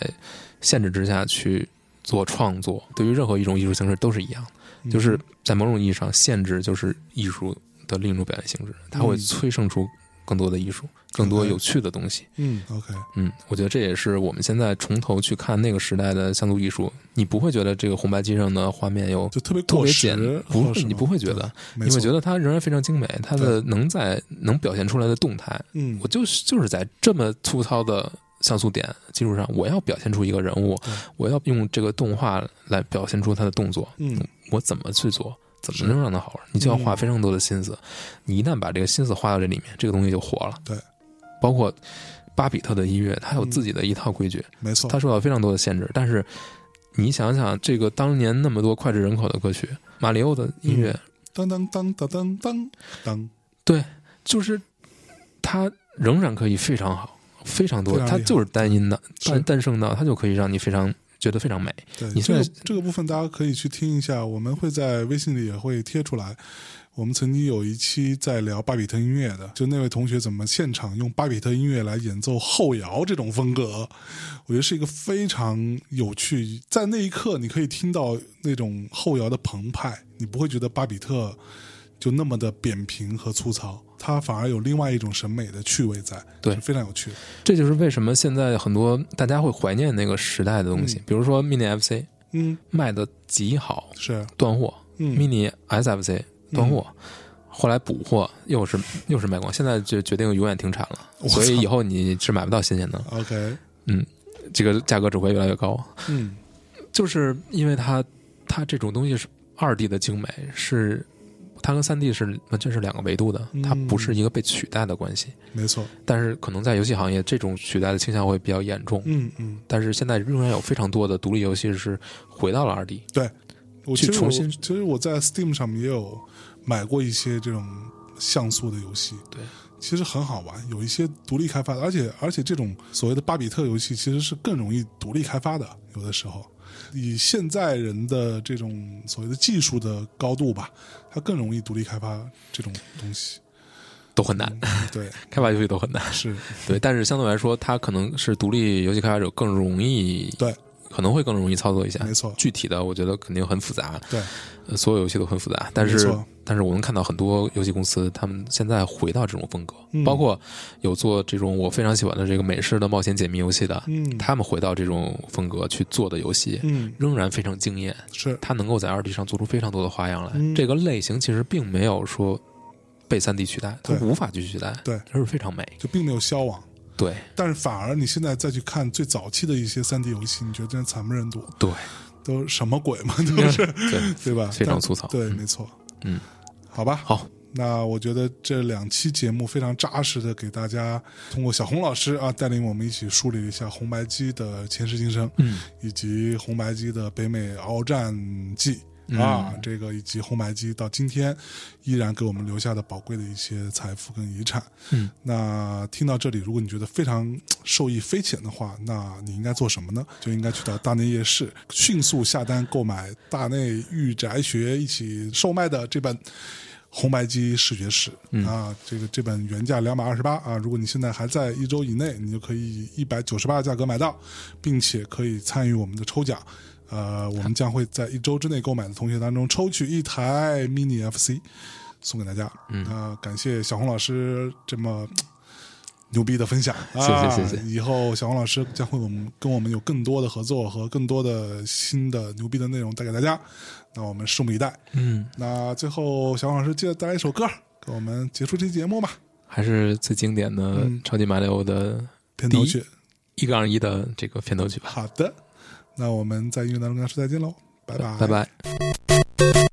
Speaker 2: 限制之下去做创作，对于任何一种艺术形式都是一样的，
Speaker 1: 嗯
Speaker 2: 就是在某种意义上，限制就是艺术的另一种表现形式，它会
Speaker 1: 嗯
Speaker 2: 催生出更多的艺术，更多
Speaker 1: OK
Speaker 2: 有趣的东西。
Speaker 1: 嗯，OK，
Speaker 2: 嗯，我觉得这也是我们现在从头去看那个时代的像素艺术，你不会觉得这个红白机上的画面有
Speaker 1: 就特别
Speaker 2: 特
Speaker 1: 过
Speaker 2: 别
Speaker 1: 时
Speaker 2: 简，，
Speaker 1: 或
Speaker 2: 不
Speaker 1: 者
Speaker 2: 是
Speaker 1: 什
Speaker 2: 你
Speaker 1: 么
Speaker 2: 不会觉
Speaker 1: 对
Speaker 2: 得，
Speaker 1: 没
Speaker 2: 你会
Speaker 1: 错
Speaker 2: 觉得它仍然非常精美，它的能在能表现出来的动态，
Speaker 1: 嗯
Speaker 2: 我就是就是在这么粗糙的像素点基础上，我要表现出一个人物
Speaker 1: 对，
Speaker 2: 我要用这个动画来表现出他的动作，
Speaker 1: 嗯
Speaker 2: 我怎么去做？怎
Speaker 1: 是
Speaker 2: 么能让它好玩？你就要花
Speaker 1: 嗯
Speaker 2: 非常多的心思，你一旦把这个心思花到这里面，这个东西就火了。
Speaker 1: 对，
Speaker 2: 包括巴比特的音乐，它有
Speaker 1: 嗯
Speaker 2: 自己的一套规矩，
Speaker 1: 没错
Speaker 2: 它，受到非常多的限制。但是你想想，这个当年那么多脍炙人口的歌曲，马里奥的音乐，
Speaker 1: 当当当当当当当，
Speaker 2: 就是它仍然可以非常好，非常多
Speaker 1: 非，常厉害
Speaker 2: 它就是单音的
Speaker 1: 是
Speaker 2: 单单声道，它就可以让你非常觉得非常美。
Speaker 1: 对，
Speaker 2: 你
Speaker 1: 这个
Speaker 2: 虽
Speaker 1: 这个部分大家可以去听一下，我们会在微信里也会贴出来。我们曾经有一期在聊巴比特音乐的，就那位同学怎么现场用巴比特音乐来演奏后摇这种风格，我觉得是一个非常有趣。在那一刻，你可以听到那种后摇的澎湃，你不会觉得巴比特就那么的扁平和粗糙，它反而有另外一种审美的趣味在，
Speaker 2: 对
Speaker 1: 是非常有趣的。
Speaker 2: 这就是为什么现在很多大家会怀念那个时代的东西，比如说 Mini FC
Speaker 1: 嗯，
Speaker 2: 卖的极好，
Speaker 1: 是，啊
Speaker 2: 断货
Speaker 1: 嗯，
Speaker 2: ；Mini SFC 断货。后来补货又是又是卖光，现在就决定永远停产
Speaker 1: 我
Speaker 2: 了，
Speaker 1: 操
Speaker 2: 所以以后你是买不到新鲜的，
Speaker 1: OK，
Speaker 2: 这个价格只会越来越高。啊
Speaker 1: 嗯，
Speaker 2: 就是因为它它这种东西是二 D 的精美，是它跟三 D 是完全是两个维度的
Speaker 1: 嗯，
Speaker 2: 它不是一个被取代的关系。
Speaker 1: 没错，
Speaker 2: 但是可能在游戏行业，这种取代的倾向会比较严重。
Speaker 1: 嗯嗯。
Speaker 2: 但是现在仍然有非常多的独立游戏是回到了二 D，
Speaker 1: 我
Speaker 2: 去
Speaker 1: 其实
Speaker 2: 重
Speaker 1: 我
Speaker 2: 新
Speaker 1: 其实我在 Steam 上面也有买过一些这种像素的游戏，
Speaker 2: 对，
Speaker 1: 其实很好玩，有一些独立开发的，而且而且这种所谓的巴比特游戏其实是更容易独立开发的，有的时候。以现在人的这种所谓的技术的高度吧，它更容易独立开发这种东西。
Speaker 2: 都很
Speaker 1: 嗯
Speaker 2: 难，
Speaker 1: 对，
Speaker 2: 开发游戏都很 难。
Speaker 1: 是
Speaker 2: 对，但是相对来说，它可能是独立游戏开发者更容易，
Speaker 1: 对，
Speaker 2: 可能会更容易操作一下。
Speaker 1: 没错，
Speaker 2: 具体的，我觉得肯定很复杂，
Speaker 1: 对，
Speaker 2: 呃所有游戏都很复杂。但
Speaker 1: 没
Speaker 2: 是，
Speaker 1: 错，
Speaker 2: 但是我能看到很多游戏公司，他们现在回到这种风格，
Speaker 1: 嗯
Speaker 2: 包括有做这种我非常喜欢的这个美式的冒险解密游戏的，
Speaker 1: 嗯，
Speaker 2: 他们回到这种风格去做的游戏，
Speaker 1: 嗯
Speaker 2: 仍然非常惊艳。
Speaker 1: 是
Speaker 2: 它能够在二 D 上做出非常多的花样来。
Speaker 1: 嗯
Speaker 2: 这个类型其实并没有说被三 D 取代，它
Speaker 1: 对
Speaker 2: 无法去取代，
Speaker 1: 对
Speaker 2: 这是非常美。
Speaker 1: 就并没有消亡，
Speaker 2: 对
Speaker 1: 但是反而你现在再去看最早期的一些三 D 游戏，你觉得真的惨不忍睹。
Speaker 2: 对
Speaker 1: 都什么鬼 嘛，都是
Speaker 2: 对，
Speaker 1: 对吧？
Speaker 2: 非常粗糙。
Speaker 1: 啊但对，没错。
Speaker 2: 嗯，
Speaker 1: 好吧，
Speaker 2: 好，
Speaker 1: 那我觉得这两期节目非常扎实的给大家通过小红老师啊带领我们一起梳理了一下红白机的前世今生，
Speaker 2: 嗯，
Speaker 1: 以及红白机的北美鏖战记。啊，这个以及红白机到今天依然给我们留下的宝贵的一些财富跟遗产。
Speaker 2: 嗯，
Speaker 1: 那听到这里，如果你觉得非常受益匪浅的话，那你应该做什么呢？就应该去到大内夜市迅速下单购买大内御宅学一起售卖的这本。红白机视觉史、啊，这个这本原价两百二十八啊，如果你现在还在一周以内，你就可以以一百九十八的价格买到，并且可以参与我们的抽奖。呃，我们将会在一周之内购买的同学当中抽取一台 Mini FC 送给大家。嗯，啊、感谢小红老师这么嘖牛逼的分享。
Speaker 2: 谢谢
Speaker 1: 啊
Speaker 2: 谢谢
Speaker 1: 以后小红老师将会我们跟我们有更多的合作和更多的新的牛逼的内容带给大家。那我们拭目以待。
Speaker 2: 嗯，
Speaker 1: 那最后，小红老师接着带来一首歌，给我们结束这期节目吧。
Speaker 2: 还是最经典的
Speaker 1: 嗯
Speaker 2: 超级马里奥的
Speaker 1: 片头
Speaker 2: 第一
Speaker 1: 曲。
Speaker 2: 一杠一的这个片头曲吧。
Speaker 1: 好的，那我们在音乐当中跟大家说再见喽，拜拜，
Speaker 2: 拜拜。